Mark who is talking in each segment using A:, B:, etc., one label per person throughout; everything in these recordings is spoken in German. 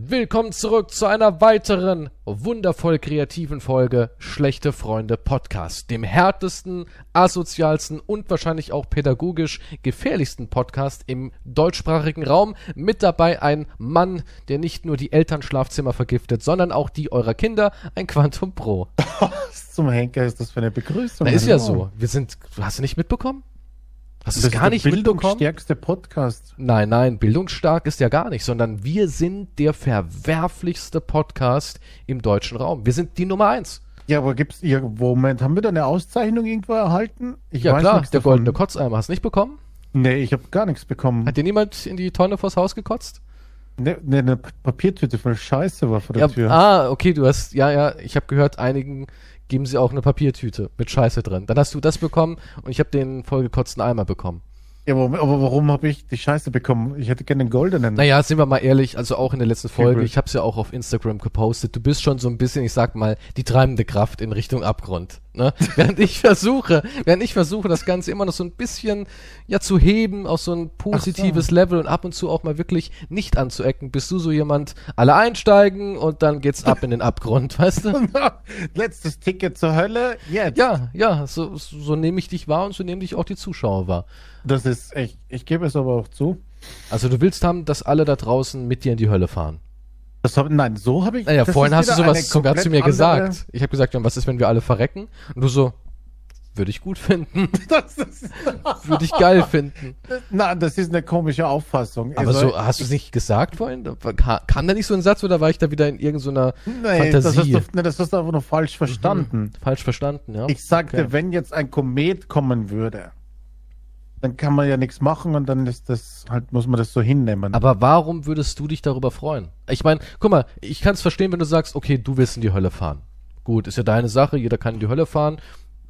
A: Willkommen zurück zu einer weiteren wundervoll kreativen Folge Schlechte Freunde Podcast, dem härtesten, asozialsten und wahrscheinlich auch pädagogisch gefährlichsten Podcast im deutschsprachigen Raum. Mit dabei ein Mann, der nicht nur die Elternschlafzimmer vergiftet, sondern auch die eurer Kinder, ein Quantum Pro.
B: Was zum Henker ist das für eine Begrüßung?
A: Na, ist ja
B: Hallo.
A: so. Wir sind, hast du nicht mitbekommen? Hast du
B: Das
A: es
B: ist
A: gar nicht mitbekommen?
B: Der stärkste Podcast.
A: Nein, nein, bildungsstark ist ja gar nicht, sondern wir sind der verwerflichste Podcast im deutschen Raum. Wir sind die Nummer eins.
B: Ja, aber gibt's irgendwo, Moment, haben wir da eine Auszeichnung irgendwo erhalten? Ich
A: Ja klar,
B: nichts
A: der
B: davon. Hm.
A: goldene Kotzeimer hast du nicht bekommen?
B: Nee, ich habe gar nichts bekommen.
A: Hat dir niemand in die Tonne vors Haus gekotzt?
B: Ne, ne, eine P- Papiertüte voll Scheiße war vor der
A: Ja,
B: Tür.
A: ah, okay, du hast, ja, ja, ich habe gehört, einigen geben sie auch eine Papiertüte mit Scheiße drin. Dann hast du das bekommen und ich habe den vollgekotzten Eimer bekommen.
B: Ja, aber, aber warum habe ich die Scheiße bekommen? Ich hätte gerne den goldenen.
A: Naja, sind wir mal ehrlich, also auch in der letzten Folge,
B: Übel.
A: ich habe es ja auch auf Instagram gepostet, du bist schon so ein bisschen, ich sag mal, die treibende Kraft in Richtung Abgrund. Ne? Während ich versuche, während ich versuche, das Ganze immer noch so ein bisschen ja zu heben auf so ein positives Level und ab und zu auch mal wirklich nicht anzuecken, bist du so jemand, alle einsteigen und dann geht's ab in den Abgrund, weißt du?
B: Letztes Ticket zur Hölle, jetzt.
A: Ja, ja, so, so nehme ich dich wahr und so nehmen dich auch die Zuschauer wahr.
B: Das ist echt, ich gebe es aber auch zu.
A: Also du willst haben, dass alle da draußen mit dir in die Hölle fahren.
B: Das hab, nein, so habe ich...
A: Naja,
B: das
A: vorhin
B: ist
A: hast du
B: wieder eine
A: sowas sogar zu mir
B: komplett andere-
A: gesagt. Ich habe gesagt, Jan, was ist, wenn wir alle verrecken? Und du so, würde ich gut finden,
B: Das ist,
A: würde ich geil finden.
B: nein, das ist eine komische Auffassung.
A: Aber
B: Also,
A: so, hast du es nicht gesagt vorhin? Da war- ka- Kam da nicht so ein Satz oder war ich da wieder in irgendeiner
B: Nee, das hast,
A: Fantasie?
B: du, nee, das hast du einfach nur falsch verstanden.
A: Falsch verstanden, ja.
B: Ich sagte,
A: Okay.
B: wenn jetzt ein Komet kommen würde, dann kann man ja nichts machen und dann ist das halt, muss man das so hinnehmen.
A: Aber warum würdest du dich darüber freuen? Ich meine, guck mal, ich kann es verstehen, wenn du sagst, okay, du willst in die Hölle fahren. Gut, ist ja deine Sache, jeder kann in die Hölle fahren,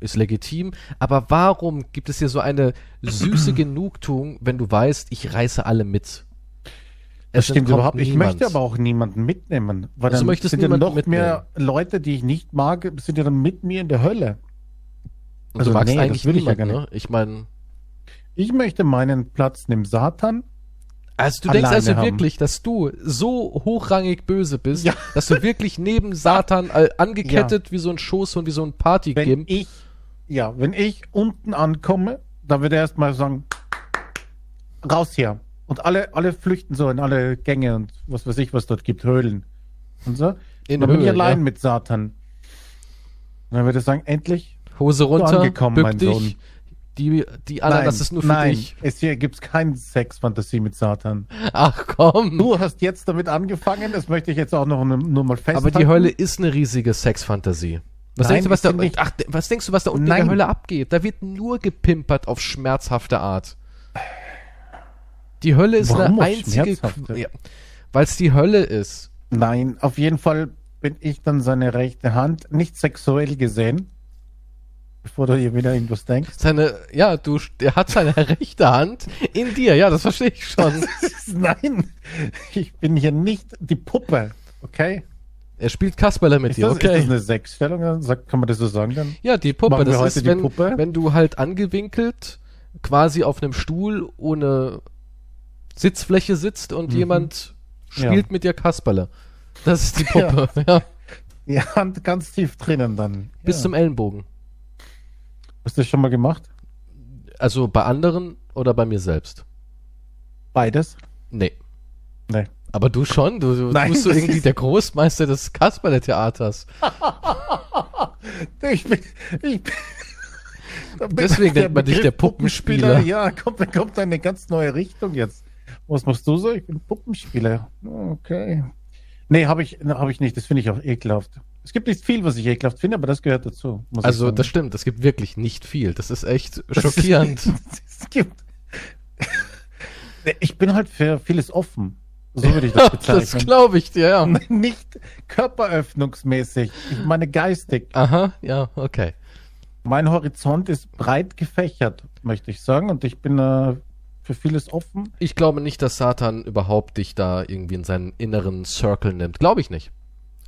A: ist legitim. Aber warum gibt es hier so eine süße Genugtuung, wenn du weißt, ich reiße alle mit?
B: das stimmt
A: entkommt
B: überhaupt. Ich
A: niemand.
B: möchte aber auch niemanden mitnehmen. Weil
A: Also
B: dann
A: möchtest
B: sind ja
A: niemanden
B: noch mehr Leute, die ich nicht mag, sind ja dann mit mir in der Hölle.
A: Und du magst
B: nee, das
A: eigentlich
B: will ich ja
A: niemanden,
B: gar
A: ne? Ich meine,
B: Ich möchte meinen Platz neben Satan.
A: also du denkst
B: Alleine
A: also
B: haben.
A: wirklich, dass du so hochrangig böse bist,
B: Ja.
A: dass du wirklich neben Satan all- angekettet wie so ein Schoßhund, wie so ein
B: Wenn
A: Partygimp
B: ich, ja, wenn ich unten ankomme, dann wird er erstmal sagen, raus hier. Und alle, alle flüchten so in alle Gänge und was weiß ich, was dort gibt, Höhlen. Und so.
A: In
B: dann bin ich
A: Höhlen,
B: allein
A: ja.
B: mit Satan. Und dann würde er sagen, endlich.
A: Hose runter,
B: angekommen,
A: bück
B: mein
A: dich.
B: Sohn.
A: Die, die Ananas ist nur für
B: nein,
A: dich. Hm.
B: Es hier gibt's keine Sexfantasie mit Satan.
A: Ach komm.
B: Du hast jetzt damit angefangen, das möchte ich jetzt auch noch nur mal festhalten.
A: Aber die Hölle ist eine riesige Sexfantasie. Was,
B: Nein,
A: denkst du, was,
B: ich
A: da,
B: bin nicht-
A: ach, was denkst du, was da unten in
B: Nein.
A: der Hölle abgeht? Da wird nur gepimpert auf schmerzhafte Art. Die Hölle ist
B: Warum
A: eine
B: auf
A: einzige...
B: schmerzhafte?
A: Weil es die Hölle ist.
B: Nein, auf jeden Fall bin ich dann seine rechte Hand, nicht sexuell gesehen. Bevor du hier wieder irgendwas denkst.
A: Seine, ja, du, er hat seine rechte Hand in dir. Ja, das verstehe ich schon.
B: Nein, ich bin hier nicht die Puppe, okay?
A: Er spielt Kasperle mit
B: Ist,
A: dir,
B: das, ist
A: okay.
B: das eine Sechsstellung? Dann sagt- Kann man das so sagen dann?
A: Ja, die Puppe.
B: Machen wir
A: Das
B: heute
A: ist,
B: die
A: wenn,
B: Puppe?
A: wenn du halt angewinkelt quasi auf einem Stuhl ohne Sitzfläche sitzt
B: Mhm.
A: und jemand spielt mit dir Kasperle. Das ist die Puppe. Ja.
B: Die Hand ganz tief drinnen dann.
A: Bis
B: ja.
A: zum Ellenbogen.
B: Hast du das schon mal gemacht?
A: Also bei anderen oder bei mir selbst?
B: Beides?
A: Nee.
B: Nee.
A: Aber du schon? Du, du
B: Nein,
A: bist so
B: das
A: irgendwie
B: ist-
A: der Großmeister des Kasperle-Theaters.
B: Ich bin, ich bin, Da bin-
A: Deswegen nennt man dich
B: Begriff
A: der Puppenspieler.
B: Ja, kommt, kommt eine ganz neue Richtung jetzt. Was machst du so? Ich bin Puppenspieler. Okay. Nee, habe ich, hab ich nicht. Das finde ich auch ekelhaft. Es gibt nicht viel, was ich ekelhaft finde, aber das gehört dazu. muss ich
A: Also
B: sagen.
A: das stimmt, es gibt wirklich nicht viel. Das ist echt
B: Das ist-
A: schockierend.
B: Es gibt. Ich bin halt für vieles offen. So würde ich
A: das
B: das bezeichnen.
A: glaube ich dir, ja.
B: nicht körperöffnungsmäßig. Ich meine geistig.
A: Aha, ja, okay.
B: Mein Horizont ist breit gefächert, möchte ich sagen. Und ich bin äh, für vieles offen.
A: Ich glaube nicht, dass Satan überhaupt dich da irgendwie in seinen inneren Circle nimmt. Glaube ich nicht.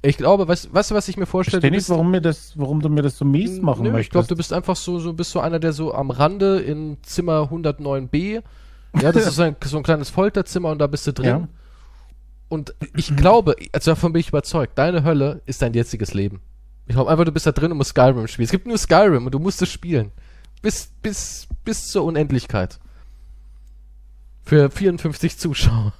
A: Ich glaube, weißt, weißt du, was ich mir
B: Ich
A: vorstelle?
B: verstehe nicht, warum, mir das, warum du mir das so mies machen
A: Nö, Ich
B: möchtest.
A: glaube, du bist einfach so, so, bist so einer, der so am Rande in Zimmer 109b, ja, das ist so ein, so ein kleines Folterzimmer und da bist du drin.
B: Ja.
A: Und ich glaube, also davon bin ich überzeugt, deine Hölle ist dein jetziges Leben. Ich glaube einfach, du bist da drin und musst Skyrim spielen. Es gibt nur Skyrim und du musst es spielen. Bis, bis, bis zur Unendlichkeit. Für 54 Zuschauer.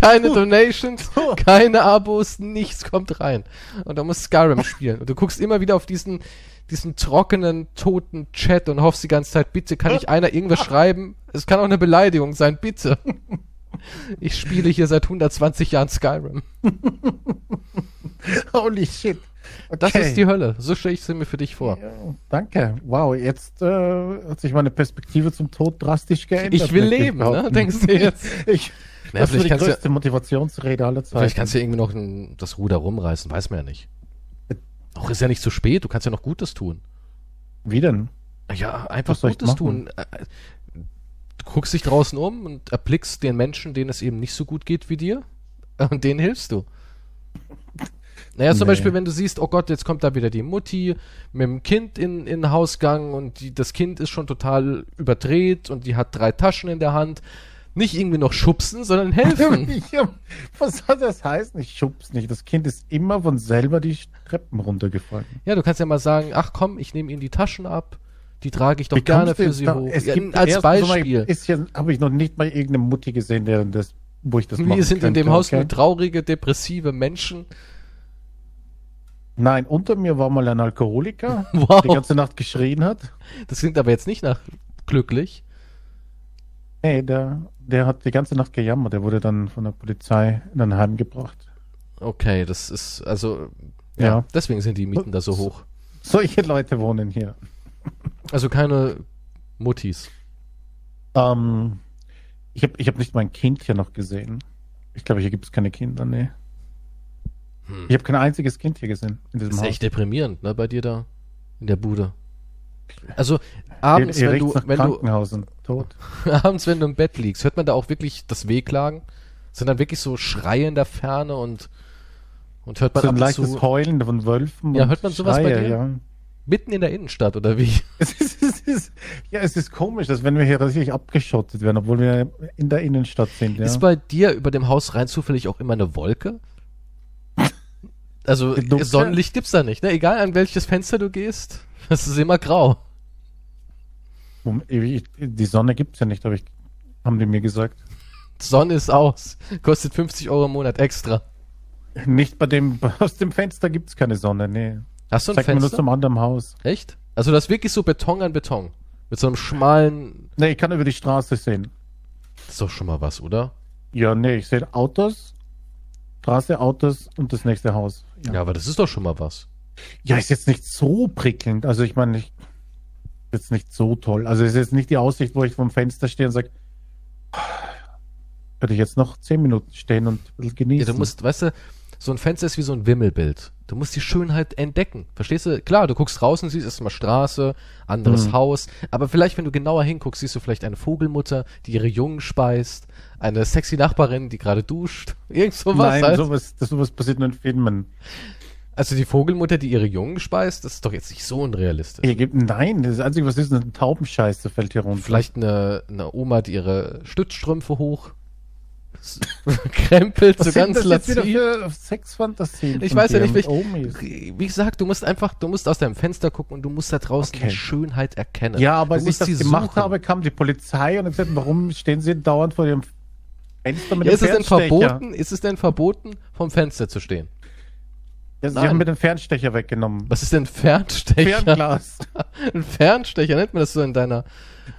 A: keine Donations, keine Abos, nichts kommt rein. Und da musst Skyrim spielen. Und du guckst immer wieder auf diesen, diesen trockenen, toten Chat und hoffst die ganze Zeit, bitte kann ich einer irgendwas schreiben? Es kann auch eine Beleidigung sein, bitte. Ich spiele hier seit 120 Jahren Skyrim.
B: Holy shit.
A: Das ist die Hölle. So stelle ich sie mir für dich vor.
B: Ja, danke. Wow, jetzt äh, hat sich meine Perspektive zum Tod drastisch geändert.
A: Ich will leben, ne?
B: ne?
A: denkst du jetzt?
B: Ich,
A: Na,
B: das war
A: vielleicht
B: die
A: kannst du-
B: größte Motivationsrede aller Zeiten.
A: Vielleicht kannst du ja irgendwie noch ein, das Ruder rumreißen, weiß man ja nicht. Auch ist ja nicht zu spät, du kannst ja noch Gutes tun.
B: Wie denn?
A: Ja, einfach
B: Was soll ich
A: Gutes
B: machen?
A: tun. Äh, äh, Du guckst dich draußen um und erblickst den Menschen, denen es eben nicht so gut geht wie dir. äh, Und denen hilfst du. Naja, zum
B: Nee.
A: Beispiel, wenn du siehst, oh Gott, jetzt kommt da wieder die Mutti mit dem Kind in, in den Hausgang und die, das Kind ist schon total überdreht und die hat drei Taschen in der Hand. Nicht irgendwie noch schubsen, sondern helfen.
B: Ja, Was soll das heißen? Ich schub's nicht. Das Kind ist immer von selber die Treppen runtergefallen.
A: ja, du kannst ja mal sagen, ach komm, ich nehme ihnen die Taschen ab, die trage ich doch
B: Wie
A: gerne
B: kommst du
A: für
B: jetzt
A: sie
B: da-
A: hoch.
B: Es
A: Ja,
B: gibt
A: als
B: erstens mal-
A: Beispiel.
B: Ist ja, habe ich noch nicht mal irgendeine Mutti gesehen, der das, wo ich das machen
A: Wir sind in
B: könnte,
A: dem Haus
B: okay?
A: nur traurige, depressive Menschen.
B: Nein, unter mir war mal ein Alkoholiker,
A: Wow.
B: der die ganze Nacht geschrien hat.
A: Das klingt aber jetzt nicht nach glücklich.
B: Nee, der, der hat die ganze Nacht gejammert. Der wurde dann von der Polizei in ein Heim gebracht.
A: Okay, das ist also ja,
B: Ja.
A: deswegen sind die Mieten da so hoch.
B: Solche Leute wohnen hier.
A: Also keine Muttis.
B: Ähm, ich habe ich hab nicht mein Kind hier noch gesehen. Ich glaube, hier gibt es keine Kinder, nee.
A: Hm.
B: Ich habe kein einziges Kind hier gesehen in diesem
A: Das ist
B: Haus.
A: echt deprimierend, ne, bei dir da in der Bude. Also abends,
B: Hier- hier
A: wenn du
B: riecht's nach
A: wenn du
B: Krankenhaus und tot.
A: abends, wenn du im Bett liegst, hört man da auch wirklich das Wehklagen? Sind dann wirklich so Schreie in der Ferne und und hört man
B: So ein
A: ab und
B: leichtes
A: zu
B: Heulen von Wölfen.
A: Ja,
B: und
A: hört man sowas bei dir?
B: Ja.
A: mitten in der Innenstadt oder wie?
B: Es ist, es ist, ja, es ist komisch, dass wenn wir hier richtig abgeschottet werden, obwohl wir in der Innenstadt sind. Ja.
A: Ist bei dir über dem Haus rein zufällig auch immer eine Wolke? Also
B: Die dunkle?
A: Sonnenlicht gibt's da nicht, ne? Egal an welches Fenster du gehst, es ist immer grau.
B: Um Ich- Die Sonne gibt es ja nicht, hab ich, haben die mir gesagt.
A: Sonne ist aus. Kostet 50 Euro im Monat extra.
B: Nicht bei dem, aus dem Fenster gibt es keine Sonne, nee.
A: Hast du ein
B: Zeigt mir nur
A: Fenster?
B: zum anderen Haus.
A: Echt? Also das ist wirklich so Beton an Beton. Mit so einem schmalen.
B: Nee, ich kann über die Straße sehen.
A: Das ist doch schon mal was, oder?
B: Ja, nee, ich sehe Autos, Straße, Autos und das nächste Haus.
A: Ja.
B: Ja,
A: aber das ist doch schon mal was.
B: ja ist jetzt nicht so prickelnd. Also ich meine, ich, jetzt nicht so toll. Also ist jetzt nicht die Aussicht, wo ich vom Fenster stehe und sage, könnte ich jetzt noch zehn Minuten stehen und ein bisschen genießen.
A: Ja, du musst, weißt du, so ein Fenster ist wie so ein Wimmelbild. Du musst die Schönheit entdecken. Verstehst du? Klar, du guckst raus und siehst erstmal Straße, anderes
B: Mhm.
A: Haus. Aber vielleicht, wenn du genauer hinguckst, siehst du vielleicht eine Vogelmutter, die ihre Jungen speist, eine sexy Nachbarin, die gerade duscht. Irgend sowas.
B: Nein,
A: halt.
B: sowas, das, sowas passiert nur in Filmen.
A: Also die Vogelmutter, die ihre Jungen speist, das ist doch jetzt nicht so unrealistisch.
B: Hier gibt, nein, das Einzige, was ist, ist ein Taubenscheiße fällt hier runter.
A: Vielleicht eine, eine Oma, die ihre Stützstrümpfe hoch s- krempelt, so
B: was sind
A: ganz
B: das jetzt wieder
A: lativ.
B: für Sexfantasien?
A: Ich
B: von
A: weiß ja
B: dir
A: nicht, wie ich-
B: und Omis?
A: Wie gesagt, du musst einfach, du musst aus deinem Fenster gucken und du musst da draußen
B: Okay.
A: die Schönheit erkennen.
B: Ja, aber
A: du
B: als ich das
A: sie
B: gemacht
A: suchen.
B: habe, kam die Polizei und hat gesagt, warum stehen Sie dauernd vor Ihrem Fenster mit
A: Ja,
B: dem
A: ist es denn
B: Fernstecher?
A: verboten? Ist es denn verboten, vom Fenster zu stehen?
B: Ja, Sie
A: Nein.
B: haben mir den Fernstecher weggenommen.
A: Was ist denn Fernstecher?
B: Fernglas.
A: Ein Fernstecher nennt man das so in deiner,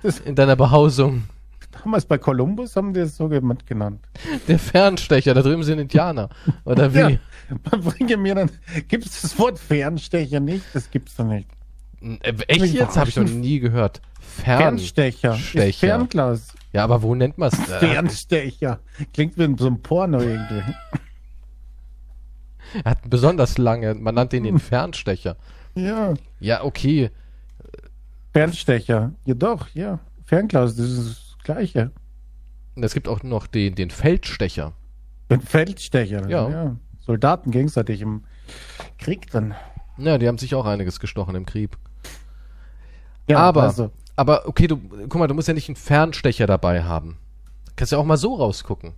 B: Das-
A: in deiner Behausung.
B: Damals bei Columbus haben die es so jemand genannt.
A: Der Fernstecher, da drüben sind Indianer. Oder wie?
B: Ja, man bringe mir dann, gibt es das Wort Fernstecher nicht? Das gibt's doch nicht.
A: N- äh, Echt jetzt? Habe ich noch nie gehört. Fern.
B: Fernstecher.
A: Stecher.
B: Ist Fernglas.
A: Ja, aber wo nennt man es?
B: Fernstecher. Klingt wie in so einem Porno irgendwie.
A: Er hat besonders lange, man nannte ihn den Fernstecher.
B: ja.
A: Ja, okay.
B: Fernstecher. Ja doch, ja. Fernglas, das ist das Gleiche.
A: Und es gibt auch noch den, den Feldstecher.
B: Ein Feldstecher.
A: Ja.
B: Soldaten gegenseitig im Krieg dann.
A: Ja, die haben sich auch einiges gestochen im Krieg.
B: also,
A: aber, aber okay, du, guck mal, du musst ja nicht einen Fernstecher dabei haben. Kannst ja auch mal so rausgucken.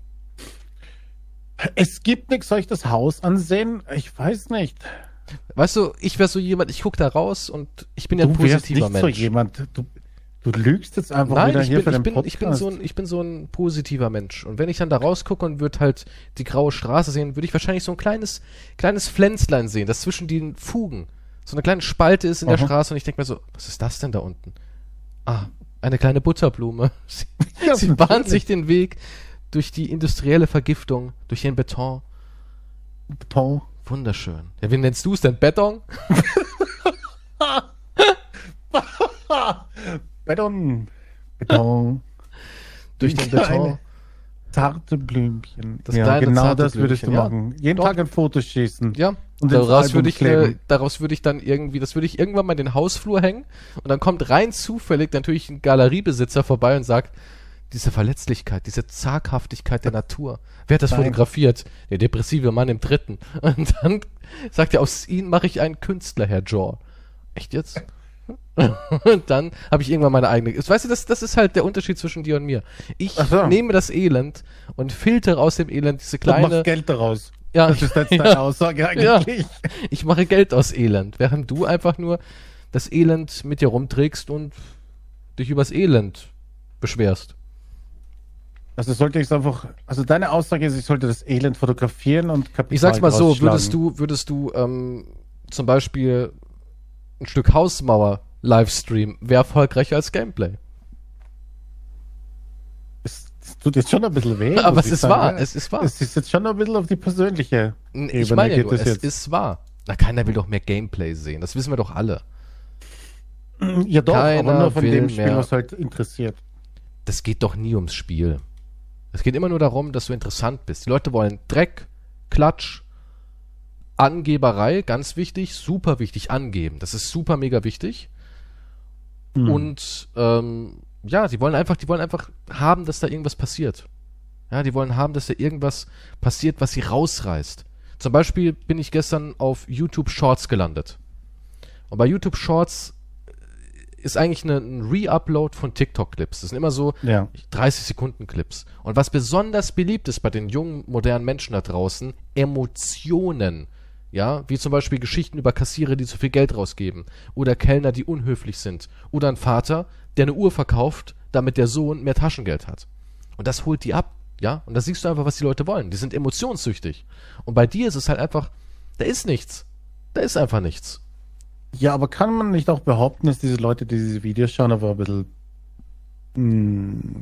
B: Es gibt nichts, soll ich das Haus ansehen? Ich weiß nicht.
A: Weißt du, ich wäre so jemand, ich guck da raus und ich bin ja ein
B: du wärst
A: positiver
B: nicht so
A: Mensch.
B: jemand. Du, du lügst jetzt einfach
A: Nein,
B: wieder
A: ich
B: hier
A: bin,
B: für
A: ich,
B: den
A: bin,
B: Podcast.
A: ich, bin so ein, ich bin so ein positiver Mensch. Und wenn ich dann da rausgucke und würde halt die graue Straße sehen, würde ich wahrscheinlich so ein kleines, kleines Pflänzlein sehen, das zwischen den Fugen so eine kleine Spalte ist in der
B: Aha.
A: Straße und ich denke mir so, was ist das denn da unten? Ah, eine kleine Butterblume. Sie,
B: Ja,
A: sie bahnt
B: natürlich.
A: sich den Weg durch die industrielle Vergiftung, durch den Beton.
B: Tom.
A: Wunderschön. Ja, wen nennst du es denn? Beton?
B: Beton. Beton.
A: Durch den
B: Kleine-
A: Beton.
B: Zarte Blümchen.
A: Das kleine
B: genau
A: zarte
B: das würdest du
A: Blümchen, ja.
B: machen. Jeden
A: Doch.
B: Tag ein Foto schießen.
A: Ja,
B: Und ins
A: daraus
B: Album
A: würde ich,
B: kleben.
A: äh, daraus würde ich dann irgendwie, das würde ich irgendwann mal in den Hausflur hängen und dann kommt rein zufällig natürlich ein Galeriebesitzer vorbei und sagt, diese Verletzlichkeit, diese Zaghaftigkeit der Natur. Wer hat das
B: Nein.
A: fotografiert? Der depressive Mann im Dritten. Und dann sagt er, aus ihnen mache ich einen Künstler, Herr Jaw. Echt jetzt? und dann habe ich irgendwann meine eigene. Weißt du, das, das ist halt der Unterschied zwischen dir und mir. Ich
B: Ach so.
A: nehme das Elend und filtere aus dem Elend diese
B: Du
A: kleine.
B: machst Geld daraus.
A: Ja,
B: Das ist jetzt deine Aussage eigentlich.
A: ich mache Geld aus Elend, während du einfach nur das Elend mit dir rumträgst und dich übers Elend beschwerst.
B: Also sollte ich es einfach. Also deine Aussage ist, ich sollte das Elend fotografieren und Kapital
A: Ich sag's mal so,
B: rausschlagen.
A: würdest du, würdest du ähm, zum Beispiel ein Stück Hausmauer Livestream, wäre erfolgreicher als Gameplay.
B: Es, es tut jetzt schon ein bisschen weh.
A: Aber
B: muss
A: es
B: ich
A: ist
B: sagen.
A: wahr, es ist wahr.
B: Es ist jetzt schon ein bisschen auf die persönliche.
A: ich
B: Ebene
A: meine ja
B: geht
A: nur,
B: das
A: es
B: jetzt.
A: ist wahr. Na, keiner will doch mehr Gameplay sehen, das wissen wir doch alle.
B: Ja doch,
A: Keiner
B: aber nur von
A: will
B: dem Spiel,
A: mehr.
B: was halt interessiert.
A: das geht doch nie ums Spiel. Es geht immer nur darum, dass du interessant bist. Die Leute wollen Dreck, Klatsch, Angeberei, ganz wichtig, super wichtig, angeben. Das ist super mega wichtig.
B: Hm.
A: Und ähm, ja, die wollen einfach, die wollen einfach haben, dass da irgendwas passiert. Ja, die wollen haben, dass da irgendwas passiert, was sie rausreißt. Zum Beispiel bin ich gestern auf YouTube Shorts gelandet. Und bei YouTube Shorts ist eigentlich eine, ein Re-Upload von TikTok-Clips. Das sind immer so
B: ja.
A: 30-Sekunden-Clips. Und was besonders beliebt ist bei den jungen, modernen Menschen da draußen, Emotionen. Ja, wie zum Beispiel Geschichten über Kassiere, die zu viel Geld rausgeben. Oder Kellner, die unhöflich sind. Oder ein Vater, der eine Uhr verkauft, damit der Sohn mehr Taschengeld hat. Und das holt die ab. Ja, und da siehst du einfach, was die Leute wollen. Die sind emotionssüchtig. Und bei dir ist es halt einfach, da ist nichts. Da ist einfach nichts.
B: ja, aber kann man nicht auch behaupten, dass diese Leute, die diese Videos schauen, aber ein bisschen mm,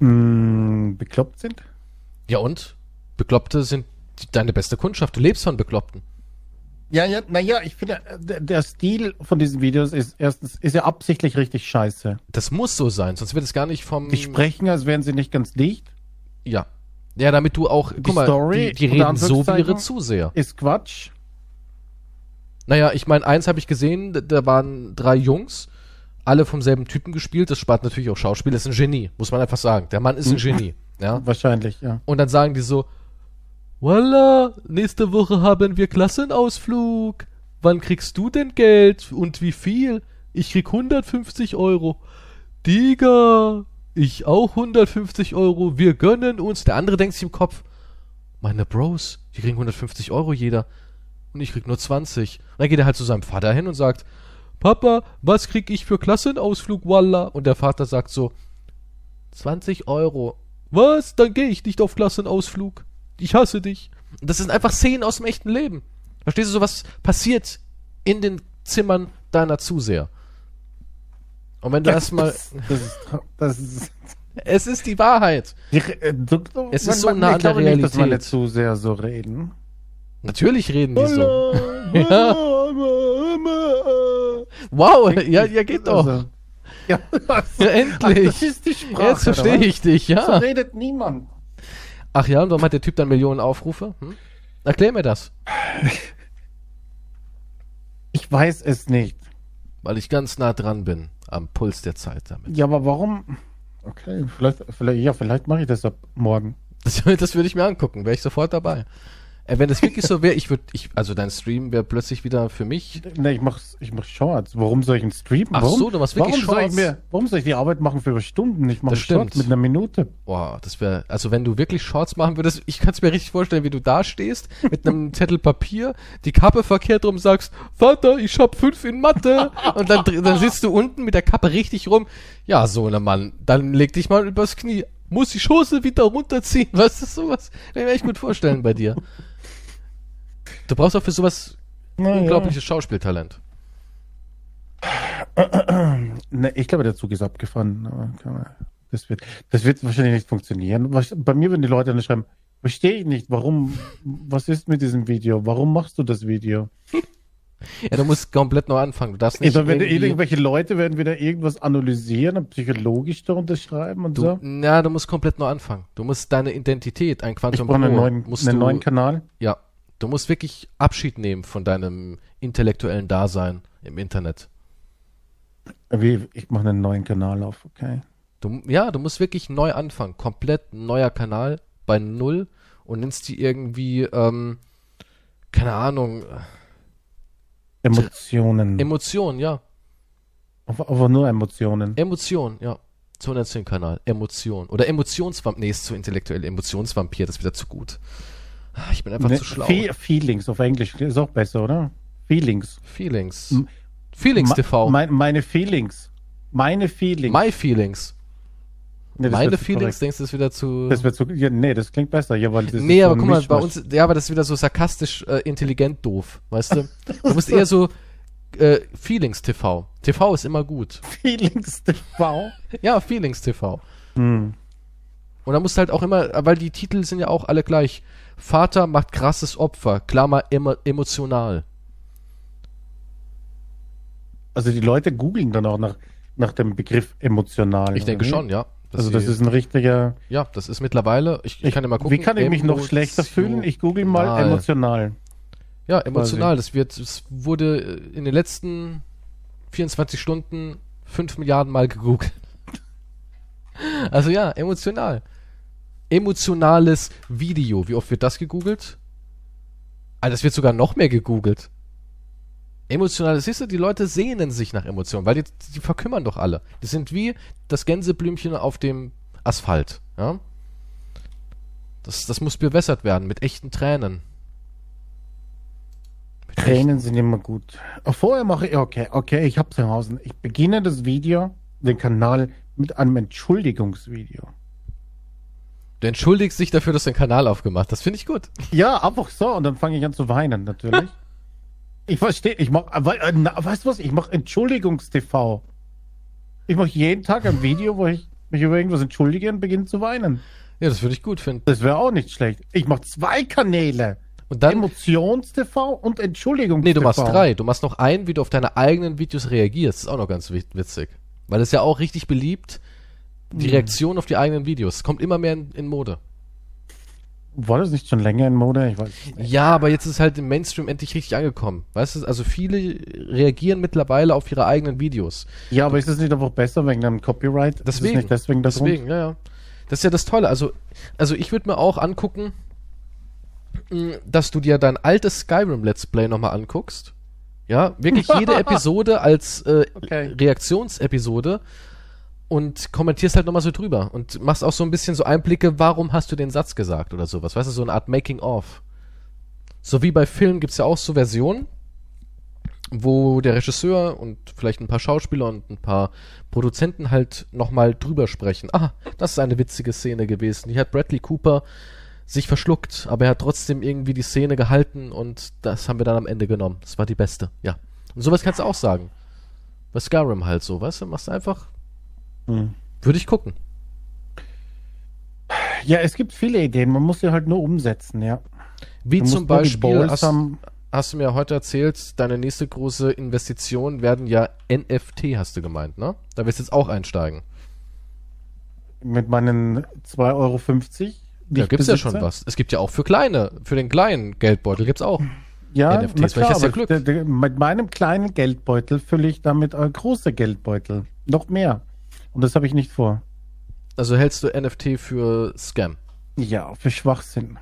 B: mm, bekloppt sind?
A: Ja, und? Bekloppte sind die, deine beste Kundschaft. Du lebst von Bekloppten.
B: Ja, ja, naja, ich finde, äh, der, der Stil von diesen Videos ist erstens, ist ja absichtlich richtig scheiße.
A: Das muss so sein, sonst wird es gar nicht vom.
B: Die sprechen, als wären sie nicht ganz dicht.
A: Ja. Ja, damit du auch. guck mal,
B: Story,
A: die, die
B: unter
A: reden so wie ihre
B: Anführungszeichen.
A: Zuseher.
B: Ist Quatsch.
A: Naja, ich meine, eins habe ich gesehen, da- da waren drei Jungs, alle vom selben Typen gespielt. Das spart natürlich auch Schauspiel. Das ist ein Genie, muss man einfach sagen. Der Mann ist ein Genie. Ja.
B: Wahrscheinlich, ja.
A: Und dann sagen die so: Voila, nächste Woche haben wir Klassenausflug. Wann kriegst du denn Geld und wie viel? Ich krieg 150 Euro. Digga, ich auch 150 Euro. Wir gönnen uns. Der andere denkt sich im Kopf: Meine Bros, die kriegen 150 Euro jeder. Und ich krieg nur 20. Und dann geht er halt zu seinem Vater hin und sagt: Papa, was krieg ich für Klassenausflug, Walla? Und der Vater sagt so: 20 Euro. Was? Dann gehe ich nicht auf Klassenausflug. Ich hasse dich. Und Das sind einfach Szenen aus dem echten Leben. Verstehst du, so was passiert in den Zimmern deiner Zuseher. Und wenn du erstmal.
B: Das, das ist, das ist,
A: Es ist die Wahrheit.
B: die, Re- äh, du, du-
A: Es ist so nah an
B: ich glaube
A: der
B: Nicht, dass meine
A: Realität.
B: Zuseher so reden.
A: Natürlich reden die so.
B: Hallo.
A: Wow, ja, ja, geht doch.
B: Also, ja, also,
A: Ja,
B: das
A: endlich.
B: ist die Sprache.
A: Jetzt verstehe
B: oder was?
A: ich Ah. dich,
B: So
A: ja.
B: redet niemand.
A: Ach ja, und warum hat der Typ dann Millionen Aufrufe? Hm? Erklär mir das.
B: Ich weiß es nicht.
A: Weil ich ganz nah dran bin am Puls der Zeit damit.
B: Ja, aber warum? Okay, vielleicht, vielleicht, ja, vielleicht mache ich das ab morgen.
A: Das, das würde ich mir angucken, wäre ich sofort dabei. Äh, wenn das wirklich so wäre, ich würde, ich, also dein Stream wäre plötzlich wieder für mich.
B: Ne, ich mach, ich mach Shorts. Warum soll ich einen Stream?
A: Ach
B: Warum,
A: so, du machst wirklich
B: warum soll ich
A: Shorts?
B: mir, warum soll ich die Arbeit machen für Stunden? Ich mache
A: Das
B: Shorts
A: stimmt.
B: mit einer Minute.
A: Boah, das wäre, also wenn du wirklich Shorts machen würdest, ich kann es mir richtig vorstellen, wie du da stehst, mit einem Zettel Papier, die Kappe verkehrt rum sagst, Vater, ich hab fünf in Mathe. Und dann, dr- dann sitzt du unten mit der Kappe richtig rum. Ja, Sohnemann, dann leg dich mal übers Knie. Muss die Schoße wieder runterziehen. Was ist sowas? Kann ich mir echt gut vorstellen bei dir. Du brauchst auch für sowas
B: Na ja.
A: unglaubliches Schauspieltalent.
B: Ne, ich glaube, der Zug ist abgefahren. Aber kann man- Das wird, das wird wahrscheinlich nicht funktionieren. Was- Bei mir würden die Leute dann schreiben, verstehe ich nicht, warum, was ist mit diesem Video? Warum machst du das Video?
A: Ja, du musst komplett neu anfangen. Du darfst nicht.
B: Oder wenn
A: irgendwie-
B: irgendwelche Leute werden wieder irgendwas analysieren und psychologisch darunter schreiben und
A: Du,
B: so.
A: na, du musst komplett neu anfangen. Du musst deine Identität, ein
B: Ich
A: Quantum
B: brauche einen
A: Pro,
B: neuen,
A: musst
B: einen
A: du,
B: neuen Kanal.
A: ja, du musst wirklich Abschied nehmen von deinem intellektuellen Dasein im Internet.
B: Wie, ich mache einen neuen Kanal auf, okay.
A: Du, ja, du musst wirklich neu anfangen, komplett neuer Kanal bei null und nennst die irgendwie, ähm, keine Ahnung,
B: Emotionen.
A: Emotion, ja,
B: aber, aber nur Emotionen.
A: Emotion, ja. So nennst du den Kanal. Emotion. Oder Emotionsvampir. Nee, ist zu intellektuell. Emotionsvampir, das ist wieder zu gut. Ah, Ich bin einfach
B: Ne,
A: zu schlau.
B: Fe- Feelings auf Englisch ist auch besser, oder? Feelings.
A: Feelings.
B: M-
A: Feelings
B: Ma-
A: TV.
B: Mein, meine Feelings. Meine Feelings.
A: My Feelings.
B: Nee, das
A: Meine
B: wird zu
A: Feelings,
B: korrekt.
A: denkst du, ist wieder zu.
B: Das wird zu, ja, nee, das klingt besser. Ja, weil das
A: nee,
B: ist
A: aber
B: so ein
A: guck mal, bei
B: Mischmasch.
A: uns, ja, aber das ist wieder so sarkastisch äh, intelligent doof, weißt du? Du bist eher so äh, Feelings TV. TV ist immer gut.
B: Feelings TV.
A: Ja, Feelings TV.
B: Hm.
A: Und da musst du halt auch immer, weil die Titel sind ja auch alle gleich. Vater macht krasses Opfer, Klammer emo emotional.
B: Also die Leute googeln dann auch nach, nach dem Begriff emotional.
A: Ich denke
B: oder?
A: schon, ja. dass
B: Also das
A: sie-
B: ist ein richtiger.
A: ja, das ist mittlerweile. Ich, ich kann ja mal gucken.
B: Wie kann ich mich noch schlechter fühlen? Ich google mal
A: Emotional.
B: emotional.
A: Ja, emotional. Das wird, es wurde äh, in den letzten 24 Stunden 5 Milliarden Mal gegoogelt. Also ja, emotional. Emotionales Video. Wie oft wird das gegoogelt? Ah, das wird sogar noch mehr gegoogelt. Emotionales, siehst du, die Leute sehnen sich nach Emotionen, weil die, die verkümmern doch alle. Die sind wie das Gänseblümchen auf dem Asphalt. Ja? Das, das muss bewässert werden mit echten Tränen.
B: Tränen sind immer gut. Auch Vorher mache ich, okay, okay, ich hab's im Hausen. Ich beginne das Video, den Kanal, mit einem Entschuldigungsvideo.
A: Du entschuldigst dich dafür, dass du den Kanal aufgemacht hast. Finde ich gut.
B: Ja, einfach so. Und dann fange ich an zu weinen, natürlich. ich verstehe, ich mache, äh, na, weißt du was, ich mache Entschuldigungs-TV. Ich mache jeden Tag ein Video, wo ich mich über irgendwas entschuldige und beginne zu weinen.
A: Ja, das würde ich gut finden.
B: Das wäre auch nicht schlecht. Ich mache zwei Kanäle.
A: Und dann.
B: Emotions-TV und Entschuldigungs-TV.
A: Nee, du machst drei. Du machst noch einen, wie du auf deine eigenen Videos reagierst. ist auch noch ganz wit- witzig. Weil das ist ja auch richtig beliebt. Die Reaktion auf die eigenen Videos. Kommt immer mehr in, in Mode.
B: War das nicht schon länger in Mode? Ich weiß es nicht.
A: Ja, aber jetzt ist halt im Mainstream endlich richtig angekommen. Weißt du, also viele reagieren mittlerweile auf ihre eigenen Videos.
B: Ja, aber ist es nicht einfach besser wegen einem Copyright? Ist es
A: Deswegen.
B: nicht deswegen der Grund?
A: Deswegen, ja, ja. Das ist ja das Tolle. Also, also ich würde mir auch angucken, mh, dass du dir dein altes Skyrim-Let's Play nochmal anguckst. Ja, wirklich jede Episode als äh,
B: Okay.
A: Reaktionsepisode und kommentierst halt nochmal so drüber und machst auch so ein bisschen so Einblicke, warum hast du den Satz gesagt oder sowas. Weißt du, so eine Art Making-of. So wie bei Filmen gibt's ja auch so Versionen, wo der Regisseur und vielleicht ein paar Schauspieler und ein paar Produzenten halt nochmal drüber sprechen. Ah, das ist eine witzige Szene gewesen. Die hat Bradley Cooper sich verschluckt, aber er hat trotzdem irgendwie die Szene gehalten und das haben wir dann am Ende genommen. Das war die beste, ja. Und sowas kannst du auch sagen. Bei Skyrim halt so, weißt du? Machst einfach.
B: Hm.
A: Würde ich gucken.
B: Ja, es gibt viele Ideen. Man muss sie halt nur umsetzen, ja.
A: Wie
B: Man
A: zum
B: muss nur die
A: Beispiel
B: Balls
A: hast,
B: haben.
A: hast du mir heute erzählt, deine nächste große Investition werden ja NFT, hast du gemeint, ne? Da wirst du jetzt auch einsteigen.
B: mit meinen 2,50 Euro. Die
A: Da
B: ich
A: gibt's ja schon
B: besitze.
A: was. Es gibt ja auch für kleine, für den kleinen Geldbeutel gibt's auch.
B: Ja,
A: NFTs,
B: na
A: vielleicht
B: klar,
A: hast du ja
B: aber
A: Glück.
B: der- der- mit meinem kleinen Geldbeutel fülle ich damit äh, große Geldbeutel. Noch mehr. Und das habe ich nicht vor.
A: Also hältst du NFT für Scam.
B: Ja, für Schwachsinn.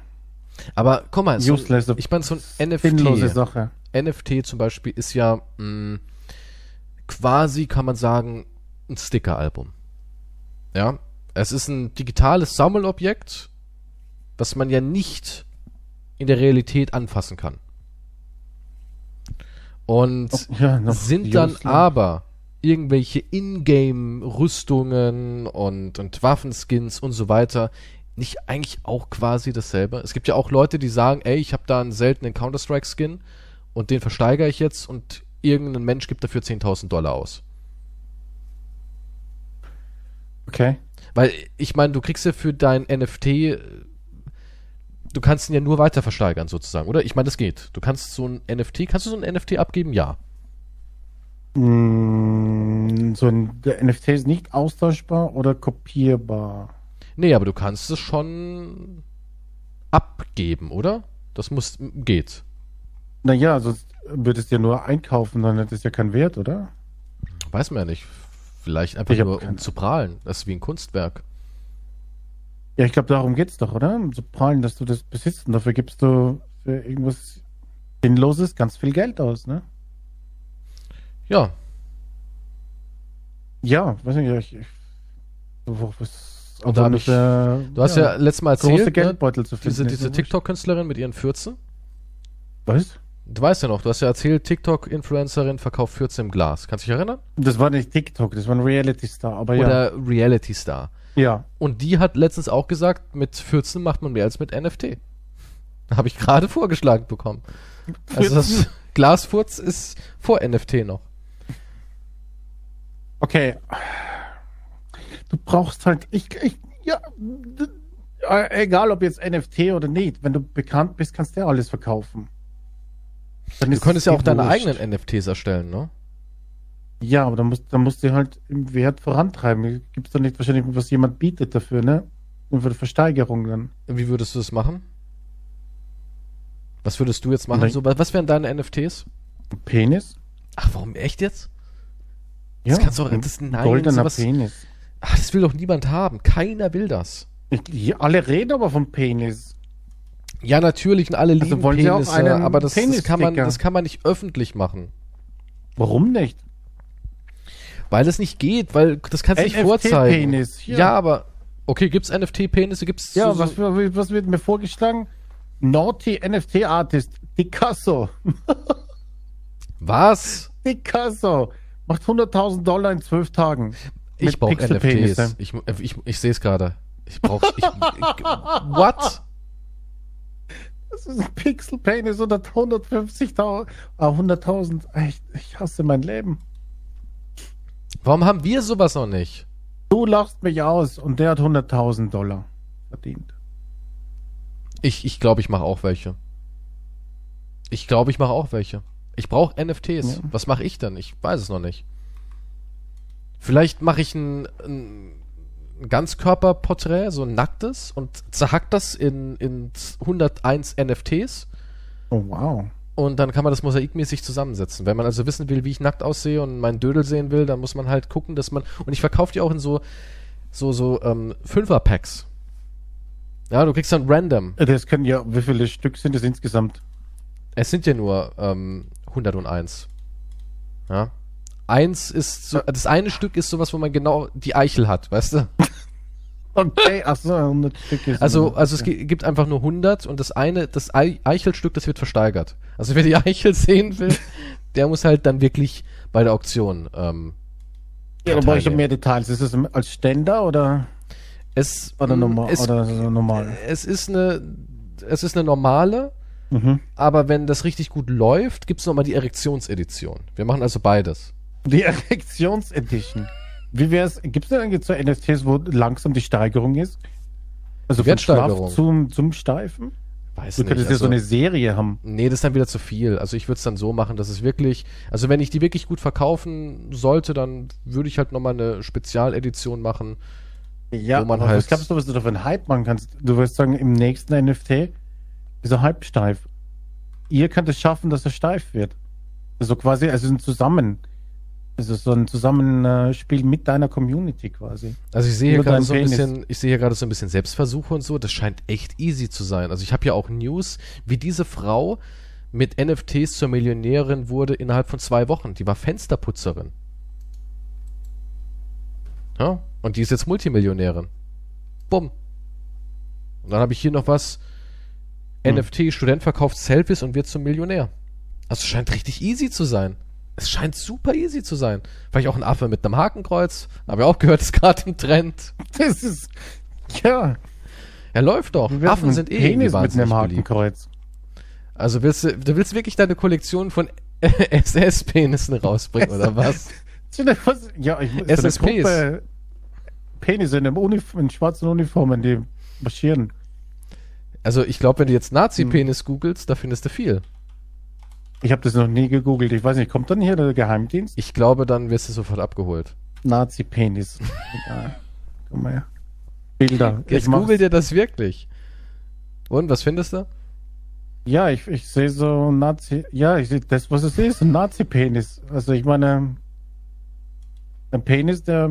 A: Aber guck mal, so,
B: Useless.
A: ich meine, so ein
B: Sinnlose
A: NFT,
B: Sache.
A: NFT zum Beispiel ist ja mh, quasi, kann man sagen, ein Sticker-Album. Ja, es ist ein digitales Sammelobjekt, was man ja nicht in der Realität anfassen kann. Und
B: Oh, Ja, noch ne?
A: sind dann
B: useless.
A: aber irgendwelche Ingame-Rüstungen und, und Waffenskins und so weiter nicht eigentlich auch quasi dasselbe? Es gibt ja auch Leute, die sagen, ey, ich habe da einen seltenen Counter-Strike-Skin und den versteigere ich jetzt und irgendein Mensch gibt dafür 10.000 Dollar aus.
B: Okay.
A: Weil ich meine, du kriegst ja für dein NFT, äh, du kannst ihn ja nur weiter versteigern sozusagen, oder? Ich meine, das geht. Du kannst so ein NFT, kannst du so ein NFT abgeben? Ja.
B: Mm, so ein der NFT ist nicht austauschbar oder kopierbar.
A: Nee, aber du kannst es schon abgeben, oder? Das muss, geht.
B: Naja, sonst würdest du ja nur einkaufen, dann hättest du ja keinen Wert, oder?
A: Weiß man ja nicht. Vielleicht einfach
B: Ich hab
A: nur, um
B: keine
A: zu prahlen. Das ist wie ein Kunstwerk.
B: Ja, ich glaube, darum geht's doch, oder? Um zu prahlen, dass du das besitzt und dafür gibst du für irgendwas Sinnloses ganz viel Geld aus, ne?
A: Ja,
B: Ja, weiß nicht, ich. ich wo- also was,
A: Und da hab ich-
B: du
A: du hast ja, letztes Mal
B: große
A: erzählt, ne,
B: Geldbeutel zu finden.
A: diese,
B: ist
A: diese
B: so
A: TikTok-Künstlerin mit ihren 14.
B: wurscht. Was?
A: Du weißt ja noch, du hast ja erzählt, TikTok-Influencerin verkauft 14 im Glas. Kannst du dich erinnern?
B: Das war nicht TikTok, das war ein Reality Star, aber ja.
A: Oder Reality Star.
B: Ja.
A: Und die hat letztens auch gesagt, mit 14 macht man mehr als mit NFT. Habe ich gerade vorgeschlagen bekommen. Also das Glasfurz ist vor NFT noch.
B: Okay. Du brauchst halt, ich, ich ja, d- äh, egal ob jetzt NFT oder nicht, wenn du bekannt bist, kannst du ja alles verkaufen. Dann
A: Du
B: ist
A: könntest
B: es
A: ja
B: dir
A: auch deine
B: wurscht.
A: eigenen NFTs erstellen, ne?
B: Ja, aber dann musst, dann musst du halt im Wert vorantreiben. Gibt es da nicht wahrscheinlich, was jemand bietet dafür, ne? Und für die Versteigerung dann.
A: Wie würdest du das machen? Was würdest du jetzt machen?
B: Nein.
A: So, wa- was wären deine NFTs?
B: Penis?
A: Ach, warum echt jetzt? Das kannst du auch-
B: ein
A: das- nein,
B: goldener
A: sowas-
B: Penis.
A: Ach, das will doch niemand haben. Keiner will das.
B: Ich, ja, alle reden aber vom Penis.
A: Ja, natürlich, und alle
B: Also
A: lieben
B: wollen Sie auch
A: Penisse,
B: einen
A: aber das, das, kann man,
B: Penissticker?
A: das kann man nicht öffentlich machen.
B: Warum nicht?
A: Weil es nicht geht, weil das kannst du nicht
B: NFT
A: vorzeigen.
B: Penis,
A: ja.
B: ja.
A: aber okay, gibt's NFT-Penisse, gibt's
B: Ja,
A: so,
B: was,
A: so,
B: was was wird mir vorgeschlagen? Naughty NFT Artist, Picasso.
A: was?
B: Picasso macht 100.000 Dollar in zwölf Tagen.
A: Ich
B: Mit
A: brauche
B: Pixel-Penis,
A: NFTs. Ich, äh, ich, ich sehe es gerade. Ich brauche ich, ich, What?
B: Das ist ein Pixel Penis oder 150.000, ah, 100.000. Echt, ich hasse mein Leben.
A: Warum haben wir sowas noch nicht?
B: Du lachst mich aus und der hat 100.000 Dollar verdient.
A: Ich ich, glaube, ich mache auch welche. Ich glaube, ich mache auch welche. Ich brauche NFTs.
B: Ja.
A: Was mache ich denn? Ich weiß es noch nicht. Vielleicht mache ich ein, ein ein Ganzkörperporträt, so ein nacktes, und zerhack das in, in 101 NFTs.
B: Oh, wow.
A: Und dann kann man das mosaikmäßig zusammensetzen. Wenn man also wissen will, wie ich nackt aussehe und meinen Dödel sehen will, dann muss man halt gucken, dass man. Und ich verkaufe die auch in so, so, so ähm, Fünfer-Packs. Ja, du kriegst dann random.
B: Das können ja, wie viele Stück sind das insgesamt?
A: Es sind ja nur ähm, 101. Ja. Eins ist so, das eine Stück ist sowas, wo man genau die Eichel hat, weißt du?
B: Okay, achso, 100 Stück ist.
A: Also, also es gi- gibt einfach nur 100 und das eine, das Ei- Eichelstück, das wird versteigert. Also wer die Eichel sehen will, der muss halt dann wirklich bei der Auktion ähm,
B: ja, da brauche ich ja
A: teilnehmen.
B: mehr Details. Ist es als Ständer oder,
A: Es,
B: oder,
A: mm,
B: normal,
A: es,
B: oder so normal?
A: es ist eine es ist eine normale,
B: Mhm.
A: aber wenn das richtig gut läuft, gibt es nochmal die Erektionsedition. Wir machen also beides.
B: Die Erektionsedition. Wie wär's? Gibt es denn eigentlich so NFTs, wo langsam die Steigerung ist? Also von
A: Wertsteigerung. also
B: Schlaff zum, zum Steifen?
A: Weiß
B: Du könntest ja so eine Serie haben.
A: nee, das ist dann wieder zu viel. Also ich würde es dann so machen, dass es wirklich, also wenn ich die wirklich gut verkaufen sollte, dann würde ich halt nochmal eine Spezialedition machen.
B: Ja,
A: wo man
B: aber
A: halt-
B: was glaubst du, was du da für einen Hype machen kannst? Du wirst sagen, im nächsten NFT ist er halbsteif. Ihr könnt es schaffen, dass er steif wird. Also quasi, also sind zusammen. Also so ein Zusammenspiel mit deiner Community quasi.
A: Also ich sehe hier
B: Nur
A: gerade
B: dein
A: so ein
B: Penis.
A: bisschen, ich sehe hier gerade so ein bisschen Selbstversuche und so. Das scheint echt easy zu sein. Also ich habe ja auch News, wie diese Frau mit NFTs zur Millionärin wurde innerhalb von zwei Wochen. Die war Fensterputzerin. Ja, und die ist jetzt Multimillionärin. Bumm. Und dann habe ich hier noch was.
B: Hm.
A: NFT, Student verkauft Selfies und wird zum Millionär. Also es scheint richtig easy zu sein. Es scheint super easy zu sein. Vielleicht auch ein Affe mit einem Hakenkreuz. Habe ich auch gehört, ist gerade im Trend.
B: Das ist. Ja.
A: Er läuft doch.
B: wir
A: Affen
B: werfen
A: sind eh irgendwie
B: Penis mit
A: wahnsinnig
B: einem
A: beliebt.
B: Hakenkreuz.
A: Also willst du, du willst wirklich deine Kollektion von SS-Penissen rausbringen, oder was?
B: So eine- was- Ja, ich muss so eine
A: SSPs.
B: Gruppe Penisse in, einem Unif in schwarzen Uniformen, die marschieren.
A: Also ich glaube, wenn du
B: Hm.
A: jetzt Nazi-Penis googelst, da findest du viel.
B: Ich habe das noch nie gegoogelt. Ich weiß nicht, kommt dann hier der Geheimdienst?
A: Ich glaube, dann wirst du sofort abgeholt.
B: Nazi-Penis. Egal. Komm mal her. Bilder.
A: Jetzt
B: mach's.
A: googelt dir das wirklich. Und, was findest du?
B: Ja, ich, ich sehe so ein Nazi. Ja, ich sehe das, was es ist, ein Nazi-Penis. Also ich meine, ein Penis, der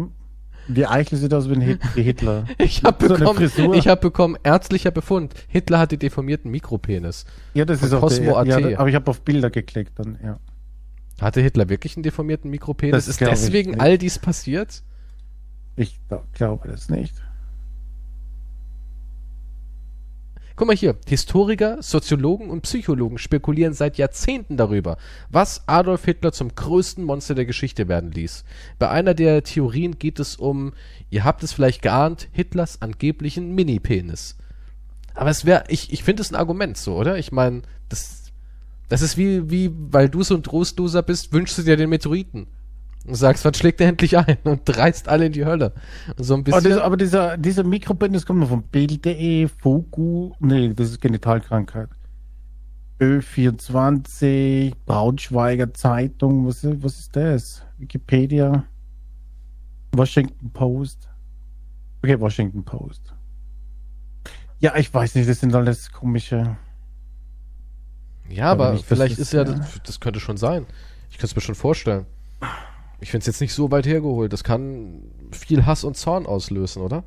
B: die Eichel sieht aus wie, ein Hit, wie Hitler.
A: Ich habe
B: So eine
A: bekommen,
B: Frisur.
A: ich hab bekommen, ärztlicher Befund. Hitler hatte deformierten Mikropenis.
B: Ja, das ist auch
A: Cosmo.at.
B: der, ja, aber ich habe auf Bilder geklickt dann, ja.
A: Hatte Hitler wirklich einen deformierten Mikropenis?
B: Das
A: ist
B: glaub ich
A: deswegen
B: nicht.
A: all dies passiert?
B: Ich da- glaube das nicht.
A: Guck mal hier, Historiker, Soziologen und Psychologen spekulieren seit Jahrzehnten darüber, was Adolf Hitler zum größten Monster der Geschichte werden ließ. Bei einer der Theorien geht es um, ihr habt es vielleicht geahnt, Hitlers angeblichen Mini-Penis. Aber es wäre, ich, ich finde es ein Argument so, oder? Ich meine, das, das ist wie, wie, weil du so ein Trostloser bist, wünschst du dir den Meteoriten. Und sagst, wann schlägt er endlich ein? Und reißt alle in die Hölle. Und so ein
B: Aber,
A: bisschen.
B: das, aber dieser, dieser Mikropenis kommt nur von Bild.de, Foku, nee, das ist Genitalkrankheit. Ö24, Braunschweiger Zeitung, was, ist- was ist das? Wikipedia, Washington Post. Okay, Washington Post. Ja, ich weiß nicht, das sind alles komische.
A: Ja,
B: Aber
A: aber
B: nicht, dass
A: vielleicht
B: das-
A: ist ja,
B: ja.
A: Das, das könnte schon sein. Ich könnte es mir schon vorstellen. Ich finde es jetzt nicht so weit hergeholt. Das kann viel Hass und Zorn auslösen, oder?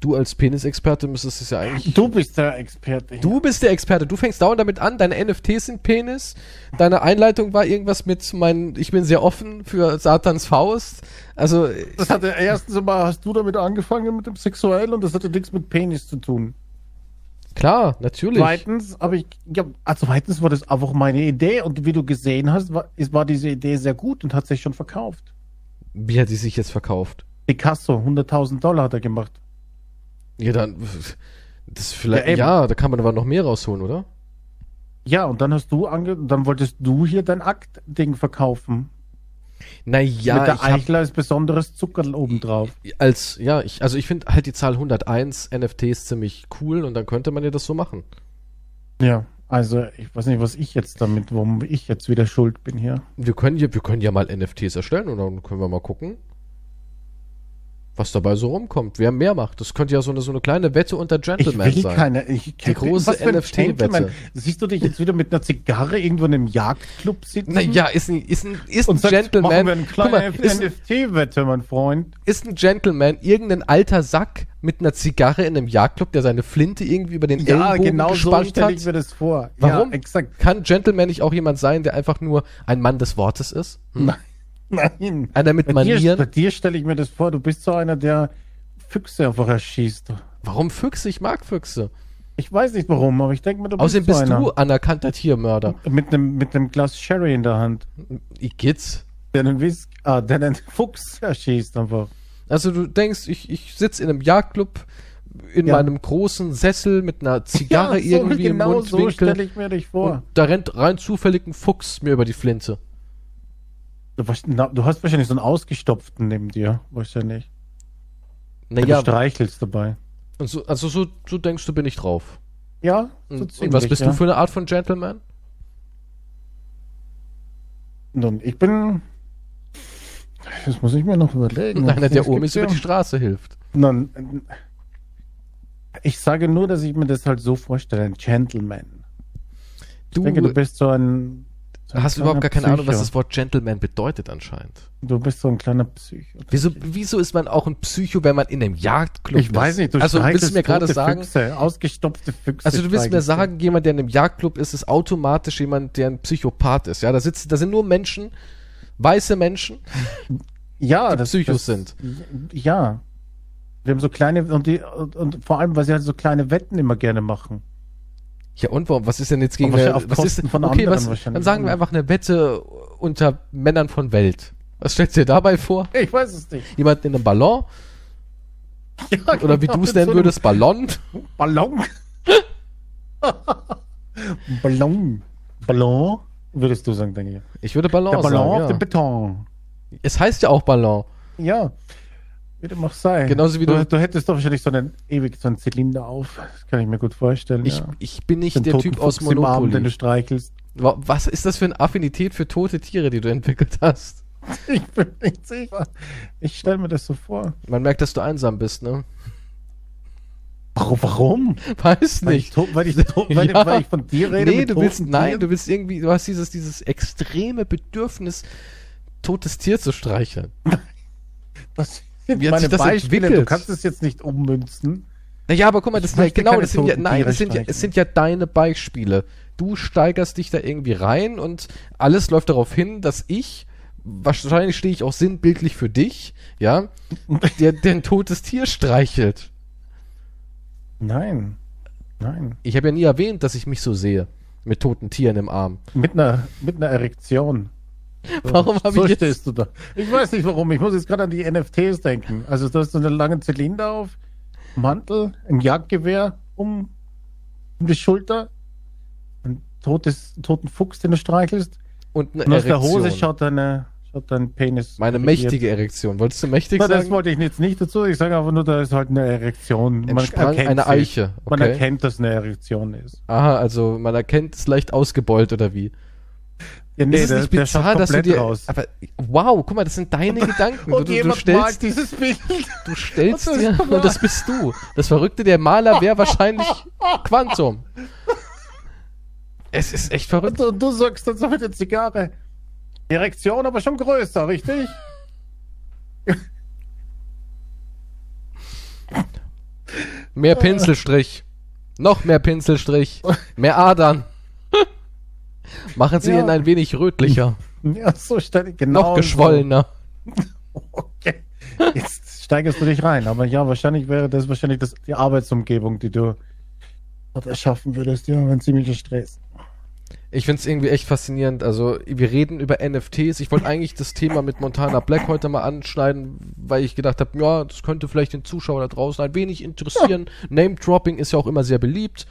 A: Du als Penisexperte müsstest es ja eigentlich.
B: Du bist der Experte.
A: Du bist der Experte. Du fängst dauernd damit an. Deine NFTs sind Penis. Deine Einleitung war irgendwas mit mein, ich bin sehr offen für Satans Faust. Also,
B: Das hatte erstens einmal, hast du damit angefangen mit dem Sexuell und das hatte nichts mit Penis zu tun.
A: klar, natürlich.
B: Zweitens, aber ich, ja, also zweitens war das einfach meine Idee und wie du gesehen hast, war, es war diese Idee sehr gut und hat sich schon verkauft.
A: Wie hat die sich jetzt verkauft?
B: Picasso, 100.000 Dollar hat er gemacht.
A: Ja, dann. Das ist vielleicht.
B: Ja, eben.
A: ja, da kann man aber noch mehr rausholen, oder?
B: Ja, und dann hast du ange, dann wolltest du hier dein Akt-Ding verkaufen.
A: Naja,
B: Mit
A: ich
B: der
A: hab-
B: Eichler ist besonderes Zuckerl obendrauf.
A: als, ja, ich, also ich finde halt die Zahl 101 NFTs ziemlich cool und dann könnte man ja das so machen.
B: Ja, also ich weiß nicht, was ich jetzt damit, warum ich jetzt wieder schuld bin hier.
A: Wir können ja, wir können ja mal NFTs erstellen und dann können wir mal gucken, was dabei so rumkommt, wer mehr macht. Das könnte ja so eine, so eine kleine Wette unter
B: Ich
A: Gentleman
B: will
A: sein.
B: keine. Ich,
A: Die große
B: was für ein
A: NFT -Wette.
B: Gentleman. Siehst du dich jetzt wieder mit einer Zigarre irgendwo in einem Jagdclub sitzen?
A: Naja, ist ein, ist ein, ist ein
B: und sagt, machen wir eine
A: Gentleman. Guck
B: kleine
A: mal, ist,
B: NFT-Wette, mein Freund.
A: ist ein Gentleman irgendein alter Sack mit einer Zigarre in einem Jagdclub, der seine Flinte irgendwie über den Ellenbogen gespannt
B: stell
A: hat?
B: genau ich mir das vor.
A: Warum?
B: Ja, exakt.
A: Kann Gentleman nicht auch jemand sein, der einfach nur ein Mann des Wortes ist? Hm.
B: Nein.
A: Einer mit
B: Bei dir, bei
A: Manieren?
B: dir stelle ich mir das vor, du bist so einer, der Füchse einfach erschießt.
A: Warum Füchse? Ich mag Füchse.
B: Ich weiß nicht warum, aber ich denke mir, du
A: Außerdem
B: bist
A: bist
B: so
A: du anerkannter Tiermörder.
B: einer. Mit einem, mit einem Glas Sherry in der Hand,
A: Ich geht's.
B: der einen, Whisk, ah, der einen Fuchs erschießt einfach.
A: Also du denkst, ich, ich sitze in einem Jagdclub in
B: Ja.
A: meinem großen Sessel mit einer Zigarre
B: Ja, so
A: irgendwie
B: genau
A: im
B: so
A: Mundwinkel.
B: stelle ich mir dich
A: und
B: vor.
A: da rennt rein zufällig ein Fuchs mir über die Flinte.
B: Du, warst- na, du hast wahrscheinlich so einen ausgestopften neben dir, wahrscheinlich. Ja,
A: Naja,
B: Du streichelst dabei.
A: und so, also so, so denkst du, bin ich drauf.
B: Ja, so
A: Und, und
B: ziemlich,
A: was bist
B: ja.
A: du für eine Art von Gentleman?
B: Nun, ich bin. Das muss ich mir noch überlegen.
A: Einer, der
B: Es
A: Omis über
B: gibt
A: die
B: ja-
A: Straße hilft.
B: Nun, ich sage nur, dass ich mir das halt so vorstelle, ein Gentleman. Ich
A: Du, äh,
B: denke, du bist so ein, So ein
A: Hast du überhaupt
B: kleiner
A: gar keine Ahnung, was
B: Psycho.
A: das Wort Gentleman bedeutet anscheinend.
B: Du bist so ein kleiner Psycho.
A: Wieso, wieso ist man auch ein Psycho, wenn man in einem Jagdclub
B: Ich weiß
A: ist?
B: nicht, du
A: Also willst du
B: streichelst
A: mir gerade
B: tote
A: sagen,
B: Füchse, ausgestopfte Füchse.
A: also du willst mir
B: streichelst
A: sagen, jemand, der in einem Jagdclub ist, ist automatisch jemand, der ein Psychopath ist. Ja, da sitzen, da sind nur Menschen, weiße Menschen.
B: ja,
A: die Psychos sind.
B: Ja. Wir haben so kleine, und, die, und, und vor allem, weil sie halt so kleine Wetten immer gerne machen.
A: Ja, und warum? Was ist denn jetzt gegen
B: Aber
A: eine,
B: auf
A: was ist
B: Kosten von
A: okay,
B: anderen
A: was,
B: wahrscheinlich.
A: Dann sagen wir einfach eine Wette unter Männern von Welt. Was stellst du dir dabei vor?
B: Ich weiß es nicht.
A: Jemand in einem Ballon? Oder wie
B: genau,
A: du es nennen würdest, Ballon?
B: Ballon. Ballon. Ballon, würdest du sagen, denke ich.
A: Ich würde Ballon,
B: Der Ballon
A: sagen.
B: auf dem
A: Ja.
B: Beton.
A: Es heißt ja auch Ballon.
B: Ja. Wie dem auch sei.
A: Genauso wie
B: du,
A: du-
B: du hättest doch wahrscheinlich so einen ewig so einen Zylinder auf. Das kann ich mir gut vorstellen.
A: Ich,
B: ja.
A: ich bin nicht
B: Den
A: der
B: toten
A: Typ aus
B: Fuchs im Arm, den du
A: Monopoly.
B: streichelst.
A: Wa- Was ist das für eine Affinität für tote Tiere, die du entwickelt hast?
B: Ich bin nicht sicher. Ich stelle mir das so vor.
A: Man merkt, dass du einsam bist, ne?
B: Warum? Warum?
A: Weiß
B: Weil ich,
A: nicht.
B: to- weil, ich, to- weil,
A: Ja.
B: weil ich von dir rede.
A: Nee,
B: mit
A: du willst,
B: toten
A: nein,
B: Tieren?
A: du willst irgendwie, du hast dieses, dieses extreme Bedürfnis, totes Tier zu streicheln.
B: Das sind
A: Wie hat
B: meine
A: sich das
B: Beispiele.
A: entwickelt?
B: Du kannst es jetzt nicht ummünzen.
A: Naja, aber guck mal,
B: Ich
A: das sind ja,
B: möchte
A: genau,
B: keine
A: das sind ja,
B: toten
A: nein,
B: Tiere
A: das sind ja,
B: streicheln.
A: es sind ja deine Beispiele. Du steigerst dich da irgendwie rein und alles läuft darauf hin, dass ich, wahrscheinlich stehe ich auch sinnbildlich für dich, ja, der, der ein totes Tier streichelt.
B: Nein. Nein.
A: Ich habe ja nie erwähnt, dass ich mich so sehe. Mit toten Tieren im Arm.
B: Mit einer, mit einer Erektion.
A: Warum
B: so
A: habe ich jetzt-
B: stehst du da? Ich weiß nicht warum. Ich muss jetzt gerade an die NFTs denken. Also du hast so einen langen Zylinder auf, Mantel, ein Jagdgewehr um, um die Schulter, ein totes, toten Fuchs, den du streichelst.
A: Und eine
B: Und aus der
A: Erektion.
B: Hose schaut deine, schaut dein Penis.
A: Meine
B: regiert.
A: mächtige Erektion. Wolltest du mächtig
B: Na, das
A: sagen?
B: wollte ich jetzt nicht dazu. Ich sage einfach nur, da ist halt eine Erektion.
A: Entsprang eine
B: sie.
A: Eiche. Okay.
B: Man erkennt, dass eine Erektion ist.
A: Aha, also man erkennt es leicht ausgebeult oder wie?
B: Ja,
A: ist es
B: der-
A: nicht
B: der schaut
A: bizarr, dass du
B: komplett
A: dir.
B: raus.
A: Aber wow, guck mal, das sind deine Gedanken. Du,
B: Und
A: du, du
B: jemand mag
A: stellst,
B: dieses Bild.
A: du stellst
B: Das ist
A: dir.
B: wahr.
A: Und das bist du. Das Verrückte, der Maler wäre wahrscheinlich Quantum. Es ist echt verrückt.
B: Und du, du sagst dann so mit der Zigarre. Direktion aber schon größer, richtig?
A: Mehr Pinselstrich. Noch mehr Pinselstrich. Mehr Adern. Machen Sie
B: Ja.
A: ihn ein wenig rötlicher.
B: Ja, so stelle ich genau.
A: Noch
B: so.
A: geschwollener.
B: Okay. Jetzt steigerst du dich rein, aber ja, wahrscheinlich wäre das wahrscheinlich das, die Arbeitsumgebung, die du dort erschaffen würdest, ja, wenn ziemlicher Stress.
A: Ich find's irgendwie echt faszinierend. Also, wir reden über NFTs. Ich wollte eigentlich das Thema mit Montana Black heute mal anschneiden, weil ich gedacht habe, ja, das könnte vielleicht den Zuschauer da draußen ein wenig interessieren. Name-Dropping ist ja auch immer sehr beliebt.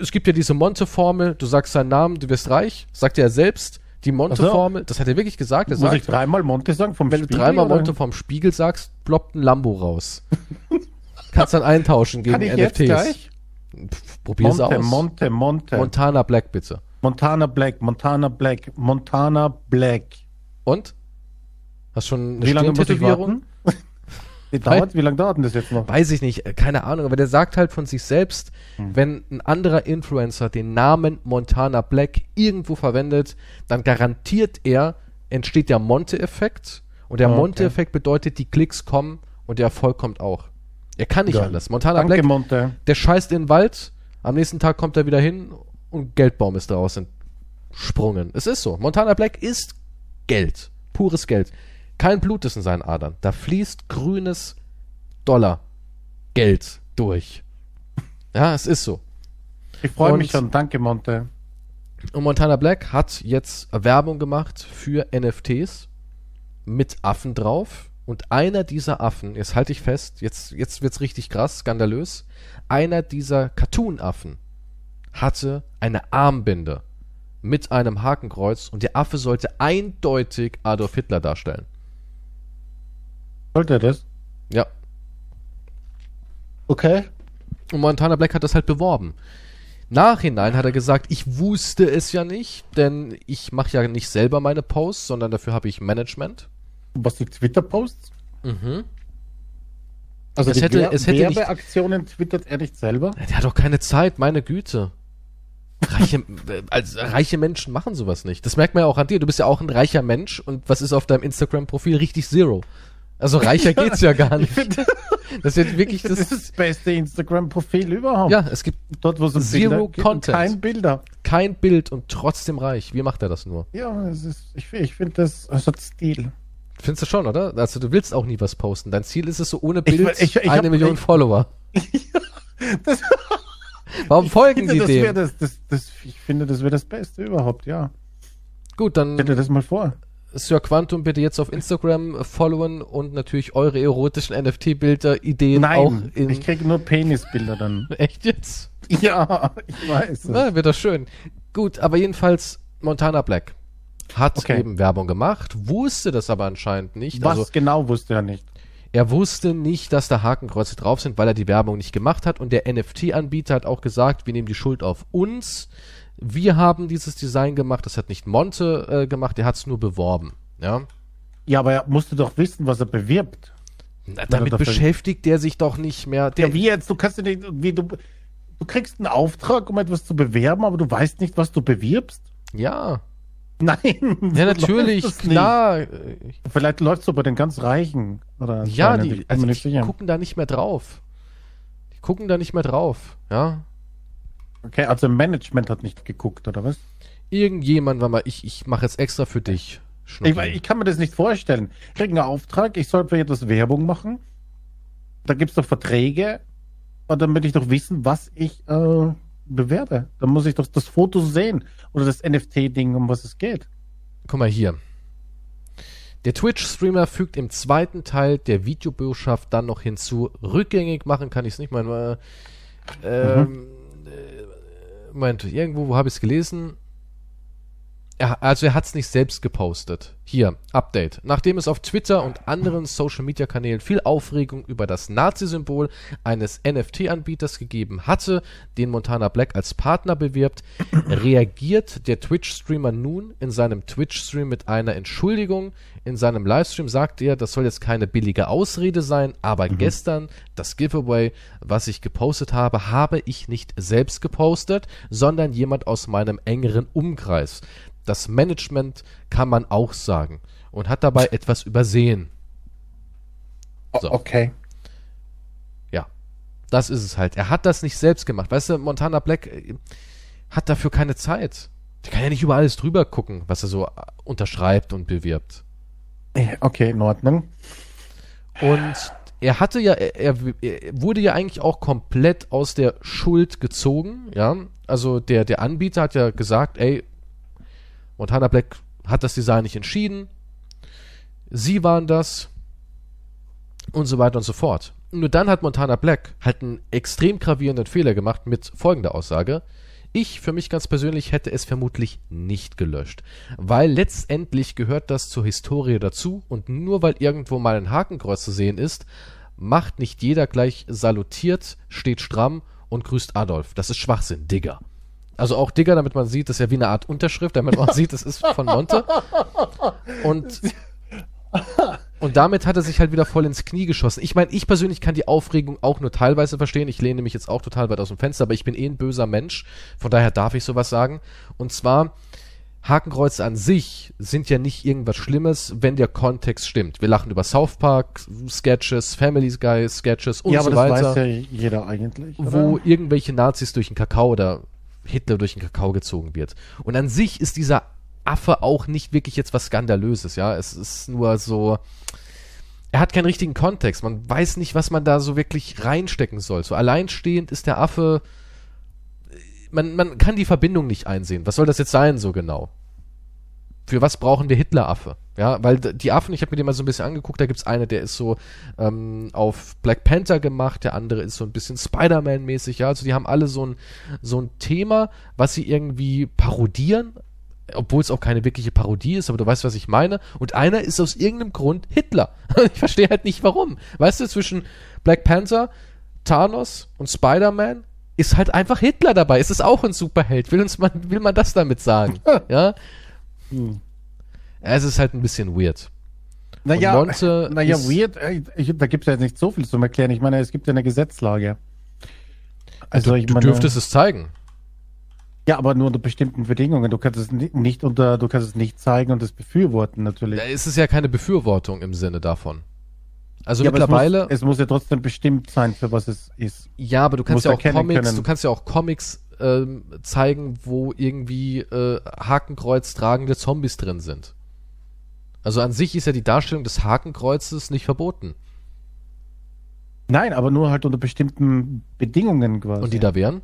A: Es gibt ja diese Monte-Formel. Du sagst seinen Namen, du wirst reich. Sagt er selbst. Die Monte-Formel, das hat er wirklich gesagt. Er
B: Muss ich
A: sagt,
B: dreimal Monte sagen vom
A: wenn du
B: Spiegel,
A: dreimal
B: oder?
A: Monte vorm Spiegel sagst, ploppt ein Lambo raus. Kannst dann eintauschen gegen
B: Kann ich
A: NFTs.
B: jetzt gleich?
A: Pff, probier's
B: Monte,
A: aus.
B: Monte, Monte,
A: Montana Black, bitte.
B: Montana Black, Montana Black, Montana Black.
A: Und? Hast schon eine
B: Wie lange muss ich
A: Stirntätowierung?
B: warten? Die dauert, wie lange dauert denn das jetzt noch?
A: Weiß ich nicht, äh, keine Ahnung, aber der sagt halt von sich selbst,
B: Hm.
A: wenn ein anderer Influencer den Namen Montana Black irgendwo verwendet, dann garantiert er, entsteht der Monte-Effekt und der
B: Ah, okay.
A: Monte-Effekt bedeutet, die Klicks kommen und der Erfolg kommt auch. Er kann nicht
B: Ja.
A: alles. Montana
B: Danke,
A: Black,
B: Monte.
A: der scheißt in den Wald, am nächsten Tag kommt er wieder hin und Geldbaum ist daraus entsprungen. Es ist so. Montana Black ist Geld. Pures Geld. Kein Blut ist in seinen Adern. Da fließt grünes Dollar Geld durch. Ja, es ist so.
B: Ich freue
A: Und-
B: mich schon. Danke, Monte.
A: Und Montana Black hat jetzt Werbung gemacht für NFTs mit Affen drauf. Und einer dieser Affen, jetzt halte ich fest, jetzt, jetzt wird's richtig krass, skandalös. Einer dieser Cartoon-Affen hatte eine Armbinde mit einem Hakenkreuz und der Affe sollte eindeutig Adolf Hitler darstellen.
B: Sollte er das?
A: Ja.
B: Okay.
A: Und Montana Black hat das halt beworben. Nachhinein hat er gesagt, ich wusste es ja nicht, denn ich mache ja nicht selber meine Posts, sondern dafür habe ich Management.
B: Was die Twitter-Posts?
A: Mhm.
B: Also
A: Es
B: die
A: hätte-
B: Wer-
A: es hätte nicht-
B: Werbeaktionen twittert er nicht selber?
A: Der hat doch keine Zeit, meine Güte. Reiche, äh, also reiche Menschen machen sowas nicht. Das merkt man ja auch an dir. Du bist ja auch ein reicher Mensch und was ist auf deinem Instagram-Profil? Richtig Zero. Also reicher geht's ja gar nicht. Das wird wirklich
B: Das ist
A: das.
B: das beste Instagram-Profil überhaupt.
A: Ja, es gibt
B: Dort, wo es um
A: Zero
B: Bilder geht und
A: Content.
B: kein Bilder.
A: kein Bild und trotzdem reich. Wie macht er das nur?
B: Ja, es ist, ich, ich finde, das es hat Stil.
A: Findest du schon, oder? Also du willst auch nie was posten. Dein Ziel ist es so ohne
B: Ich-
A: Bild
B: ich- ich
A: eine
B: hab-
A: Million
B: ich-
A: Follower.
B: Das,
A: Warum folgen
B: finde,
A: die
B: das
A: dem?
B: wär das, das, das, ich finde, das wäre das Beste überhaupt, ja.
A: Gut, dann
B: Stell dir das mal vor.
A: Sir Quantum bitte jetzt auf Instagram äh, followen und natürlich eure erotischen NFT-Bilder, Ideen auch
B: Nein,
A: in
B: ich kriege nur Penisbilder dann.
A: echt jetzt.
B: Ja, ich weiß. es.
A: Na, wird das schön. Gut, aber jedenfalls Montana Black hat
B: Okay.
A: eben Werbung gemacht, wusste das aber anscheinend nicht.
B: Was
A: Also
B: genau wusste er nicht.
A: er wusste nicht, dass da Hakenkreuze drauf sind, weil er die Werbung nicht gemacht hat und der NFT-Anbieter hat auch gesagt, wir nehmen die Schuld auf uns. Wir haben dieses Design gemacht, das hat nicht Monte äh, gemacht, er hat es nur beworben. Ja.
B: Ja, aber er musste doch wissen, was er bewirbt.
A: Na,
B: Wenn er
A: damit
B: dafür-
A: beschäftigt der sich doch nicht mehr. Der,
B: Ja, wie jetzt? Du kannst ja nicht, wie du, du kriegst einen Auftrag, um etwas zu bewerben, aber du weißt nicht, was du bewirbst.
A: ja.
B: Nein. so
A: Ja,
B: läuft
A: natürlich,
B: das
A: klar. äh,
B: Nicht. Vielleicht läuft es so bei den ganz Reichen. Oder
A: Ja,
B: anscheinend,
A: die,
B: ich bin
A: also
B: mir
A: die
B: nicht sicher.
A: gucken da nicht mehr drauf. Die gucken da nicht mehr drauf, ja.
B: Okay, also Management hat nicht geguckt, oder was?
A: Irgendjemand war mal, ich, ich mache jetzt extra für dich.
B: Ich,
A: Schnucki.
B: ich kann mir das nicht vorstellen. Ich krieg einen Auftrag, ich soll für etwas Werbung machen. Da gibt es doch Verträge. Und dann will ich doch wissen, was ich äh, bewerbe. Dann muss ich doch das Foto sehen oder das NFT-Ding, um was es geht.
A: Guck mal hier. Der Twitch-Streamer fügt im zweiten Teil der Videobotschaft dann noch hinzu, rückgängig machen kann ich es nicht. Mein,
B: Mhm.
A: äh, ähm, äh, Moment, irgendwo, wo habe ich es gelesen? Er, also er hat es nicht selbst gepostet. Hier, Update. Nachdem es auf Twitter und anderen Social-Media-Kanälen viel Aufregung über das Nazi-Symbol eines NFT-Anbieters gegeben hatte, den Montana Black als Partner bewirbt, reagiert der Twitch-Streamer nun in seinem Twitch-Stream mit einer Entschuldigung. In seinem Livestream sagt er, das soll jetzt keine billige Ausrede sein, aber gestern das Giveaway, was ich gepostet habe, habe ich nicht selbst gepostet, sondern jemand aus meinem engeren Umkreis. Das Management kann man auch sagen und hat dabei etwas übersehen. So.
B: Okay.
A: Ja, das ist es halt. Er hat das nicht selbst gemacht. Weißt du, Montana Black äh, hat dafür keine Zeit. Der kann ja nicht über alles drüber gucken, was er so äh, unterschreibt und bewirbt.
B: Ja, Okay, in Ordnung.
A: Und er hatte ja, er, er, er wurde ja eigentlich auch komplett aus der Schuld gezogen, ja. Also der, der Anbieter hat ja gesagt, ey, Montana Black hat das Design nicht entschieden, sie waren das und so weiter und so fort. Nur dann hat Montana Black halt einen extrem gravierenden Fehler gemacht mit folgender Aussage. Ich für mich ganz persönlich hätte es vermutlich nicht gelöscht, weil letztendlich gehört das zur Historie dazu und nur weil irgendwo mal ein Hakenkreuz zu sehen ist, macht nicht jeder gleich salutiert, steht stramm und grüßt Adolf. Das ist Schwachsinn, Digger. Also auch Digger, damit man sieht, das ist ja wie eine Art Unterschrift, damit man sieht, das ist von Monte. Und und damit hat er sich halt wieder voll ins Knie geschossen. Ich meine, ich persönlich kann die Aufregung auch nur teilweise verstehen. Ich lehne mich jetzt auch total weit aus dem Fenster, aber ich bin eh ein böser Mensch. Von daher darf ich sowas sagen. Und zwar, Hakenkreuze an sich sind ja nicht irgendwas Schlimmes, wenn der Kontext stimmt. Wir lachen über South Park, Sketches, Family Guy Sketches und
B: ja, aber
A: so
B: das
A: weiter
B: weiß ja jeder eigentlich. oder?
A: wo irgendwelche Nazis durch den Kakao oder Hitler durch den Kakao gezogen wird. Und an sich ist dieser Affe auch nicht wirklich jetzt was Skandalöses, ja. Es ist nur so. Er hat keinen richtigen Kontext. Man weiß nicht, was man da so wirklich reinstecken soll. So alleinstehend ist der Affe. Man, man kann die Verbindung nicht einsehen. Was soll das jetzt sein, so genau? Für was brauchen wir Hitleraffe? Ja, weil d- die Affen, ich habe mir die mal so ein bisschen angeguckt, da gibt's eine, der ist so ähm, auf Black Panther gemacht, der andere ist so ein bisschen Spider-Man-mäßig, ja. Also die haben alle so ein, so ein Thema, was sie irgendwie parodieren, obwohl es auch keine wirkliche Parodie ist, aber du weißt, was ich meine. Und einer ist aus irgendeinem Grund Hitler. ich verstehe halt nicht warum. Weißt du, zwischen Black Panther, Thanos und Spider-Man ist halt einfach Hitler dabei. Es ist auch ein Superheld. Will, uns man, will man das damit sagen? ja.
B: Hm.
A: Es ist halt ein bisschen weird.
B: Naja,
A: Und Monte
B: naja
A: ist-
B: weird, äh, ich, da gibt es ja jetzt nicht so viel zum Erklären. Ich meine, es gibt ja eine Gesetzlage. Also, ich
A: Du
B: meine,
A: dürftest es zeigen.
B: Ja, aber nur unter bestimmten Bedingungen. Du kannst es ni- nicht unter, du kannst es nicht zeigen und es befürworten natürlich.
A: Da ist es ja keine Befürwortung im Sinne davon. Also
B: ja, aber
A: mittlerweile,
B: Es muss, es muss ja trotzdem bestimmt sein, für was es ist.
A: ja, aber du kannst
B: muss
A: ja auch
B: erkennen
A: Comics,
B: können.
A: du kannst ja auch Comics ähm, zeigen, wo irgendwie äh, Hakenkreuz tragende Zombies drin sind. Also an sich ist ja die Darstellung des Hakenkreuzes nicht verboten.
B: Nein, aber nur halt unter bestimmten Bedingungen quasi.
A: Und die da wären?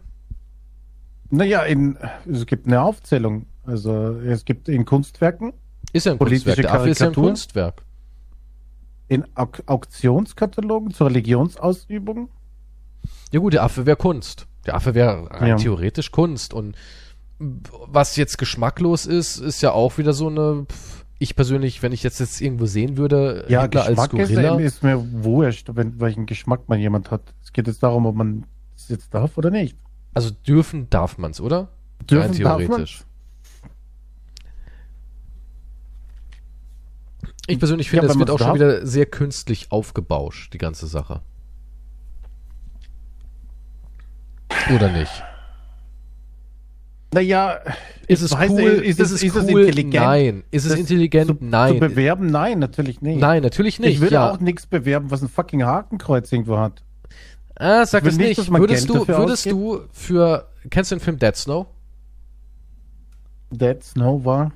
B: Naja, in, es gibt eine Aufzählung. Also es gibt in Kunstwerken,
A: Ist ja ein
B: Politische
A: Kunstwerk. Der Affe ist ja ein
B: Karikatur?
A: Kunstwerk.
B: in Au Auktionskatalogen zur Religionsausübung.
A: Ja gut, der Affe wäre Kunst. Der Affe wäre rein
B: Ja.
A: theoretisch Kunst. Und was jetzt geschmacklos ist, ist ja auch wieder so eine. pff, Ich persönlich, wenn ich jetzt jetzt irgendwo sehen würde,
B: Ja,
A: Äh, Hitler als
B: Geschmack ist,
A: Gorilla.
B: ist mir wurscht, wenn, welchen Geschmack man jemand hat. Es geht jetzt darum, ob man es jetzt darf oder nicht.
A: also dürfen darf man's, oder?
B: Dürfen
A: Rein
B: darf
A: theoretisch. Ich persönlich finde,
B: Ja,
A: es
B: wenn
A: wird auch
B: man's
A: schon
B: darf.
A: wieder sehr künstlich aufgebauscht, die ganze Sache. Oder nicht?
B: Naja,
A: Ist es
B: weiß
A: cool?
B: nicht,
A: Ist, es, cool?
B: intelligent,
A: Nein. Ist es
B: das
A: intelligent?
B: zu,
A: Nein.
B: Zu bewerben? Nein, natürlich nicht.
A: Nein, natürlich nicht.
B: ich würde
A: ja.
B: auch nichts bewerben, was ein fucking Hakenkreuz irgendwo hat.
A: ah, sag
B: will
A: das
B: nicht,
A: nicht.
B: dass man
A: Würdest,
B: Geld
A: du,
B: dafür
A: würdest
B: ausgibt.
A: du für. Kennst du den Film Dead Snow?
B: Dead Snow war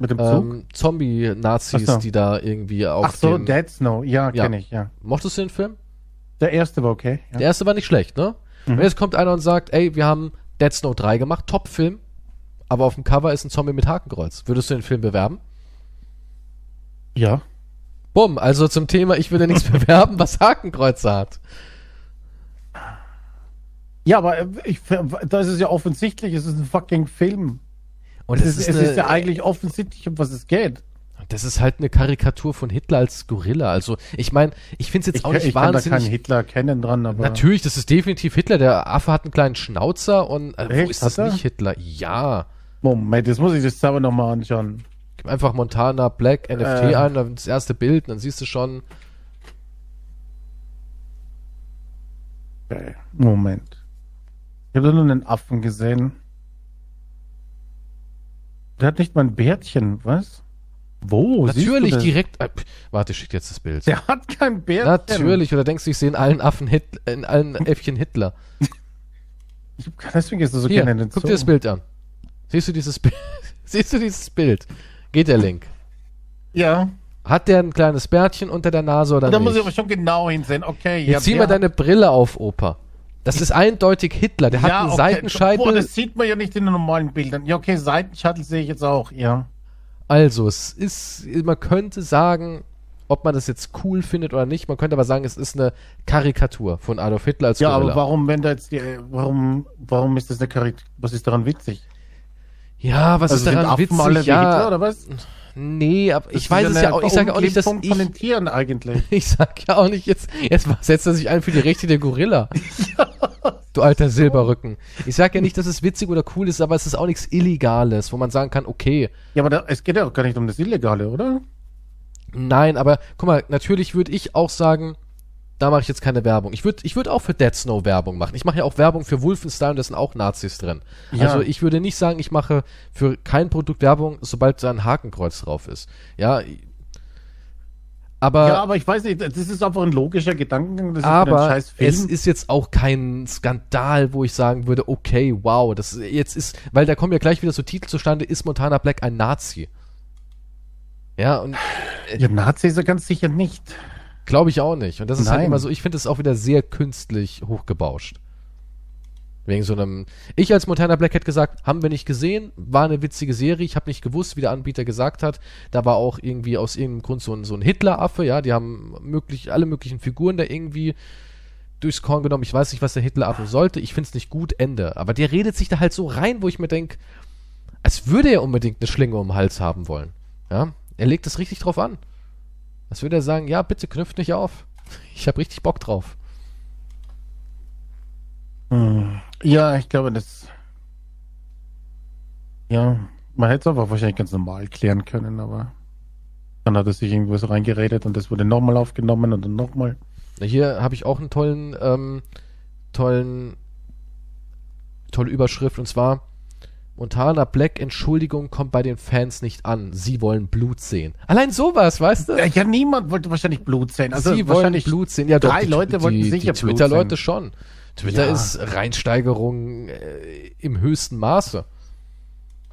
B: mit dem Zug.
A: Ähm, Zombie-Nazis,
B: Ach so.
A: die da irgendwie auf
B: Ach so,
A: den...
B: Dead Snow. Ja,
A: Ja.
B: kenne ich, ja.
A: Mochtest du den Film?
B: Der erste war okay. Ja. Mhm.
A: Der erste war nicht schlecht, ne? Und jetzt kommt einer und sagt, ey, wir haben Dead Snow 3 gemacht, Top-Film, aber auf dem Cover ist ein Zombie mit Hakenkreuz. Würdest du den Film bewerben?
B: ja.
A: Bumm, also zum Thema, ich würde nichts bewerben, was Hakenkreuze hat.
B: Ja, aber äh, ich, da ist es ja offensichtlich, es ist ein fucking Film.
A: Und das
B: Es, ist,
A: ist,
B: es
A: eine,
B: ist ja eigentlich offensichtlich, um was es geht.
A: das ist halt eine Karikatur von Hitler als Gorilla. Also, ich meine, ich finde es jetzt
B: Ich,
A: auch
B: ich
A: nicht
B: kann da keinen
A: wahnsinnig
B: Hitler kennen dran, aber
A: Natürlich, das ist definitiv Hitler. Der Affe hat einen kleinen Schnauzer und äh, wo
B: Echt?
A: ist das
B: Hat er?
A: nicht Hitler? Ja.
B: Moment, jetzt muss ich das selber nochmal anschauen.
A: Gib einfach Montana Black NFT
B: Äh.
A: ein, dann das erste Bild, und dann siehst du schon.
B: Okay. Moment. Ich habe da nur einen Affen gesehen. Der hat nicht mal ein Bärtchen, was? Wo? siehst du
A: natürlich
B: das?
A: direkt. Äh, pff, warte, ich schick dir jetzt das Bild.
B: Der hat kein Bärtchen.
A: Natürlich, oder denkst du, ich sehe in allen Affen Hit in allen Äffchen Hitler.
B: Ich, deswegen ist er so
A: Hier,
B: gerne in den
A: guck
B: Zoo.
A: dir das Bild an. Siehst du dieses Bild? siehst du dieses Bild? Geht der Link.
B: Ja.
A: Hat der ein kleines Bärtchen unter der Nase oder
B: Da
A: nicht?
B: muss ich aber schon genau hinsehen. Okay,
A: Jetzt zieh mal deine Brille auf, Opa. Das ist eindeutig Hitler. Der hat einen Seitenscheitel.
B: Boah, das sieht man ja nicht in den normalen Bildern. Ja, okay, Seitenscheitel sehe ich jetzt auch, ja.
A: Also, es ist, man könnte sagen, ob man das jetzt cool findet oder nicht, man könnte aber sagen, es ist eine Karikatur von Adolf Hitler als
B: Ja,
A: Gorilla.
B: aber warum, wenn da jetzt die, äh, warum, warum ist das eine Charakter, was ist daran witzig?
A: Ja, was ist daran witzig?
B: Also alle wie
A: ja,
B: Hitler oder was? Das
A: Nee, aber ich
B: ist
A: weiß es
B: eine
A: ja auch, ich sage auch nicht, dass
B: Verunglimpfung
A: ich,
B: von den Tieren eigentlich.
A: ich sage ja auch nicht, jetzt, jetzt setzt er sich ein für die Rechte der Gorilla. Du alter Silberrücken. Ich sage ja nicht, dass es witzig oder cool ist, aber es ist auch nichts Illegales, wo man sagen kann, okay,
B: Ja, aber da, es geht ja auch gar nicht um das Illegale, oder?
A: Nein, aber guck mal, natürlich würde ich auch sagen, da mache ich jetzt keine Werbung. Ich würde ich würd auch für Dead Snow Werbung machen. Ich mache ja auch Werbung für Wolfenstein und da sind auch Nazis drin.
B: Ja.
A: Also ich würde nicht sagen, ich mache für kein Produkt Werbung, sobald da ein Hakenkreuz drauf ist. Ja. i- Aber,
B: ja, aber ich weiß nicht, das ist einfach ein logischer Gedankengang, das ist ein
A: Äh, aber
B: scheiß Film.
A: es ist jetzt auch kein Skandal, wo ich sagen würde, okay, wow, das ist- jetzt ist, weil da kommen ja gleich wieder so Titel zustande, ist Montana Black ein Nazi? Ja, und
B: ja, Nazi ist er ganz sicher nicht.
A: Glaube ich auch nicht. Und das ist halt
B: Nein.
A: immer so, ich finde es auch wieder sehr künstlich hochgebauscht. Wegen so einem. Ich als Montana Black hätte gesagt, haben wir nicht gesehen, war eine witzige Serie, ich habe nicht gewusst, wie der Anbieter gesagt hat. Da war auch irgendwie aus irgendeinem Grund so ein, so ein Hitler-Affe, ja, die haben möglich, alle möglichen Figuren da irgendwie durchs Korn genommen. Ich weiß nicht, was der Hitler-Affe sollte, ich finde es nicht gut, Ende. Aber der redet sich da halt so rein, wo ich mir denke, als würde er unbedingt eine Schlinge um den Hals haben wollen. Ja, er legt es richtig drauf an. Was würde er sagen? Ja, bitte knüpft nicht auf. Ich habe richtig Bock drauf.
B: Hm. Ja, ich glaube, das. Ja, man hätte es einfach wahrscheinlich ganz normal klären können, aber dann hat er sich irgendwas reingeredet und das wurde nochmal aufgenommen und dann nochmal.
A: Na, Hier habe ich auch einen tollen, ähm, tollen, tolle Überschrift und zwar Und Hana Black, Entschuldigung, kommt bei den Fans nicht an. Sie wollen Blut sehen. Allein sowas, weißt du?
B: Äh, Ja, ja, niemand wollte wahrscheinlich Blut sehen. Also
A: Sie wollen
B: wahrscheinlich
A: Blut sehen. Ja, doch,
B: drei
A: die-
B: Leute wollten
A: die,
B: sicher
A: Die
B: Blut
A: Twitter-Leute
B: sehen.
A: schon. Twitter
B: Ja.
A: ist Reinsteigerung äh, im höchsten Maße.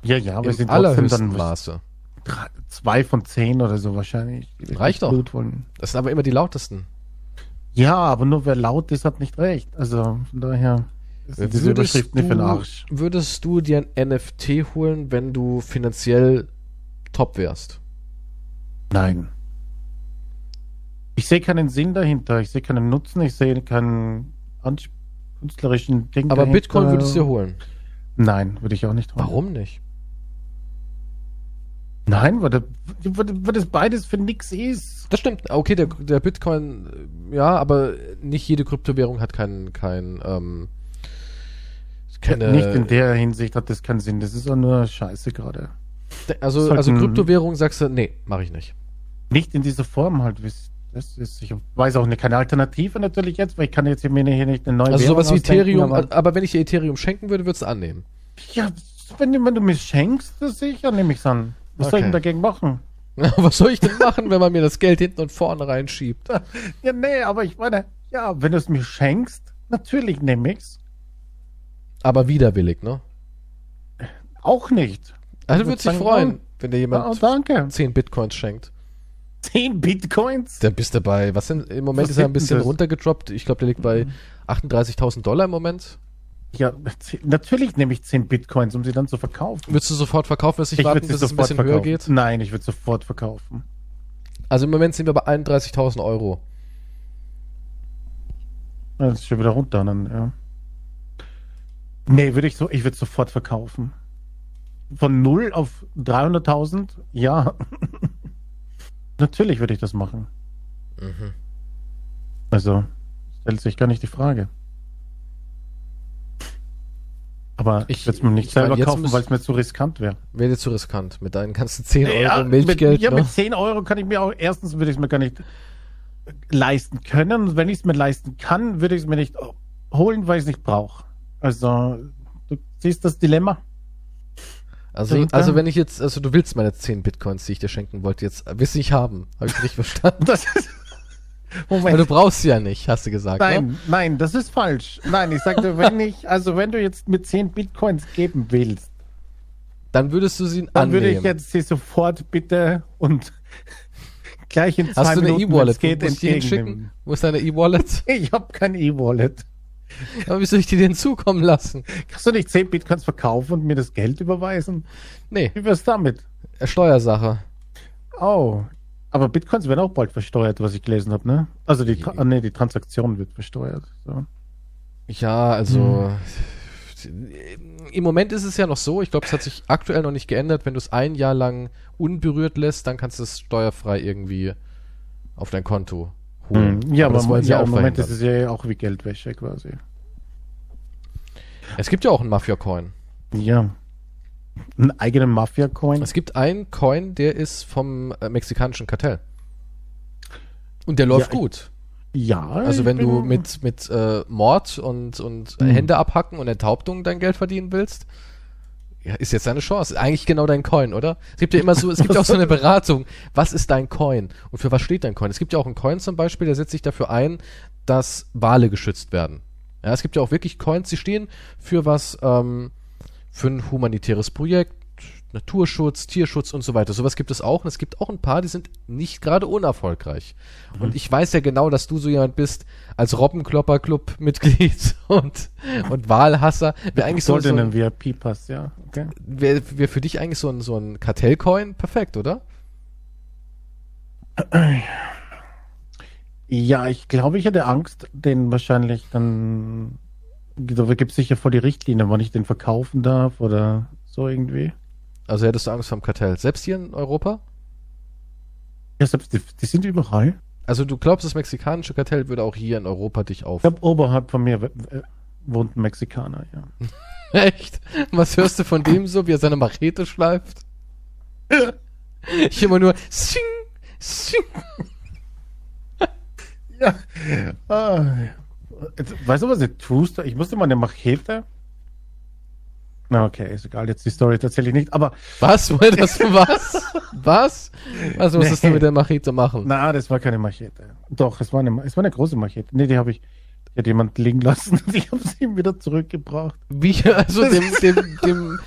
B: Ja, ja, aber es
A: Im
B: sind trotzdem
A: allerhöchsten
B: dann
A: Maße.
B: drei- zwei von zehn oder so wahrscheinlich. die wirklich
A: Reicht doch.
B: Blut wollen.
A: Das sind aber immer die lautesten.
B: Ja, aber nur wer laut ist, hat nicht recht. Also von daher sind diese Überschriften nicht für den Arsch.
A: würdest du dir ein NFT holen, wenn du finanziell top wärst?
B: Nein. Ich sehe keinen Sinn dahinter. Ich sehe keinen Nutzen. Ich sehe keinen ans- künstlerischen Ding
A: Aber
B: dahinter.
A: Bitcoin würdest du dir holen.
B: Nein, würde ich auch nicht. holen.
A: Warum nicht?
B: Nein, weil, das- weil, weil das beides für nix ist.
A: Das stimmt. Okay, der, der Bitcoin, äh, ja, aber nicht jede Kryptowährung hat keinen, kein, ähm, keine,
B: Nicht in der Hinsicht hat das keinen Sinn. Das ist auch nur Scheiße gerade.
A: also,
B: sollten-
A: also Kryptowährung sagst du, nee, mache ich nicht.
B: Nicht in dieser Form halt. wie es- Das ist, ich weiß auch nicht, keine Alternative natürlich jetzt, weil ich kann jetzt hier mir hier nicht eine neue
A: Also
B: Währung
A: sowas wie
B: ausdenken,
A: Ethereum,
B: aber-
A: aber, wenn ich dir Ethereum schenken würde, würdest du annehmen.
B: Ja, wenn, du- wenn du mir schenkst, das sicher nehme ich's an. Was soll ich
A: Okay.
B: denn dagegen machen?
A: Was soll ich denn machen, wenn man mir das Geld hinten und vorne reinschiebt?
B: Ja, nee, aber ich meine, ja, wenn du es mir schenkst, natürlich nehme ich's.
A: Aber widerwillig, ne?
B: Auch nicht.
A: Also
B: Ich würd
A: würde dich
B: sagen,
A: freuen, wenn dir
B: Oh,
A: jemand
B: danke.
A: 10 Bitcoins schenkt.
B: Zehn Bitcoins?
A: Dann bist du bei, was sind, im Moment
B: Was
A: ist er ein
B: gibt denn
A: bisschen
B: das?
A: runtergedroppt. Ich glaube, der liegt bei 38.000 Dollar im Moment.
B: Ja, ze- natürlich nehme ich zehn Bitcoins, um sie dann zu verkaufen.
A: Würdest du sofort verkaufen, dass ich,
B: würd
A: warten, bis es ein bisschen höher
B: verkaufen.
A: geht?
B: Nein, ich würde sofort verkaufen.
A: Also im Moment sind wir bei 31.000 Euro.
B: Ja, Das ist schon wieder runter, dann, ja. Nee, würde ich so, ich würde sofort verkaufen. Von 0 auf 300.000? Ja. Natürlich würde ich das machen.
A: Mhm.
B: Also, stellt sich gar nicht die Frage. Aber
A: Ich-
B: ich würde es mir nicht
A: ich meine,
B: selber
A: jetzt
B: kaufen,
A: müssen-
B: weil es mir zu riskant wäre.
A: Wäre dir zu riskant mit deinen ganzen 10 Euro
B: mit,
A: Milchgeld.
B: ja,
A: ne?
B: mit 10 Euro kann ich mir auch, erstens würde ich es mir gar nicht leisten können. Und wenn ich es mir leisten kann, würde ich es mir nicht holen, weil ich es nicht brauche. Also, du siehst das Dilemma?
A: also,
B: Trinker.
A: also wenn ich jetzt, also du willst meine 10 Bitcoins, die ich dir schenken wollte, jetzt äh, willst du nicht haben. Habe ich nicht verstanden.
B: Das ist,
A: Weil
B: Moment.
A: du brauchst sie ja nicht, hast du gesagt. Ne?
B: Nein, nein, das ist falsch. Nein, ich sagte, wenn ich, also wenn du jetzt mir 10 Bitcoins geben willst,
A: Dann würdest du sie
B: dann
A: annehmen.
B: würde ich jetzt sie sofort bitte und gleich in zwei
A: Hast du eine
B: Minuten, wenn's
A: E-Wallet?
B: geht,
A: Wo muss ich die
B: entgegennehmen.
A: hinschicken? Wo ist deine E-Wallet?
B: Ich habe kein E-Wallet.
A: Aber wie soll ich dir den zukommen lassen?
B: Kannst du nicht 10 Bitcoins verkaufen und mir das Geld überweisen?
A: Nee, äh,
B: Wie wär's damit?
A: Steuersache.
B: Oh. Aber Bitcoins werden auch bald versteuert, was ich gelesen habe, ne? Also die, Tra- ah, nee, die Transaktion wird versteuert. So.
A: Ja, also
B: Hm.
A: im Moment ist es ja noch so, ich glaube, es hat sich aktuell noch nicht geändert, wenn du es ein Jahr lang unberührt lässt, dann kannst du es steuerfrei irgendwie auf dein Konto holen.
B: Hm. Ja, aber,
A: Hm. das wollen sie
B: ja,
A: auch
B: im Moment ist
A: verhindern.
B: es ja auch wie Geldwäsche quasi.
A: es, gibt ja auch einen Mafia-Coin.
B: Ja. Einen eigenen Mafia-Coin.
A: Es gibt einen Coin, der ist vom äh, mexikanischen Kartell. Und der läuft
B: Ja, ich-
A: gut.
B: Ja.
A: Also
B: ich
A: wenn du
B: bin-
A: mit, mit äh, Mord und, und
B: Mhm.
A: Hände abhacken und Enthauptung dein Geld verdienen willst, ja, ist jetzt deine Chance. Eigentlich genau dein Coin, oder? Es gibt ja immer so, es gibt auch so eine Beratung. Was ist dein Coin? Und für was steht dein Coin? Es gibt ja auch einen Coin zum Beispiel, der setzt sich dafür ein, dass Wale geschützt werden. Ja, es gibt ja auch wirklich Coins, die stehen für was, ähm, für ein humanitäres Projekt, Naturschutz, Tierschutz und so weiter. Sowas gibt es auch. Und es gibt auch ein paar, die sind nicht gerade unerfolgreich. Und ich weiß ja genau, dass du so jemand bist, als Robbenklopper-Club-Mitglied und, und Wahlhasser, wäre eigentlich so,
B: Sollte
A: so
B: einen
A: ein,
B: VIP-Pass, ja. Okay.
A: wär, wär für dich eigentlich so ein, so ein Kartellcoin perfekt, oder?
B: Ja, ich glaube, ich hätte Angst, den wahrscheinlich dann. Da gibt es sicher voll die Richtlinie, wann ich den verkaufen darf oder so irgendwie.
A: Also hättest du Angst vom Kartell. Selbst hier in Europa?
B: Ja, selbst die, die sind überall.
A: Also du glaubst, das mexikanische Kartell würde auch hier in Europa dich auf.
B: Ich glaube, oberhalb von mir w- w- wohnt ein Mexikaner, ja.
A: Echt? Was hörst du von dem so, wie er seine Machete schleift? Ich immer nur Sing, Sing.
B: Ja. Ah, ja. Jetzt, weißt du, was eine True Story? Ich musste mal eine Machete. Na, okay, ist egal, jetzt die Story tatsächlich nicht. Aber
A: Was? Wollt das was? Was? Also, Was musstest du
B: Nee.
A: mit der Machete machen?
B: na, das war keine Machete. Doch, es war eine, Ma- es war eine große Machete. Nee, die habe ich, die hat jemand liegen lassen und ich habe sie ihm wieder zurückgebracht.
A: Wie, also dem, dem, dem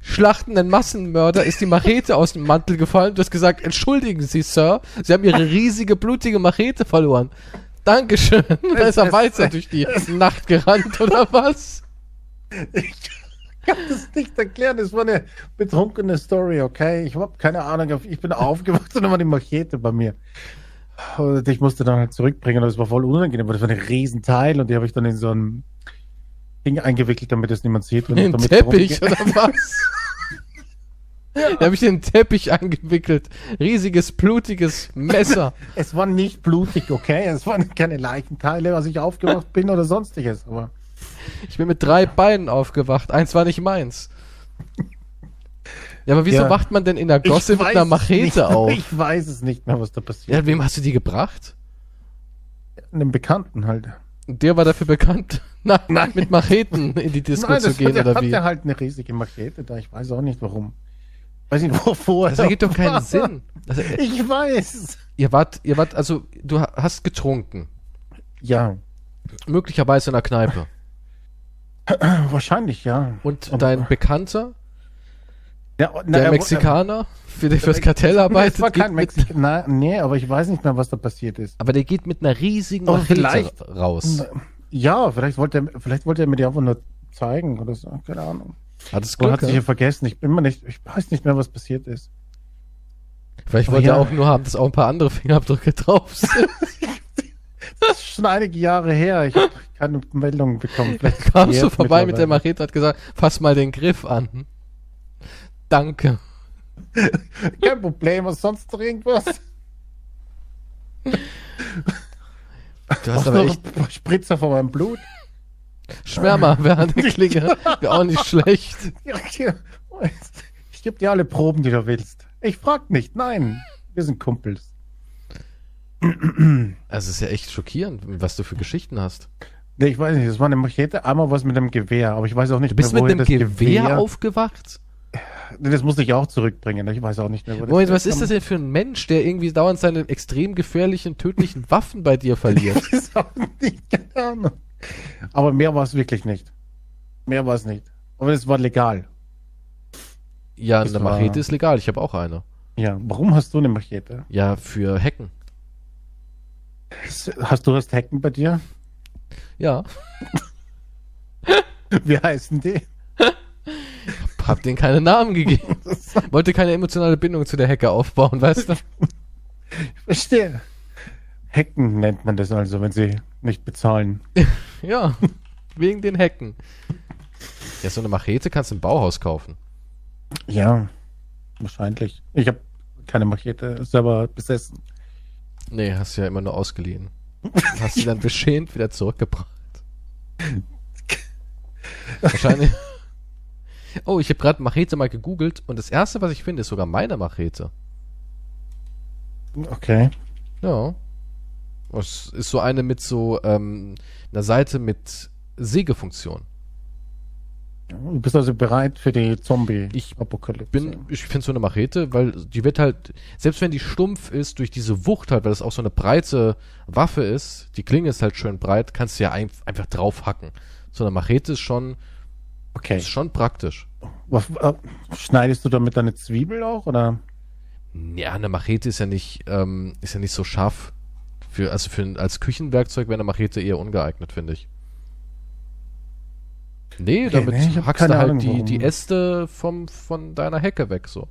A: schlachtenden Massenmörder ist die Machete aus dem Mantel gefallen. Du hast gesagt, entschuldigen Sie, Sir, Sie haben Ihre riesige, blutige Machete verloren. Dankeschön. Da ist er
B: es-
A: weiter durch die Nacht gerannt, oder was?
B: Ich kann das nicht erklären. Das war eine betrunkene Story, okay? Ich habe keine Ahnung. Ich bin aufgewacht und dann war die Machete bei mir. Und ich musste dann halt zurückbringen, aber das war voll unangenehm, weil das war ein Riesenteil und die habe ich dann in so ein Ding eingewickelt, damit das niemand sieht. wenn ich
A: Im
B: damit
A: Teppich,
B: rumgehe.
A: oder was? Da habe ich den Teppich angewickelt. Riesiges, blutiges Messer.
B: Es war nicht blutig, okay? Es waren keine Leichenteile, als ich aufgewacht bin oder sonstiges. Aber
A: Ich bin mit drei Beinen aufgewacht. Eins war nicht meins. Ja, aber wieso
B: Ja.
A: wacht man denn in der Gosse
B: Ich
A: mit
B: weiß
A: einer
B: es nicht,
A: Machete
B: mehr.
A: auf?
B: Ich weiß es nicht mehr, was da passiert.
A: Ja, wem hast du die gebracht?
B: Einem Bekannten halt.
A: Und Der war dafür bekannt, na, mit Macheten in die Disco zu
B: hat,
A: gehen
B: der,
A: oder
B: hat
A: wie?
B: der halt eine riesige Machete da. Ich weiß auch nicht warum. Weiß nicht wovor.
A: Also, Das ergibt doch keinen Sinn. Also, äh,
B: Ich weiß.
A: ihr wart, ihr wart, also du ha- hast getrunken,
B: Ja,
A: möglicherweise in der Kneipe.
B: wahrscheinlich ja.
A: Und
B: Und-
A: dein Bekannter,
B: Ja, na,
A: der
B: er-
A: Mexikaner, für den fürs Kartell
B: Er,
A: arbeitet,
B: es war kein
A: geht mit,
B: Mexikaner. Nein, Nee, aber ich weiß nicht mehr, was da passiert ist.
A: aber der geht mit einer riesigen
B: Oh,
A: Machete
B: vielleicht. Hm.
A: raus.
B: Ja, vielleicht wollte er, vielleicht wollte er mir die einfach nur zeigen oder so. Keine Ahnung.
A: Hat es
B: Oder
A: Glück?
B: hat sich
A: ja?
B: ja vergessen. Ich bin mir nicht, ich weiß nicht mehr, was passiert ist.
A: Vielleicht
B: Aber
A: wollte er
B: Oh ja.
A: auch nur haben, dass auch ein paar andere Fingerabdrücke drauf sind.
B: Das ist schon einige Jahre her. Ich habe keine Meldung bekommen. Vielleicht
A: Kamst du
B: jetzt
A: vorbei mit der
B: mittlerweile.
A: Machete, hat gesagt, fass mal den Griff an. Danke.
B: Kein Problem, was sonst noch irgendwas?
A: Du
B: Hast
A: hast
B: noch
A: aber echt
B: ein paar Spritzer von meinem Blut?
A: Schwärmer wäre eine Klinge. Wäre auch nicht schlecht.
B: Ich gebe dir alle Proben, die du willst. Ich frag nicht, nein. Wir sind Kumpels.
A: Also es ist ja echt schockierend, was du für Geschichten hast.
B: Nee, ich weiß nicht, das war eine Machete, einmal was mit einem Gewehr, aber ich weiß auch nicht
A: Du bist
B: mehr,
A: mit einem
B: das
A: Gewehr, aufgewacht?
B: Nee, Das musste ich auch zurückbringen, ich weiß auch nicht mehr, wo
A: Moment, was ist das denn für ein Mensch, der irgendwie dauernd seine extrem gefährlichen, tödlichen Waffen bei dir verliert?
B: Das ist auch nicht, keine Ahnung. Aber mehr war es wirklich nicht. Mehr war es nicht. Aber das war legal.
A: Ja,
B: Das
A: eine
B: war-
A: Machete ist legal, ich habe auch eine.
B: Ja, warum hast du eine Machete?
A: Ja, für Hacken.
B: Hast du das Hacken bei dir?
A: Ja,
B: Wie heißen die?
A: hab denen keine Namen gegeben. Wollte keine emotionale Bindung zu der Hacke aufbauen, weißt du?
B: Verstehe. Hacken nennt man das also, wenn sie nicht bezahlen.
A: Ja, wegen den Hacken. Ja, so eine Machete kannst du im Bauhaus kaufen.
B: Ja, wahrscheinlich. Ich habe keine Machete selber besessen.
A: Nee, hast ja immer nur ausgeliehen. Hast sie dann beschämt wieder zurückgebracht. Wahrscheinlich. Oh, ich habe gerade Machete mal gegoogelt und das erste, was ich finde, ist sogar meine Machete.
B: Okay.
A: Ja. Oh, Es ist so eine mit so ähm, einer Seite mit Sägefunktion.
B: Du bist also bereit für die
A: Ich
B: Zombie-Apokalypse.
A: Bin, ich finde so eine Machete, weil die wird halt, selbst wenn die stumpf ist, durch diese Wucht halt, weil das auch so eine breite Waffe ist, die Klinge ist halt schön breit, kannst du ja ein, einfach draufhacken. So eine Machete ist schon,
B: Okay.
A: ist schon praktisch.
B: Was, äh, schneidest du damit deine Zwiebel auch? Oder?
A: Ja, eine Machete ist ja nicht, ähm, ist ja nicht so scharf. Für, also für, ein- als Küchenwerkzeug wäre eine Machete eher ungeeignet, finde ich. Nee,
B: Okay,
A: damit
B: nee, ich hab
A: hackst du
B: keine
A: halt
B: Ahnung,
A: die,
B: warum.
A: die Äste vom, von deiner Hecke weg, so.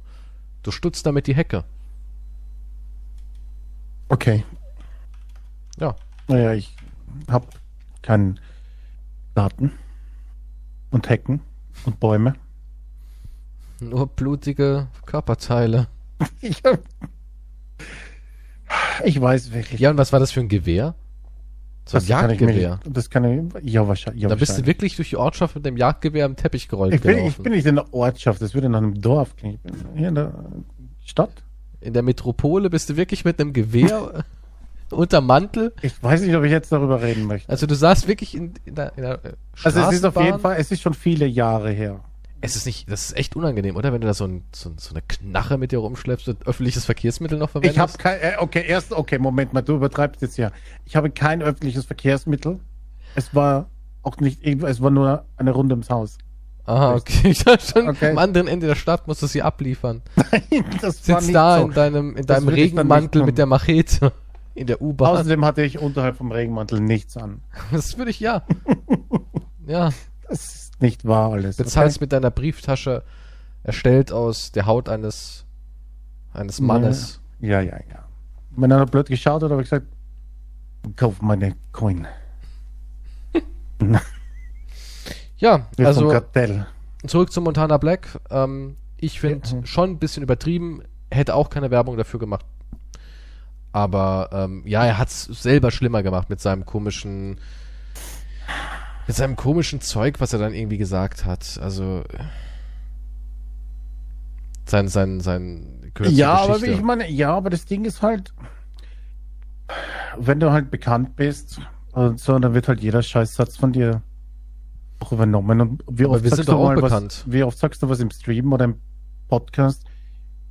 A: Du stutzt damit die Hecke.
B: Okay.
A: Ja.
B: Naja, ich habe keinen Garten und Hecken und Bäume.
A: Nur blutige Körperteile.
B: Ich, hab... ich weiß wirklich.
A: Ja, und was war das für ein Gewehr? So ein
B: kann ich mir
A: Jagdgewehr.
B: nicht- Das kann ich, ja, wahrscheinlich. Ja,
A: Da bist du genau.
B: wahrscheinlich.
A: wirklich durch die Ortschaft mit dem Jagdgewehr im Teppich gerollt
B: ich bin, ich
A: gelaufen.
B: bin nicht in der Ortschaft, das würde nach einem Dorf klingen. Ich bin hier in der Stadt.
A: In der Metropole bist du wirklich mit einem Gewehr unter Mantel
B: Ich weiß nicht, ob ich jetzt darüber reden möchte.
A: Also du saßt wirklich in, in der, in der
B: Also es ist auf
A: Straßenbahn.
B: jeden Fall, es ist schon viele Jahre her.
A: Es ist nicht, das ist echt unangenehm, oder? Wenn du da so, ein, so, so eine Knache mit dir rumschleppst und öffentliches Verkehrsmittel noch verwendest.
B: Ich habe kein, äh, okay, erst, okay, Moment mal, du übertreibst jetzt ja. Ich habe kein öffentliches Verkehrsmittel. Es war auch nicht, irgendwo- es war nur eine Runde ums Haus.
A: Aha, okay. Ich dachte schon,
B: Okay.
A: am anderen Ende der Stadt musst du sie abliefern.
B: das
A: Sitzt da in deinem, in
B: Das
A: deinem
B: würde ich dann nicht
A: Regenmantel
B: machen.
A: mit der Machete in der U-Bahn.
B: Außerdem hatte ich unterhalb vom Regenmantel nichts an.
A: Das würde ich ja. Ja,
B: Das ist nicht wahr alles.
A: bezahlst mit deiner Brieftasche, erstellt aus der Haut eines, eines Mannes.
B: Okay? Ja, ja, ja. Wenn einer blöd geschaut hat, habe ich gesagt, kauf meine Coin.
A: Ja,
B: Wir
A: also
B: vom Kartell.
A: zurück zu Montana Black. Ähm, ich finde
B: Ja. mhm.
A: schon ein bisschen übertrieben, hätte auch keine Werbung dafür gemacht. Aber ähm, ja, er hat es selber schlimmer gemacht mit seinem komischen, mit seinem komischen Zeug, was er dann irgendwie gesagt hat. Also äh, sein, sein, sein kürzeste
B: Ja, aber
A: Geschichte.
B: ich meine, ja, aber das Ding ist halt, wenn du halt bekannt bist und so, dann wird halt jeder Scheißsatz von dir auch übernommen. Und wie
A: Aber
B: oft,
A: wir
B: sagst
A: sind
B: du
A: doch auch
B: mal
A: bekannt.
B: was, wie oft sagst du was im Stream oder im Podcast,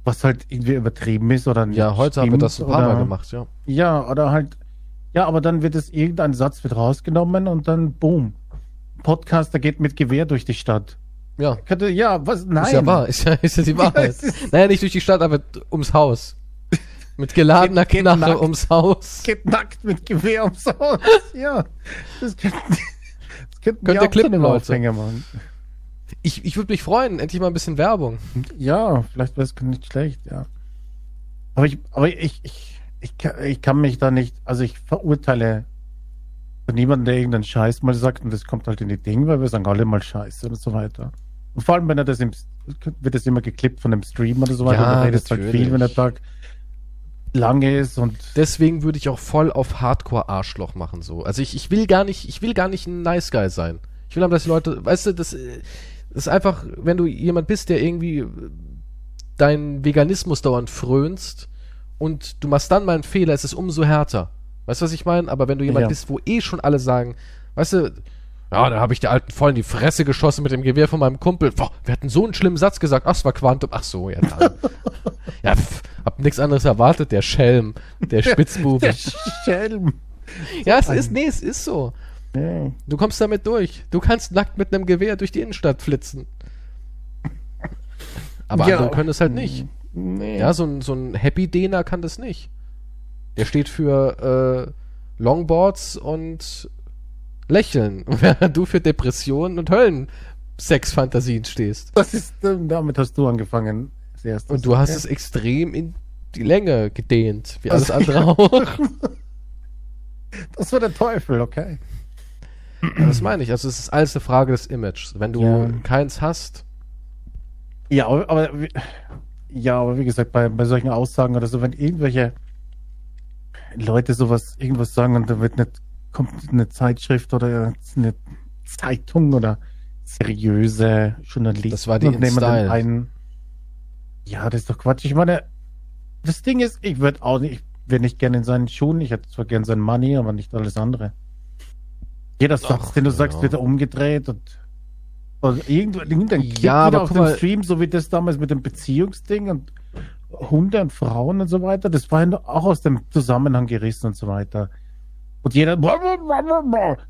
B: was halt irgendwie übertrieben ist oder nicht?
A: ja, heute haben wir
B: stimmt
A: das ein paar
B: oder-
A: Mal gemacht, ja.
B: Ja, oder halt, ja, aber dann wird es irgendein Satz wird rausgenommen und dann boom. Podcaster geht mit Gewehr durch die Stadt.
A: Ja,
B: Könnte, ja, was? Nein.
A: ist ja wahr, ist ja, ist ja die
B: Ja,
A: Wahrheit.
B: es ist-
A: naja, nicht durch die Stadt, aber d- ums Haus. Mit geladener
B: Geht- geht
A: Knarre
B: nackt.
A: ums Haus.
B: geht nackt mit Gewehr ums Haus. Ja. Das könnte, das
A: Könnt
B: könnten wir
A: ihr
B: auch zu
A: klippen,
B: einem
A: Leute.
B: Aufhänger machen.
A: Ich, ich würde mich freuen, endlich mal ein bisschen Werbung.
B: Ja, vielleicht wäre es nicht schlecht, ja. Aber ich, aber ich, ich, ich, kann, ich kann mich da nicht, also ich verurteile niemanden, der irgendeinen Scheiß mal sagt und das kommt halt in die Dinge, weil wir sagen alle mal Scheiße und so weiter. Und vor allem, wenn er das im, wird das immer geklippt von dem Stream oder so weiter,
A: Ja,
B: und du redest halt
A: natürlich.
B: viel, wenn der Tag lang ist und
A: Deswegen würde ich auch voll auf Hardcore-Arschloch machen, so. Also ich, ich will gar nicht, ich will gar nicht ein Nice Guy sein. Ich will aber, dass die Leute, weißt du, das äh, ist einfach, wenn du jemand bist, der irgendwie äh, deinen Veganismus dauernd frönst und du machst dann mal einen Fehler, ist es umso härter. Weißt du, was ich meine? Aber wenn du jemand
B: Ja.
A: bist, wo eh schon alle sagen, weißt du, ja, dann habe ich der Alten voll in die Fresse geschossen mit dem Gewehr von meinem Kumpel. Boah, wir hatten so einen schlimmen Satz gesagt. Ach, es war Quantum. Ach so, ja, dann. ja, pff, hab nichts anderes erwartet, der Schelm, der Spitzbube.
B: der Schelm.
A: ja, es ist, nee, es ist so.
B: Ja.
A: Du kommst damit durch. Du kannst nackt mit einem Gewehr durch die Innenstadt flitzen. Aber
B: Ja.
A: andere können es halt nicht.
B: Nee.
A: Ja, so ein, so ein Happy Dena kann das nicht. Der steht für äh, Longboards und Lächeln, während du für Depressionen und Höllensexfantasien stehst.
B: Das ist, ähm, damit hast du angefangen. als erstes.
A: Und du hast
B: Ja.
A: es extrem in die Länge gedehnt, wie
B: Also
A: alles andere auch.
B: Das war der Teufel, okay.
A: Das meine ich. Also es ist alles eine Frage des Images. Wenn du
B: Ja.
A: keins hast,
B: Ja, aber, aber wie- ja, aber wie gesagt, bei, bei solchen Aussagen oder so, wenn irgendwelche Leute sowas, irgendwas sagen und dann wird nicht, kommt eine Zeitschrift oder eine Zeitung oder seriöse Journalisten
A: Das war die
B: und nehmen dann
A: InStyle.
B: einen. Ja, das ist doch Quatsch. Ich meine, das Ding ist, ich würde auch nicht, ich wäre nicht gerne in seinen Schuhen, ich hätte zwar gerne sein Money, aber nicht alles andere. Jeder Satz,
A: Ach,
B: den du sagst,
A: ja.
B: wird umgedreht und also irgendwann irgendein Klick
A: Ja,
B: wieder
A: aber
B: auf
A: guck
B: dem
A: mal-
B: Stream, so wie das damals mit dem Beziehungsding und Hunde und Frauen und so weiter, das war ja nur auch aus dem Zusammenhang gerissen und so weiter. Und jeder.
A: Ja,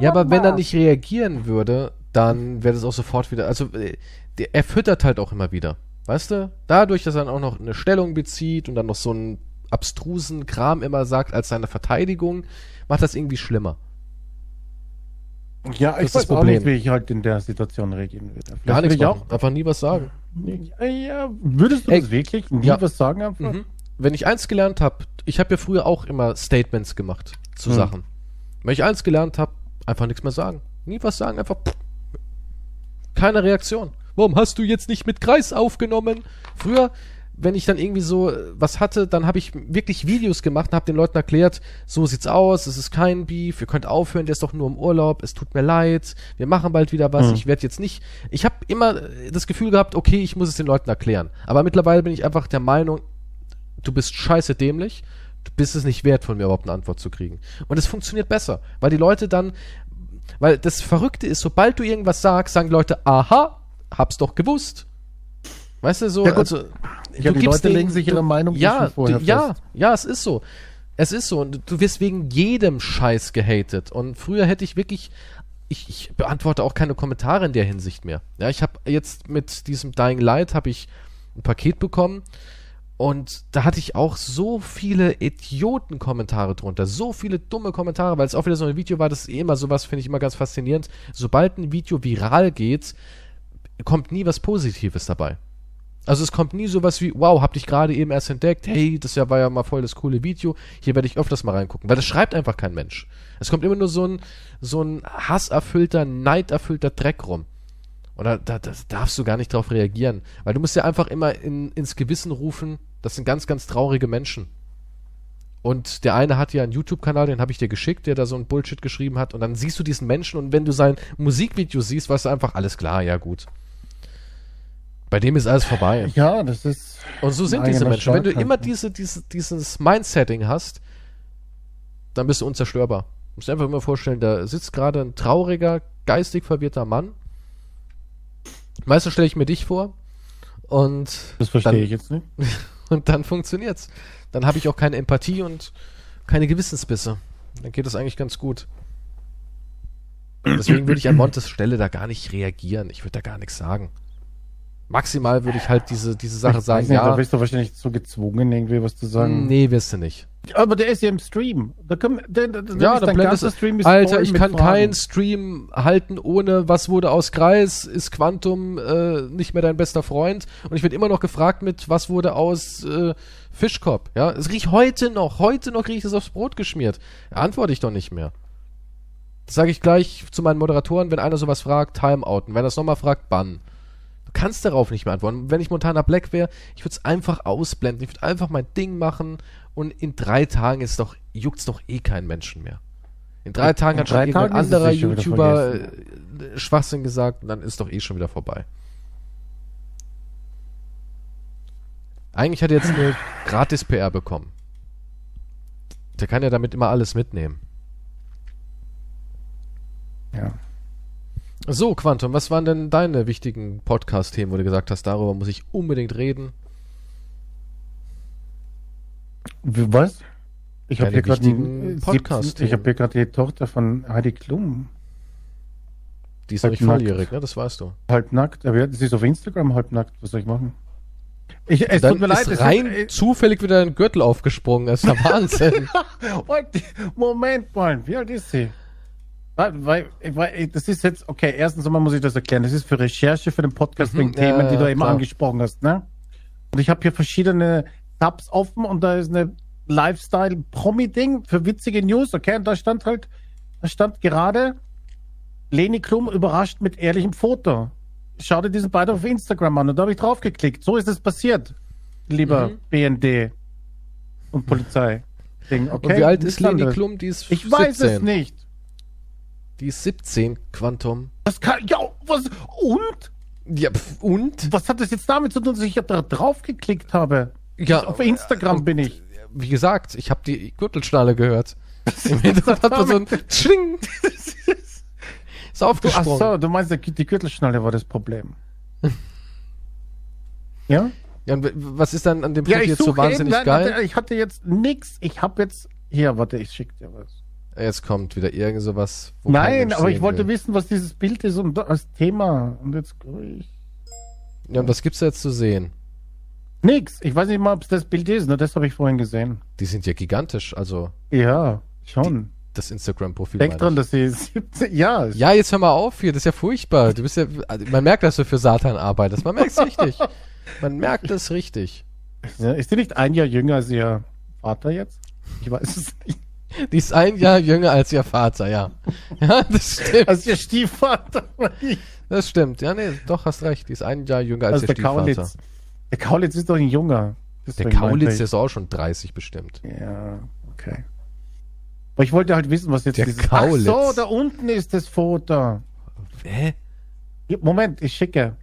B: Ja,
A: aber wenn er nicht reagieren würde, dann wäre das auch sofort wieder. Also, äh, der, er füttert halt auch immer wieder. Weißt du? Dadurch, dass er dann auch noch eine Stellung bezieht und dann noch so einen abstrusen Kram immer sagt als seine Verteidigung, macht das irgendwie schlimmer.
B: Ja, ich
A: ist das
B: weiß auch
A: Problem.
B: nicht, wie ich halt in der Situation reagieren würde. Vielleicht
A: Gar
B: würde
A: nichts
B: ich auch.
A: machen. Einfach nie was sagen.
B: Ja, ja, würdest du
A: Ey,
B: das wirklich nie
A: ja.
B: was sagen einfach?
A: Mhm. Wenn ich eins gelernt habe, ich habe ja früher auch immer Statements gemacht zu
B: Mhm.
A: Sachen. Wenn ich eins gelernt habe, einfach nichts mehr sagen. Nie was sagen, einfach pff. keine Reaktion. Warum hast du jetzt nicht mit Kreis aufgenommen? Früher, wenn ich dann irgendwie so äh, was hatte, dann habe ich wirklich Videos gemacht und habe den Leuten erklärt, so sieht's aus, es ist kein Beef, ihr könnt aufhören, der ist doch nur im Urlaub, es tut mir leid, wir machen bald wieder was,
B: Mhm.
A: ich werde jetzt nicht. Ich habe immer äh, das Gefühl gehabt, okay, ich muss es den Leuten erklären. Aber mittlerweile bin ich einfach der Meinung, du bist scheiße dämlich, du bist es nicht wert, von mir überhaupt eine Antwort zu kriegen. Und es funktioniert besser, weil die Leute dann, weil das Verrückte ist, sobald du irgendwas sagst, sagen die Leute, aha, hab's doch gewusst. Weißt du, so,
B: Ja, gut.
A: also,
B: Ja, die Leute legen sich ihre Meinung nicht
A: ja,
B: schon vorher
A: du, ja,
B: fest.
A: ja, es ist so. Es ist so. Und du wirst wegen jedem Scheiß gehatet. Und früher hätte ich wirklich. Ich, ich beantworte auch keine Kommentare in der Hinsicht mehr. Ja, ich habe jetzt mit diesem Dying Light habe ich ein Paket bekommen und da hatte ich auch so viele Idioten-Kommentare drunter, so viele dumme Kommentare, weil es auch wieder so ein Video war, das ist eh immer sowas, finde ich immer ganz faszinierend. Sobald ein Video viral geht, kommt nie was Positives dabei. Also es kommt nie sowas wie, wow, hab dich gerade eben erst entdeckt, hey, das ja war ja mal voll das coole Video, hier werde ich öfters mal reingucken, weil das schreibt einfach kein Mensch. Es kommt immer nur so ein, so ein hasserfüllter, neiderfüllter Dreck rum. Und da, da, da darfst du gar nicht drauf reagieren, weil du musst ja einfach immer in, ins Gewissen rufen, das sind ganz, ganz traurige Menschen. Und der eine hat ja einen YouTube-Kanal, den habe ich dir geschickt, der da so ein Bullshit geschrieben hat. Und dann siehst du diesen Menschen und wenn du sein Musikvideo siehst, weißt du einfach, alles klar, ja gut. Bei dem ist alles vorbei.
B: Ja, das ist.
A: Und so sind
B: Ein
A: diese
B: eigener
A: Menschen. Wenn du
B: Schlagkraft,
A: immer
B: ne?
A: diese, diese, dieses Mindsetting hast, dann bist du unzerstörbar. Du musst dir einfach immer vorstellen, da sitzt gerade ein trauriger, geistig verwirrter Mann. Meistens stelle ich mir dich vor und,
B: Das verstehe
A: Dann-
B: ich jetzt nicht.
A: und dann funktioniert's. Dann habe ich auch keine Empathie und keine Gewissensbisse. Dann geht das eigentlich ganz gut. Deswegen würde ich an Montes Stelle da gar nicht reagieren. Ich würde da gar nichts sagen. Maximal würde ich halt diese, diese Sache
B: Ich
A: sagen,
B: weiß nicht,
A: ja.
B: Da bist du wahrscheinlich so gezwungen, irgendwie was zu sagen.
A: Nee, wirst du nicht.
B: Aber der ist ja im Stream. Da können, der, der, der
A: Ja,
B: ist
A: dann
B: dein
A: blendest
B: ganzer Stream ist
A: Alter,
B: voll
A: ich
B: mit
A: kann
B: Fragen.
A: keinen Stream halten ohne, was wurde aus Kreis, ist Quantum äh, nicht mehr dein bester Freund und ich werde immer noch gefragt mit, was wurde aus äh, Fischkopf, ja, es riecht heute noch, heute noch riecht es aufs Brot geschmiert, antworte ich doch nicht mehr. Das sage ich gleich zu meinen Moderatoren, wenn einer sowas fragt, Timeouten, wenn er es nochmal fragt, Bann. Du kannst darauf nicht mehr antworten. Wenn ich Montana Black wäre, ich würde es einfach ausblenden, ich würde einfach mein Ding machen und in drei Tagen ist doch, juckt's doch eh keinen Menschen mehr. In drei Tagen hat schon
B: drei
A: irgendein
B: Tagen ist es
A: anderer
B: sich schon wieder
A: YouTuber äh, Schwachsinn gesagt und dann ist doch eh schon wieder vorbei. Eigentlich hat er jetzt eine Gratis-PR bekommen. Der kann ja damit immer alles mitnehmen.
B: Ja.
A: So, Quantum, was waren denn deine wichtigen Podcast-Themen, wo du gesagt hast, darüber muss ich unbedingt reden?
B: Wie- Was? Ich habe
A: Keine
B: hier gerade
A: wichtigen
B: einen, äh,
A: Podcast- oh.
B: 17 Ich habe hier gerade die Tochter von Heidi Klum.
A: Die ist noch
B: Halt
A: nicht
B: nackt.
A: volljährig, ne? Das weißt du.
B: Halb nackt. Aber sie ist auf Instagram halb nackt. Was soll ich machen? Ich, es
A: Dann
B: tut mir
A: ist
B: leid. es-
A: rein
B: äh,
A: zufällig wieder ein Gürtel aufgesprungen. Das ist der Wahnsinn.
B: What? Moment mal, wie alt ist sie? Weil, weil, weil, das ist jetzt, okay, erstens einmal muss ich das erklären. Das ist für Recherche, für den Podcast, wegen
A: Mhm, ja,
B: Themen, die
A: ja,
B: du eben
A: klar.
B: angesprochen hast, ne? Und ich habe hier verschiedene Tabs offen und da ist eine Lifestyle-Promi-Ding für witzige News, okay? Und da stand halt, da stand gerade Leni Klum überrascht mit ehrlichem Foto. Schau dir diesen Beitrag auf Instagram an und da habe ich draufgeklickt. So ist es passiert, lieber BND und Polizei. Ding, okay?
A: Und wie alt
B: Nichts
A: ist Leni
B: anderes.
A: Klum? Die ist
B: Ich weiß es nicht.
A: Die ist 17, Quantum.
B: Das kann, ja, was, und?
A: Ja, pf, und?
B: Was hat das jetzt damit zu tun, dass ich da drauf geklickt habe?
A: Ja,
B: Auf Instagram
A: und-
B: bin ich.
A: wie gesagt, ich habe die Gürtelschnalle gehört. Im Hintergrund hat man so ein Tschling. Ist
B: Du, ach
A: aufgesprungen.
B: so, du meinst, die Gürtelschnalle war das Problem. ja?
A: Ja, und w- was ist dann an dem Print jetzt so
B: suche eben-
A: wahnsinnig
B: nein,
A: geil?
B: warte, Ich hatte jetzt nix. Ich habe jetzt, hier, warte, ich schicke dir was.
A: Jetzt kommt wieder irgend sowas. wo kein
B: Nein,
A: Mensch
B: aber ich
A: sehen
B: wollte
A: will.
B: wissen, was dieses Bild ist und als Thema. Und jetzt ich,
A: Ja, und was gibt's da jetzt zu sehen?
B: nix. Ich weiß nicht mal, ob es das Bild ist, nur das habe ich vorhin gesehen.
A: Die sind ja gigantisch, also
B: Ja, schon.
A: das Instagram-Profil. meine
B: Denk
A: ich.
B: dran, dass sie 17, ja, ist-
A: Ja, jetzt hör mal auf hier, das ist ja furchtbar. Du bist ja, also man merkt, dass du für Satan arbeitest. Man merkt's richtig. Man merkt es richtig.
B: Ja, Ist sie nicht ein Jahr jünger als ihr Vater jetzt? Ich weiß es nicht.
A: Die ist ein Jahr jünger als ihr Vater, ja. Ja, das stimmt.
B: Als ihr Stiefvater.
A: Das stimmt. Ja, nee, doch, hast recht. Die ist ein Jahr jünger als
B: Also
A: ihr
B: der
A: Stiefvater.
B: Kaulitz. Der Kaulitz ist doch ein Junger.
A: Der
B: Deswegen
A: Kaulitz der
B: meinte
A: ist auch schon 30 bestimmt.
B: ich- Ja, okay. Aber ich wollte halt wissen, was jetzt
A: Der Kaulitz.
B: Ach so, da unten ist das Foto.
A: Hä?
B: Ja, Moment, ich schicke.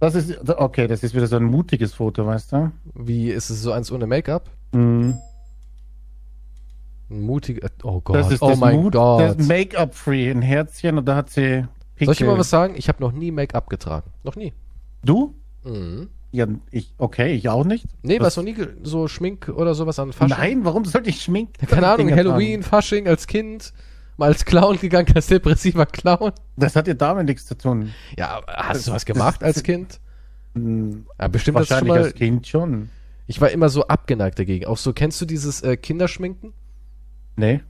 B: Das ist, okay, das ist wieder so ein mutiges Foto, weißt du?
A: Wie ist es so eins ohne Make-up?
B: Mhm.
A: Ein mutiger. Oh Gott,
B: Das ist
A: oh
B: das
A: mein
B: Mut,
A: Gott.
B: das Make-up-free, ein Herzchen und da hat
A: Soll
B: sie
A: ich dir mal
B: Pickel.
A: was sagen? Ich habe noch nie Make-up getragen. Noch nie.
B: Du?
A: Mhm.
B: Ja, ich, okay, ich auch nicht.
A: Nee,
B: Was-
A: was noch nie ge- so Schmink oder sowas an Fasching?
B: Nein, warum sollte ich schminken?
A: Keine Ahnung,
B: Dinger
A: Halloween, Fasching als Kind, mal als Clown gegangen, als depressiver Clown.
B: tragen. Das hat ja damit nichts zu tun.
A: Ja, aber hast du was
B: Das-
A: gemacht
B: das-
A: als Kind?
B: Hm,
A: Ja, bestimmt hast du schon
B: Wahrscheinlich
A: mal.
B: als Kind schon.
A: Ich war immer so abgeneigt dagegen. Auch so, kennst du dieses äh, Kinderschminken?
B: Nee.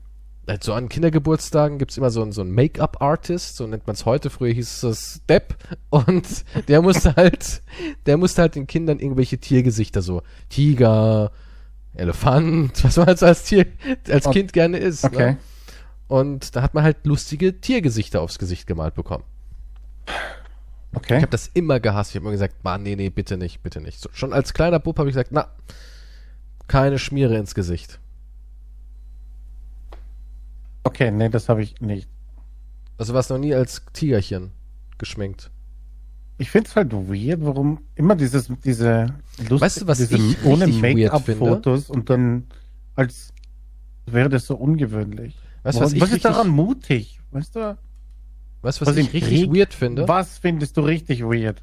A: Halt so an Kindergeburtstagen gibt's immer so einen, so einen Make-up-Artist, so nennt man's heute, früher hieß es Depp. Und der musste halt, der musste halt den Kindern irgendwelche Tiergesichter, so Tiger, Elefant, was man halt so als Tier, als
B: Oh.
A: Kind gerne isst.
B: Okay.
A: Ne? Und da hat man halt lustige Tiergesichter aufs Gesicht gemalt bekommen. Ich
B: Okay.
A: habe das immer gehasst. Ich habe immer gesagt, Mann, nee, nee, bitte nicht, bitte nicht. So, schon als kleiner Bub habe ich gesagt, na, keine Schmiere ins Gesicht.
B: Okay, nee, das habe ich nicht.
A: Also warst noch nie als Tigerchen geschminkt.
B: Ich finde es halt weird, warum immer dieses, diese Lust,
A: Weißt du, was
B: diese
A: ich
B: ohne
A: richtig weird
B: Make-up-Fotos und dann als wäre das so ungewöhnlich.
A: Weißt du, was
B: Warum-
A: ich
B: was
A: richtig-
B: ist daran mutig? Weißt du?
A: Weißt du, was,
B: Was
A: ich
B: im
A: richtig
B: Krieg
A: weird finde?
B: Was findest du richtig weird?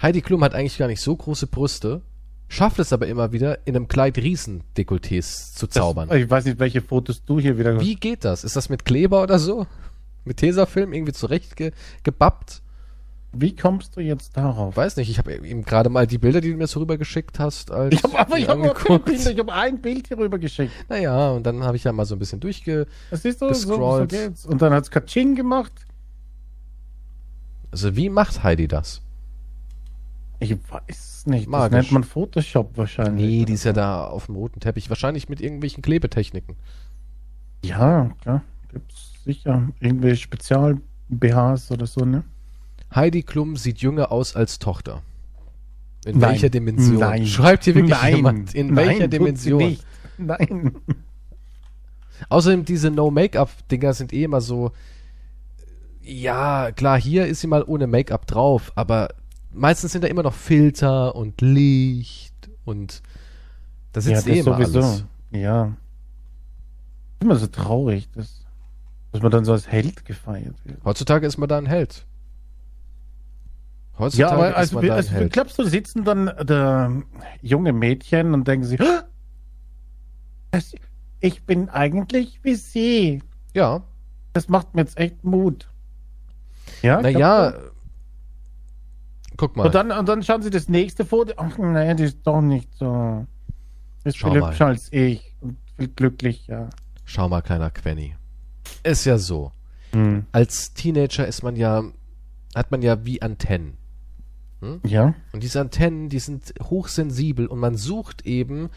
A: Heidi Klum hat eigentlich gar nicht so große Brüste, schafft es aber immer wieder, in einem Kleid Riesendekolletés zu zaubern.
B: Das, ich weiß nicht, welche Fotos du hier wieder.
A: Wie geht das? Ist das mit Kleber oder so? Mit Tesafilm irgendwie zurechtgebappt?
B: Wie kommst du jetzt darauf?
A: Weiß nicht, ich habe eben gerade mal die Bilder, die du mir so rübergeschickt hast, als
B: Ich habe aber ich
A: mir
B: hab auch kein
A: angeguckt.
B: Bild, ich hab ein Bild hier rüber geschickt.
A: Naja, und dann habe ich ja mal so ein bisschen durchge...
B: Das ist so, so, so
A: Gescrollt.
B: geht's. Und dann hat's Katsching gemacht.
A: Also wie macht Heidi das?
B: Ich weiß nicht.
A: Magisch.
B: Das nennt man Photoshop wahrscheinlich.
A: Nee, die ist ja da auf dem roten Teppich. Wahrscheinlich mit irgendwelchen Klebetechniken.
B: Ja, klar. Gibt's sicher irgendwelche Spezial-BHs oder so, ne?
A: Heidi Klum sieht jünger aus als Tochter. In
B: Nein.
A: welcher Dimension?
B: Nein.
A: Schreibt hier wirklich jemand, in
B: Nein,
A: welcher
B: tut sie
A: Dimension?
B: Nicht. Nein.
A: Außerdem diese No-Make-up-Dinger sind eh immer so... Ja, klar, hier ist sie mal ohne Make-up drauf, aber meistens sind da immer noch Filter und Licht und... Da sitzt eh immer alles.
B: Ja. Immer so traurig, dass, dass man dann so als Held gefeiert wird.
A: Heutzutage ist man da ein Held.
B: Ja,
A: Heutzutage
B: aber
A: ist
B: also,
A: man da ein
B: also
A: Held.
B: glaubst du, sitzen dann äh, da junge Mädchen und denken sich, "Ah, das- ich bin eigentlich wie sie.
A: ja,
B: Das macht mir jetzt echt Mut. Ja, glaubst
A: naja.
B: du?
A: Guck mal.
B: Und dann, und dann schauen sie das nächste Foto. Ach nee, die ist doch nicht so. Ist
A: Schau
B: viel
A: mal.
B: hübscher als ich und viel glücklicher.
A: Schau mal, kleiner Quenny. Ist ja so.
B: Hm.
A: Als Teenager ist man ja, hat man ja wie Antennen.
B: Ja.
A: Und diese Antennen, die sind hochsensibel und man sucht eben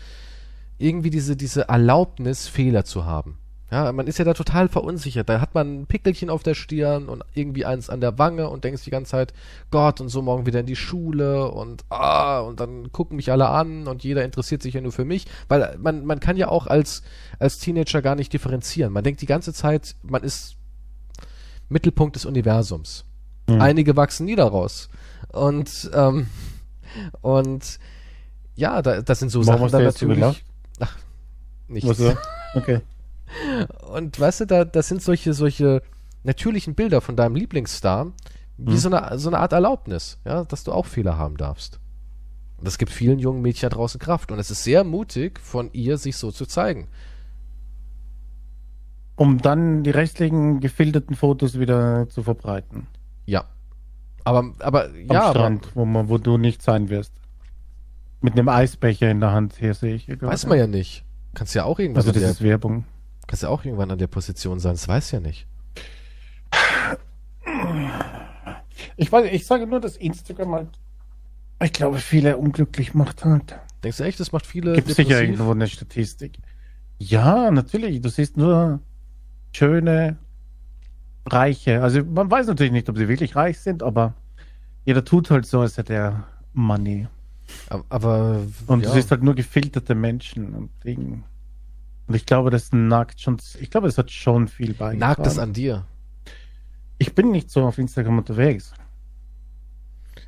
A: irgendwie diese, diese Erlaubnis, Fehler zu haben. Ja, man ist ja da total verunsichert. Da hat man ein Pickelchen auf der Stirn und irgendwie eins an der Wange und denkst die ganze Zeit, Gott, und so morgen wieder in die Schule und ah, und dann gucken mich alle an und jeder interessiert sich ja nur für mich. Weil man, man kann ja auch als, als Teenager gar nicht differenzieren. Man denkt die ganze Zeit, man ist Mittelpunkt des Universums.
B: Mhm.
A: Einige wachsen nie daraus. Und, ähm, und ja, da, das sind so
B: Warum
A: Sachen
B: hast
A: da
B: du jetzt so
A: natürlich.
B: gelacht?
A: Ach, nichts.
B: Was, ja. okay.
A: Und weißt du, da, das sind solche, solche natürlichen Bilder von deinem Lieblingsstar, wie
B: Mhm.
A: so, eine, so eine Art Erlaubnis, ja, dass du auch Fehler haben darfst. Und das gibt vielen jungen Mädchen da draußen Kraft. Und es ist sehr mutig von ihr, sich so zu zeigen.
B: Um dann die restlichen gefilterten Fotos wieder zu verbreiten.
A: Ja. Aber, aber
B: Am
A: ja, aber,
B: Strand, wo, man, wo du nicht sein wirst. Mit einem Eisbecher in der Hand, hier sehe ich. hier
A: weiß
B: gerade.
A: man ja nicht. Kannst ja auch irgendwann
B: Also
A: an
B: das
A: der,
B: ist Werbung.
A: kannst ja auch irgendwann an der Position sein, das weiß ja nicht.
B: Ich weiß, ich sage nur, dass Instagram halt, ich glaube, viele unglücklich macht halt.
A: Denkst du echt, das macht viele
B: Gibt sicher irgendwo eine Statistik. Ja, natürlich. Du siehst nur schöne, reiche. Also man weiß natürlich nicht, ob sie wirklich reich sind, aber jeder tut halt so, als hätte er Money.
A: Aber- Aber
B: Und
A: ja.
B: du siehst halt nur gefilterte Menschen und Dinge. Und ich glaube, das nagt schon, ich glaube, das hat schon viel beigetragen.
A: nagt es an dir.
B: Ich bin nicht so auf Instagram unterwegs.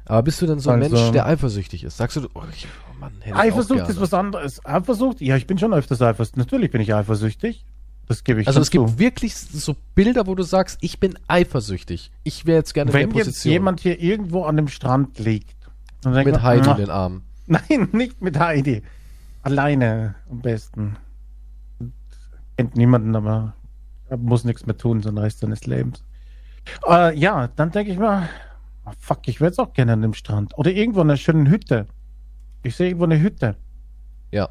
A: Aber bist du denn so ein
B: Also-
A: Mensch, der eifersüchtig ist? Sagst du, oh, ich, oh Mann, hätte ich auch
B: Eifersucht
A: gerne.
B: ist was anderes. Eifersucht, ja, ich bin schon öfters eifersüchtig. Natürlich bin ich eifersüchtig. Das gebe ich
A: Also
B: schon
A: es gibt wirklich so Bilder, wo du sagst, ich bin eifersüchtig. Ich wäre jetzt gerne in
B: Wenn
A: der
B: jetzt
A: Position
B: jemand "Ah, hier irgendwo an dem Strand liegt. dann denkt
A: mit
B: man,
A: Heidi in
B: "Ach,
A: den Armen.
B: Nein, nicht mit Heidi. Alleine am besten. Kennt niemanden, aber muss nichts mehr tun, so den Rest seines Lebens. Äh, ja, dann denke ich mal, ah, fuck, ich wäre jetzt auch gerne an dem Strand. Oder irgendwo in einer schönen Hütte. Ich sehe irgendwo eine Hütte.
A: Ja.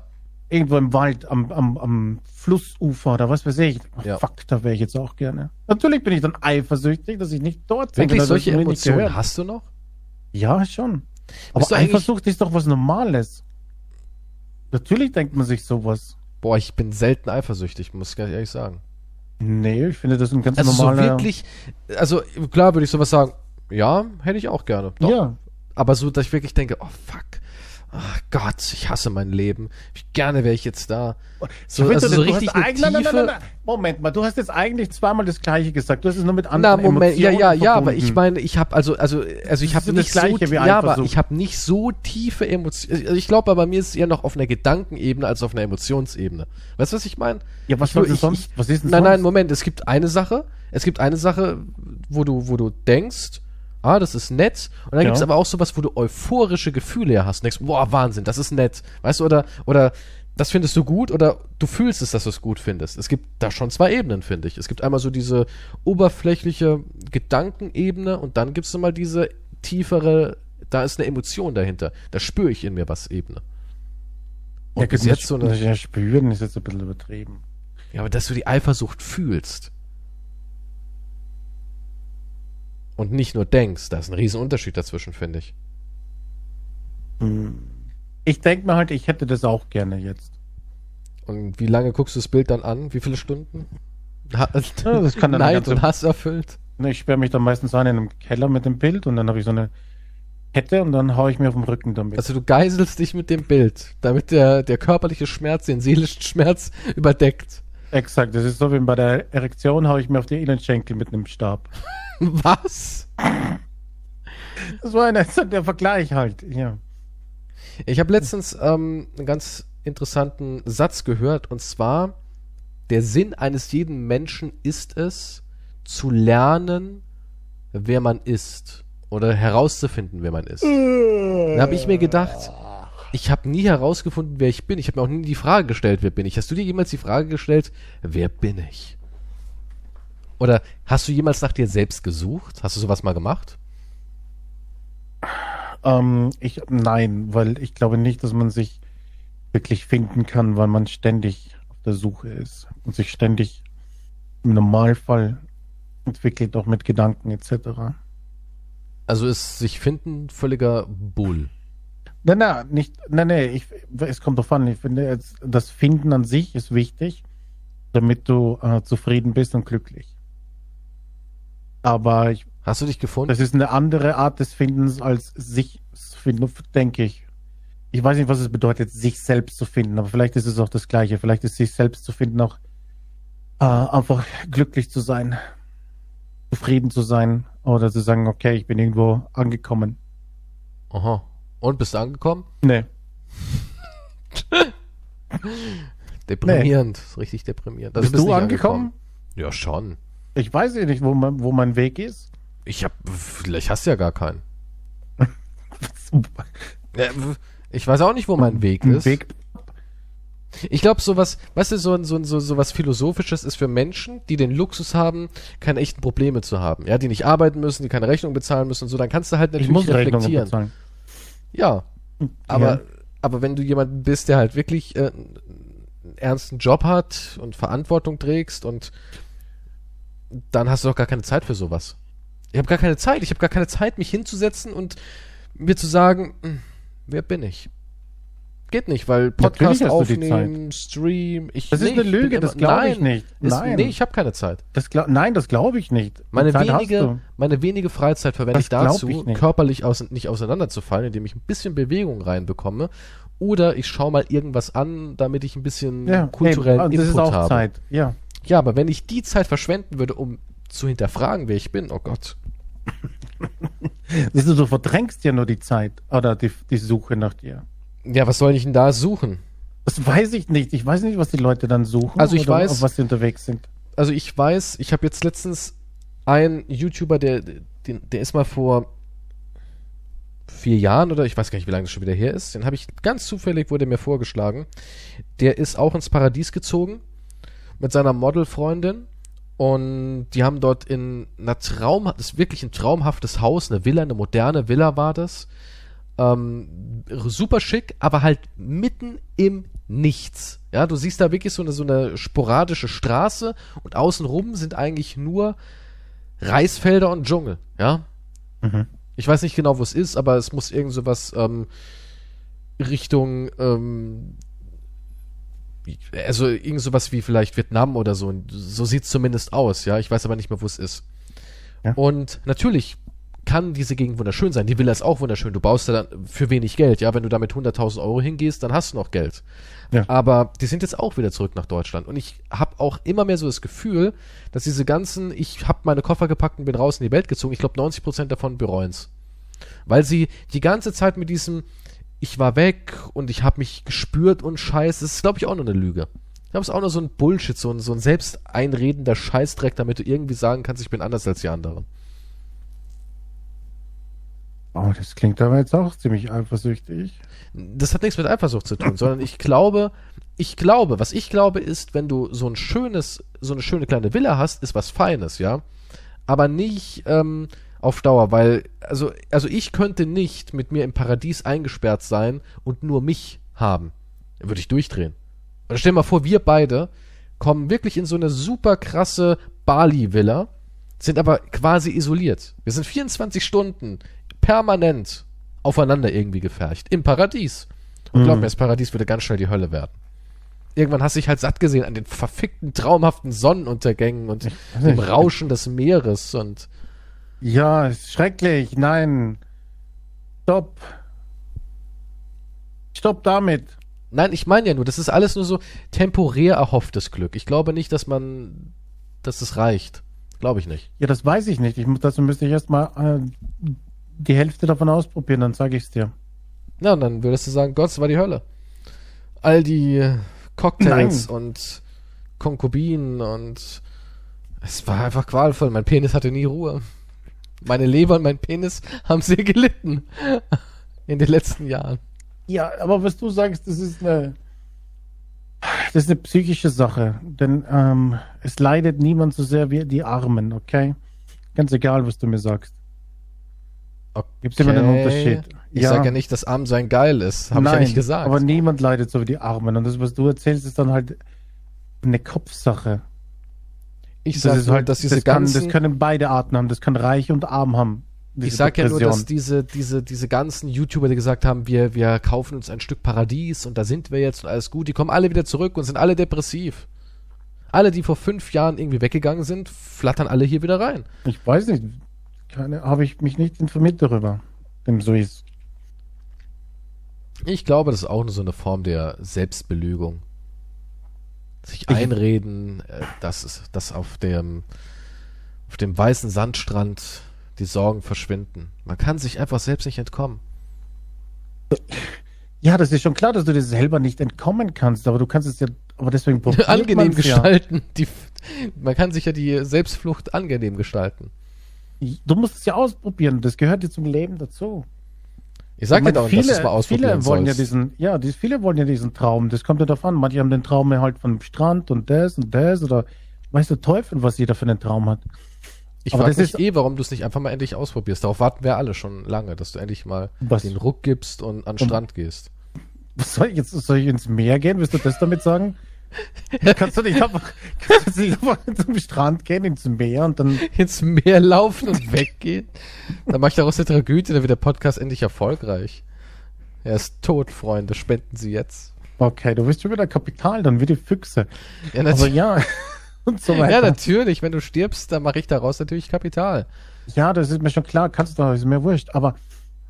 B: Irgendwo im Wald, am, am, am Flussufer oder was weiß ich. Ah,
A: Ja.
B: Fuck, da wäre ich jetzt auch gerne. Natürlich bin ich dann eifersüchtig, dass ich nicht dort sein
A: Wirklich
B: kann, dass genau ich
A: solche
B: mir nicht gehört.
A: Emotionen hast du noch?
B: Ja, schon. Aber
A: du eigentlich-
B: Eifersucht ist doch was Normales. Natürlich denkt man sich sowas.
A: Boah, ich bin selten eifersüchtig, muss ich ganz ehrlich sagen.
B: Nee, ich finde das ein ganz
A: Also so
B: normaler.
A: wirklich, also klar würde ich sowas sagen, ja, hätte ich auch gerne. Doch.
B: Ja,
A: Aber so, dass ich wirklich denke, oh fuck, ach Gott, ich hasse mein Leben. Ich, gerne wäre ich jetzt da. So,
B: Bitte,
A: also so
B: du hast
A: richtig eine
B: eigentlich-
A: tiefe...
B: nein, nein, nein, nein, nein. Moment mal, du hast jetzt eigentlich zweimal das Gleiche gesagt. Du hast es nur mit
A: Na,
B: anderen
A: Moment, ja,
B: Emotionen
A: ja, ja, aber
B: verbunden.
A: ich meine, ich habe also, also, also ich
B: Das
A: habe
B: ist das
A: nicht so,
B: Gleiche wie
A: ja, aber
B: Eifersucht.
A: ich habe nicht so tiefe Emotionen. Also ich glaube, aber bei mir ist es eher noch auf einer Gedankenebene als auf einer Emotionsebene. Weißt du, was ich meine?
B: Ja, was
A: Ich-
B: soll denn
A: ich-
B: sonst?
A: ich-
B: was ist denn
A: Nein, nein,
B: sonst?
A: Moment. Es gibt eine Sache. Es gibt eine Sache, wo du, wo du denkst, ah, das ist nett. Und dann
B: Ja.
A: gibt's aber auch sowas, wo du euphorische Gefühle hast. Und denkst, boah, Wahnsinn, das ist nett. Weißt du, oder, oder das findest du gut oder du fühlst es, dass du es gut findest. Es gibt da schon zwei Ebenen, finde ich. Es gibt einmal so diese oberflächliche Gedankenebene und dann gibt's nochmal diese tiefere, da ist eine Emotion dahinter. Da spüre ich in mir was Ebene. Und
B: ja,
A: bis jetzt so eine.
B: ja, spüren ist jetzt ein bisschen übertrieben.
A: Ja, aber dass du die Eifersucht fühlst. Und nicht nur denkst, da ist ein Riesenunterschied dazwischen, finde ich. Hm.
B: Ich denke mir halt, ich hätte das auch gerne jetzt.
A: Und wie lange guckst du das Bild dann an? Wie viele Stunden? Ha-
B: Ja, das kann dann eine
A: Neid
B: ganze-
A: und Hass erfüllt.
B: Ne, Ich sperre mich dann meistens ein in einem Keller mit dem Bild und dann habe ich so eine Kette und dann haue ich mir auf den Rücken damit.
A: Also du geiselst dich mit dem Bild, damit der, der körperliche Schmerz den seelischen Schmerz überdeckt.
B: Exakt, das ist so wie bei der Erektion haue ich mir auf die Innenschenkel mit einem Stab.
A: Was?
B: Das war einer, das ist der Vergleich halt. Ja.
A: Ich habe letztens ähm, einen ganz interessanten Satz gehört und zwar: Der Sinn eines jeden Menschen ist es, zu lernen, wer man ist oder herauszufinden, wer man ist. Da habe ich mir gedacht, ich habe nie herausgefunden, wer ich bin. Ich habe mir auch nie die Frage gestellt, wer bin ich. Hast du dir jemals die Frage gestellt, wer bin ich? Oder hast du jemals nach dir selbst gesucht? Hast du sowas mal gemacht?
B: Ähm, ich, nein, weil ich glaube nicht, dass man sich wirklich finden kann, weil man ständig auf der Suche ist und sich ständig im Normalfall entwickelt, auch mit Gedanken etc.
A: Also ist sich finden völliger Bull.
B: Nein, nein, nicht, nein, nein, ich, es kommt drauf an. Ich finde, jetzt, das Finden an sich ist wichtig, damit du äh, zufrieden bist und glücklich. Aber ich,
A: Hast du dich gefunden?
B: das ist eine andere Art des Findens als sich zu finden, denke ich. Ich weiß nicht, was es bedeutet, sich selbst zu finden, aber vielleicht ist es auch das Gleiche. Vielleicht ist sich selbst zu finden auch äh, einfach glücklich zu sein, zufrieden zu sein oder zu sagen, okay, ich bin irgendwo angekommen.
A: Aha. Und bist du angekommen?
B: Nee.
A: Deprimierend. Ist Richtig deprimierend. Also
B: bist du
A: nicht
B: angekommen?
A: Ja, schon.
B: Ich weiß ja nicht, wo mein, wo mein Weg ist.
A: Ich hab. Vielleicht hast du ja gar keinen. Ja, w- Ich weiß auch nicht, wo mein Weg
B: Ein
A: ist. Ich glaube, sowas, weißt du, so, ein- so, ein- so, so was Philosophisches ist für Menschen, die den Luxus haben, keine echten Probleme zu haben. Ja, die nicht arbeiten müssen, die keine Rechnung bezahlen müssen und so, dann kannst du halt natürlich
B: ich muss Rechnungen
A: reflektieren.
B: bezahlen.
A: Ja, aber,
B: Ja.
A: aber wenn du jemand bist, der halt wirklich äh, einen ernsten Job hat und Verantwortung trägst und dann hast du doch gar keine Zeit für sowas. Ich habe gar keine Zeit. Ich habe gar keine Zeit, mich hinzusetzen und mir zu sagen, "Hm, wer bin ich? Geht nicht, weil Podcast
B: Natürlich hast du die
A: aufnehmen, Stream, ich
B: Das ist
A: nee,
B: eine
A: ich bin
B: Lüge, das
A: immer-
B: glaube ich
A: Nein,
B: nicht.
A: Ist,
B: Nein,
A: Nee, ich habe keine Zeit.
B: das glaub, nein, das glaube ich nicht. Die
A: Meine
B: Zeit hast
A: wenige,
B: du.
A: meine wenige Freizeit verwende
B: Das
A: ich
B: glaub
A: dazu,
B: ich nicht.
A: körperlich aus, nicht auseinanderzufallen, indem ich ein bisschen Bewegung reinbekomme. Oder ich schaue mal irgendwas an, damit ich ein bisschen
B: ja,
A: kulturellen
B: eben, das
A: Input
B: ist auch
A: habe.
B: Zeit. Ja.
A: Ja, aber wenn ich die Zeit verschwenden würde, um zu hinterfragen, wer ich bin, oh Gott.
B: Siehst du, du verdrängst ja nur die Zeit oder die, die Suche nach dir.
A: Ja, was soll ich denn da suchen?
B: Das weiß ich nicht. Ich weiß nicht, was die Leute dann suchen.
A: Also ich weiß-
B: auf was sie unterwegs sind.
A: also ich weiß, ich habe jetzt letztens einen YouTuber, der, den, der ist mal vor vier Jahren oder ich weiß gar nicht, wie lange das schon wieder her ist. Den habe ich ganz zufällig, wurde mir vorgeschlagen. Der ist auch ins Paradies gezogen mit seiner Modelfreundin und die haben dort in einer Traum, das ist wirklich ein traumhaftes Haus, eine Villa, eine moderne Villa war das. Ähm, super schick, aber halt mitten im Nichts. Ja, du siehst da wirklich so eine, so eine sporadische Straße und außenrum sind eigentlich nur Reisfelder und Dschungel. Ja, ich weiß nicht genau, wo es ist, aber es muss irgend sowas ähm, Richtung, ähm, also irgend sowas wie vielleicht Vietnam oder so. So sieht es zumindest aus, ja. Ich weiß aber nicht mehr, wo es ist.
B: Ja.
A: Und natürlich kann diese Gegend wunderschön sein. Die Villa ist auch wunderschön. Du baust da dann für wenig Geld, ja. Wenn du da mit 100.000 Euro hingehst, dann hast du noch Geld.
B: Ja.
A: Aber die sind jetzt auch wieder zurück nach Deutschland. Und ich habe auch immer mehr so das Gefühl, dass diese ganzen, ich habe meine Koffer gepackt und bin raus in die Welt gezogen. Ich glaube, 90% davon bereuen es. Weil sie die ganze Zeit mit diesem, ich war weg und ich habe mich gespürt und Scheiß, das ist, glaube ich, auch nur eine Lüge. Ich glaube, es ist auch nur so ein Bullshit, so ein, so ein selbst einredender Scheißdreck, damit du irgendwie sagen kannst, ich bin anders als die anderen.
B: Oh, das klingt aber jetzt auch ziemlich eifersüchtig.
A: Das hat nichts mit Eifersucht zu tun, sondern ich glaube, ich glaube, was ich glaube ist, wenn du so ein schönes, so eine schöne kleine Villa hast, ist was Feines, ja. Aber nicht ähm, auf Dauer, weil, also, also ich könnte nicht mit mir im Paradies eingesperrt sein und nur mich haben. Dann Würde ich durchdrehen. Oder stell dir mal vor, wir beide kommen wirklich in so eine super krasse Bali-Villa, sind aber quasi isoliert. Wir sind 24 Stunden permanent aufeinander irgendwie gefercht. Im Paradies. Und glaub mir, das Paradies würde ganz schnell die Hölle werden. Irgendwann hast du dich halt satt gesehen an den verfickten, traumhaften Sonnenuntergängen und dem
B: nicht.
A: Rauschen des Meeres und
B: Ja, ist schrecklich. Nein. Stopp. Stopp damit.
A: Nein, ich meine ja nur, das ist alles nur so temporär erhofftes Glück. Ich glaube nicht, dass man, dass das reicht. Glaube ich nicht.
B: Ja, das weiß ich nicht. Ich, muss- dazu müsste ich erstmal äh, die Hälfte davon ausprobieren, dann sage ich es dir.
A: Na, und dann würdest du sagen, Gott, es war die Hölle. All die Cocktails und Konkubinen und es war einfach qualvoll. Mein Penis hatte nie Ruhe. Meine Leber und mein Penis haben sehr gelitten in den letzten Jahren.
B: Ja, aber was du sagst, das ist eine, das ist eine psychische Sache. Denn ähm, es leidet niemand so sehr wie die Armen, okay? Ganz egal, was du mir sagst.
A: Okay.
B: Gibt's immer einen Unterschied?
A: Ich
B: Ja.
A: sage ja nicht, dass Armsein geil ist. Habe ich ja nicht gesagt.
B: Aber niemand leidet so wie die Armen. Und das, was du erzählst, ist dann halt eine Kopfsache.
A: ich sage
B: ist halt
A: nur, dass diese
B: das, kann,
A: ganzen...
B: das können beide Arten haben. Das kann reich und arm haben.
A: Ich
B: diese
A: sag ja nur, dass
B: Depression.
A: diese, diese, diese ganzen YouTuber, die gesagt haben, wir, wir kaufen uns ein Stück Paradies und da sind wir jetzt und alles gut, die kommen alle wieder zurück und sind alle depressiv. Alle, die vor fünf Jahren irgendwie weggegangen sind, flattern alle hier wieder rein.
B: Ich weiß nicht. Keine, habe ich mich nicht informiert darüber, dem so ist.
A: Ich glaube, das ist auch nur so eine Form der Selbstbelügung. Sich einreden, äh, dass, es- dass auf dem, auf dem weißen Sandstrand die Sorgen verschwinden. Man kann sich einfach selbst nicht entkommen.
B: Ja, das ist schon klar, dass du dir selber nicht entkommen kannst, aber du kannst es ja, aber deswegen probiert
A: angenehm
B: man's
A: gestalten. Die, man kann sich ja die Selbstflucht angenehm gestalten.
B: Ja. Du musst es ja ausprobieren, das gehört dir zum Leben dazu.
A: Ich sag
B: Ich meine,
A: dir doch, dass du es mal ausprobieren
B: viele wollen ja
A: sollst.
B: diesen, ja, die, viele wollen ja diesen Traum, das kommt ja darauf an, manche haben den Traum ja halt vom Strand und das und das oder weißt du Teufel, was jeder für einen Traum hat.
A: ich
B: aber
A: frage
B: das
A: mich
B: ist-
A: eh, warum du es nicht einfach mal endlich ausprobierst. Darauf warten wir alle schon lange, dass du endlich mal
B: Was? Um-
A: den Ruck gibst und an den Strand gehst.
B: Was soll ich jetzt, soll ich ins Meer gehen? Willst du das damit sagen? kannst du nicht einfach, kannst du nicht einfach zum Strand gehen, ins Meer und dann
A: Ins Meer laufen und weggehen? Dann mach ich daraus eine Tragödie, dann wird der Podcast endlich erfolgreich. Er ist tot, Freunde. Spenden Sie jetzt.
B: Okay, du bist schon wieder Kapital, dann wie die Füchse.
A: Ja,
B: Also
A: natürlich,
B: ja, und so
A: ja,
B: weiter. Ja,
A: natürlich. Wenn du stirbst, dann mache ich daraus natürlich Kapital.
B: das ist mir schon klar, kannst du, ist mir wurscht. Aber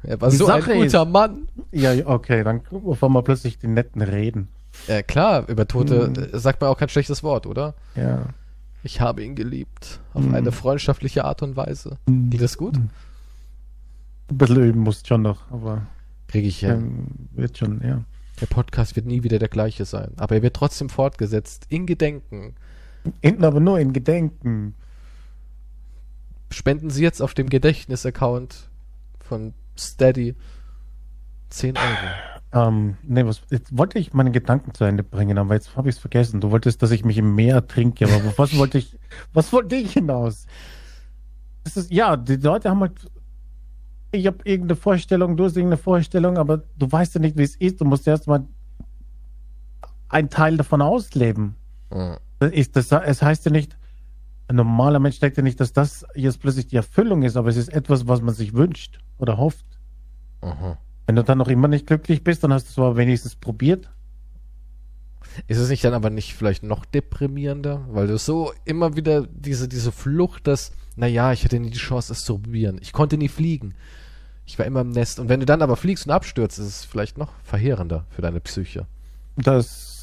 A: Er war
B: Die
A: so
B: Sache
A: ein
B: ist-
A: guter Mann.
B: ja, ja, okay, dann fangen wir plötzlich die netten Reden.
A: Ja, Äh, klar, über Tote äh, sagt man auch kein schlechtes Wort, oder?
B: Ja.
A: Ich habe ihn geliebt. Auf eine freundschaftliche Art und Weise. Geht das gut?
B: Ein bisschen üben musst schon noch, aber
A: Kriege ich hin.
B: ähm, wird schon, ja.
A: Der Podcast wird nie wieder der gleiche sein. Aber er wird trotzdem fortgesetzt. In Gedenken.
B: Hinten aber nur in Gedenken.
A: Spenden Sie jetzt auf dem Gedächtnis-Account von Steady 10 Euro.
B: Ähm, nee, was, jetzt wollte ich meine Gedanken zu Ende bringen, aber jetzt habe ich es vergessen. Du wolltest, dass ich mich im Meer trinke, aber wo- was wollte ich, was wollte ich hinaus? Das ist, ja, die Leute haben halt, ich habe irgendeine Vorstellung, du hast irgendeine Vorstellung, aber du weißt ja nicht, wie es ist. Du musst erst mal einen Teil davon ausleben.
A: Mhm.
B: Das ist, das, es heißt ja nicht, ein normaler Mensch denkt ja nicht, dass das jetzt plötzlich die Erfüllung ist, aber es ist etwas, was man sich wünscht oder hofft.
A: Mhm.
B: Wenn du dann noch immer nicht glücklich bist, dann hast du es aber wenigstens probiert.
A: Ist es nicht dann aber nicht vielleicht noch deprimierender? Weil du so immer wieder diese, diese Flucht, dass, naja, ich hatte nie die Chance, es zu probieren. Ich konnte nie fliegen. Ich war immer im Nest. Und wenn du dann aber fliegst und abstürzt, ist es vielleicht noch verheerender für deine Psyche.
B: Das.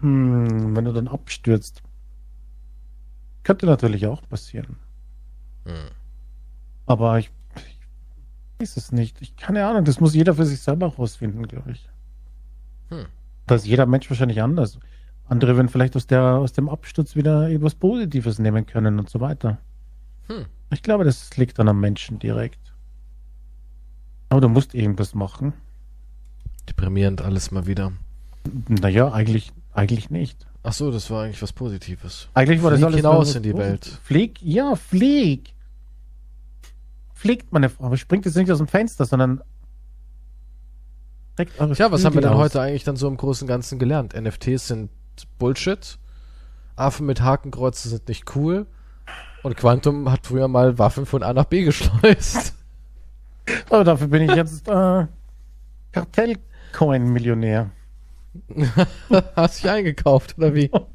B: Hm, wenn du dann abstürzt. Könnte natürlich auch passieren.
A: Hm.
B: Aber ich, ich weiß es nicht. Ich keine Ahnung. Das muss jeder für sich selber rausfinden, glaube ich.
A: Hm.
B: Da ist jeder Mensch wahrscheinlich anders. Andere werden vielleicht aus, der, aus dem Absturz wieder etwas Positives nehmen können und so weiter.
A: Hm.
B: Ich glaube, das liegt dann am Menschen direkt. Aber du musst irgendwas machen.
A: Deprimierend alles mal wieder.
B: Naja, eigentlich, eigentlich nicht.
A: Ach so, das war eigentlich was Positives.
B: Eigentlich war das
A: Flieg
B: alles
A: hinaus
B: nur-
A: in die Welt.
B: Flieg, ja, flieg. Fliegt, meine Frau. Aber springt jetzt nicht aus dem Fenster, sondern. Streckt eure
A: Tja, was
B: Flügel
A: haben wir denn
B: aus.
A: heute eigentlich dann so im Großen und Ganzen gelernt? NFTs sind Bullshit. Affen mit Hakenkreuzen sind nicht cool. Und Quantum hat früher mal Waffen von A nach B geschleust.
B: Aber dafür bin ich jetzt äh, Kartellcoin-Millionär.
A: Hast dich eingekauft, oder wie?
B: Ja,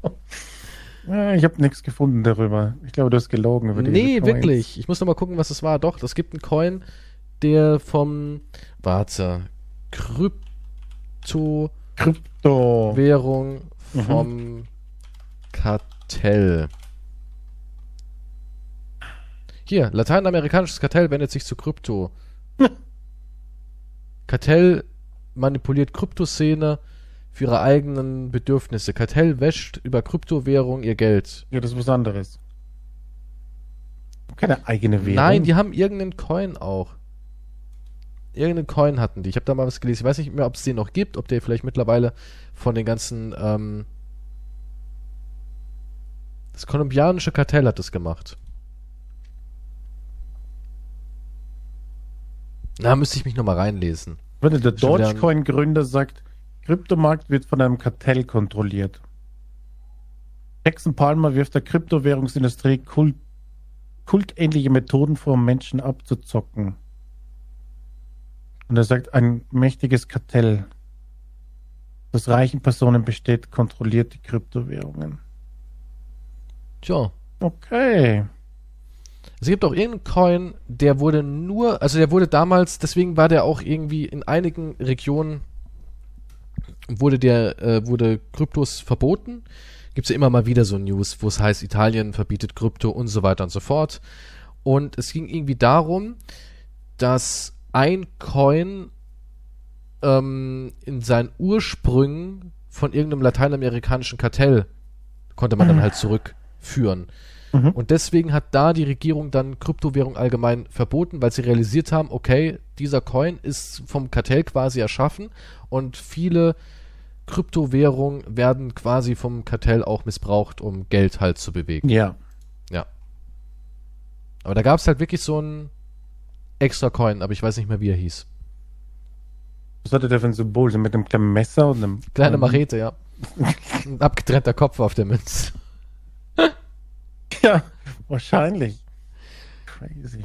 B: Äh, ich habe nichts gefunden darüber. Ich glaube, du hast gelogen über diese
A: Nee,
B: Coins.
A: wirklich. Ich muss noch mal gucken, was es war. Doch, es gibt einen Coin, der vom, warte, Kryptowährung
B: Krypto.
A: vom Kartell. Hier, lateinamerikanisches Kartell wendet sich zu Krypto. Kartell manipuliert Kryptoszene für ihre eigenen Bedürfnisse. Kartell wäscht über Kryptowährung ihr Geld.
B: Ja, das ist was anderes. Keine eigene Währung.
A: Nein, die haben irgendeinen Coin auch. Irgendeinen Coin hatten die. Ich habe da mal was gelesen. Ich weiß nicht mehr, ob es den noch gibt, ob der vielleicht mittlerweile von den ganzen. Ähm das kolumbianische Kartell hat das gemacht. Na, müsste ich mich nochmal reinlesen.
B: Wenn der
A: Schon wieder ein-
B: Dogecoin-Gründer sagt, Kryptomarkt wird von einem Kartell kontrolliert. Jackson Palmer wirft der Kryptowährungsindustrie Kult, kultähnliche Methoden vor, um Menschen abzuzocken. Und er sagt, ein mächtiges Kartell, das reichen Personen besteht, kontrolliert die Kryptowährungen.
A: Tja.
B: Okay.
A: Es gibt auch irgendeinen Coin, der wurde nur, also der wurde damals, deswegen war der auch irgendwie in einigen Regionen wurde der, äh, wurde Kryptos verboten. Gibt es ja immer mal wieder so News, wo es heißt, Italien verbietet Krypto und so weiter und so fort. Und es ging irgendwie darum, dass ein Coin ähm, in seinen Ursprüngen von irgendeinem lateinamerikanischen Kartell konnte man dann halt zurückführen.
B: Mhm.
A: Und deswegen hat da die Regierung dann Kryptowährung allgemein verboten, weil sie realisiert haben, okay, dieser Coin ist vom Kartell quasi erschaffen und viele Kryptowährungen werden quasi vom Kartell auch missbraucht, um Geld halt zu bewegen.
B: Ja.
A: Aber da gab es halt wirklich so einen extra Coin, aber ich weiß nicht mehr, wie er hieß.
B: Was hatte der für ein Symbol? So mit einem kleinen Messer und einem.
A: Kleine
B: ähm,
A: Machete, ja. Ein abgetrennter Kopf war auf der Münze.
B: Ja, wahrscheinlich. Crazy.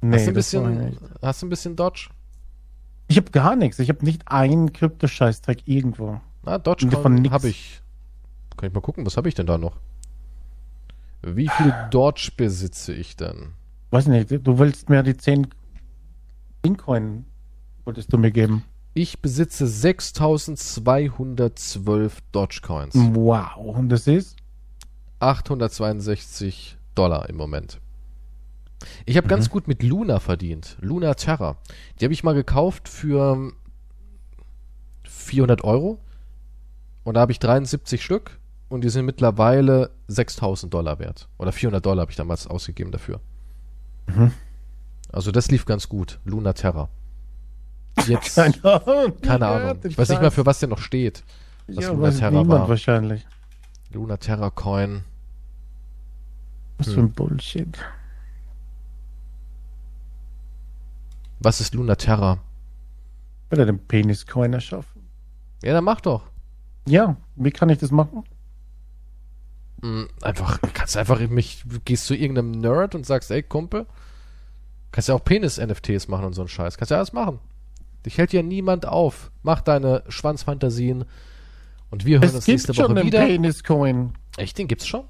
A: hast
B: Nee,
A: du ein
B: das war
A: bisschen,
B: nicht.
A: hast du ein bisschen Dodge?
B: Ich habe gar nichts. Ich habe nicht einen Kryptoscheißdreck irgendwo.
A: Na,
B: Davon
A: Dogecoin
B: nix.
A: habe ich. Kann ich mal gucken, was habe ich denn da noch? Wie viel Doge besitze ich denn?
B: Weiß nicht, du willst mir die 10 Bitcoin wolltest du mir geben.
A: Ich besitze 6212 Dogecoins.
B: Wow. Und das ist?
A: 862 Dollar im Moment. Ich habe
B: Mhm.
A: ganz gut mit Luna verdient. Luna Terra. Die habe ich mal gekauft für 400 Euro. Und da habe ich 73 Stück. Und die sind mittlerweile 6000 Dollar wert. Oder 400 Dollar habe ich damals ausgegeben dafür.
B: Mhm.
A: Also das lief ganz gut. Luna Terra. Jetzt, keine
B: Keine Ahnung.
A: Ahnung. Ich weiß nicht mehr, für was der noch steht. was
B: was ja,
A: Luna
B: weiß
A: Terra
B: niemand
A: war.
B: wahrscheinlich.
A: Luna Terra Coin.
B: Was für
A: Hm.
B: ein Bullshit.
A: Was ist Luna Terra?
B: Will er den Penis-Coin erschaffen?
A: Ja, dann mach doch.
B: Ja, wie kann ich das machen?
A: Mm, Einfach, kannst einfach in mich, gehst zu irgendeinem Nerd und sagst, ey, Kumpel, kannst ja auch Penis-NFTs machen und so einen Scheiß. Kannst ja alles machen. Dich hält ja niemand auf. Mach deine Schwanzfantasien und wir hören
B: es
A: uns
B: gibt
A: nächste
B: schon
A: Woche
B: einen
A: wieder.
B: Penis-Coin.
A: Echt, den gibt's schon?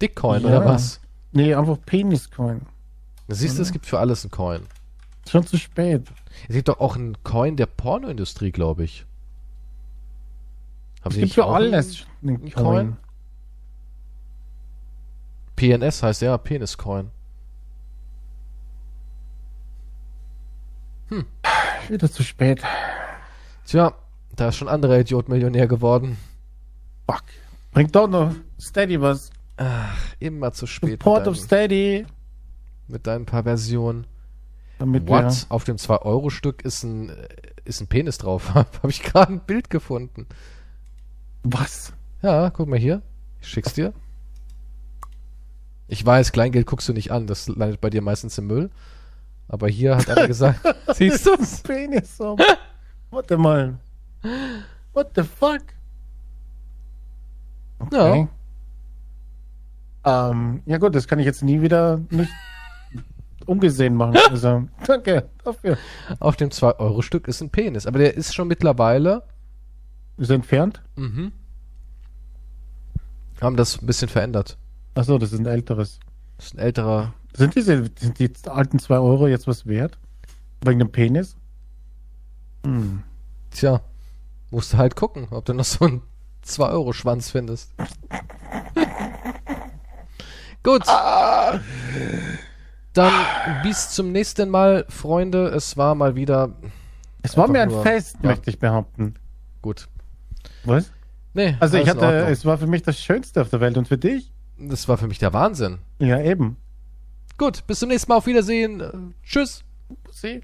A: Dickcoin
B: Ja.
A: oder was?
B: Nee, einfach Penis-Coin.
A: Du siehst, du,
B: Mhm.
A: es gibt für alles einen Coin.
B: Schon zu spät.
A: Es gibt doch auch einen Coin der Pornoindustrie, glaube ich. Haben
B: Es
A: die
B: gibt
A: nicht
B: für
A: auch einen?
B: alles einen
A: Coin?
B: Coin.
A: PNS heißt ja Peniscoin.
B: Wieder zu spät.
A: Tja, da ist schon ein anderer Idiot Millionär geworden.
B: Fuck. Bringt doch noch Steady was.
A: Immer zu spät mit
B: Support
A: deinen,
B: of Steady.
A: mit deinen Perversionen.
B: Damit
A: What?
B: wir
A: Auf dem 2-Euro-Stück ist ein, äh, ist ein Penis drauf. Habe ich gerade ein Bild gefunden.
B: was?
A: Ja, guck mal hier. Ich schick's dir. Ich weiß, Kleingeld guckst du nicht an. Das landet bei dir meistens im Müll. Aber hier hat einer gesagt, siehst du's?
B: Penis um. Warte mal. What the fuck?
A: Ja.
B: Ähm, ja gut, das kann ich jetzt nie wieder nicht ungesehen machen. Also, danke dafür.
A: Auf dem 2-Euro-Stück ist ein Penis. Aber der ist schon mittlerweile
B: Ist er entfernt?
A: Mhm. Haben das ein bisschen verändert.
B: Achso, das ist ein älteres.
A: Das ist ein älterer.
B: Sind diese sind die alten 2 Euro jetzt was wert? Wegen dem Penis? Hm.
A: Tja, musst du halt gucken, ob du noch so einen 2-Euro-Schwanz findest. Gut. Ah. Dann bis zum nächsten Mal, Freunde. Es war mal wieder
B: Es war
A: Einfach
B: mir ein
A: nur-
B: Fest,
A: ja.
B: möchte ich behaupten.
A: gut.
B: Was?
A: Nee,
B: Also ich
A: alles in
B: hatte,
A: Ordnung.
B: es war für mich das Schönste auf der Welt und für dich?
A: das war für mich der Wahnsinn.
B: Ja, eben.
A: Gut, bis zum nächsten Mal. Auf Wiedersehen. Äh, Tschüss.
B: See?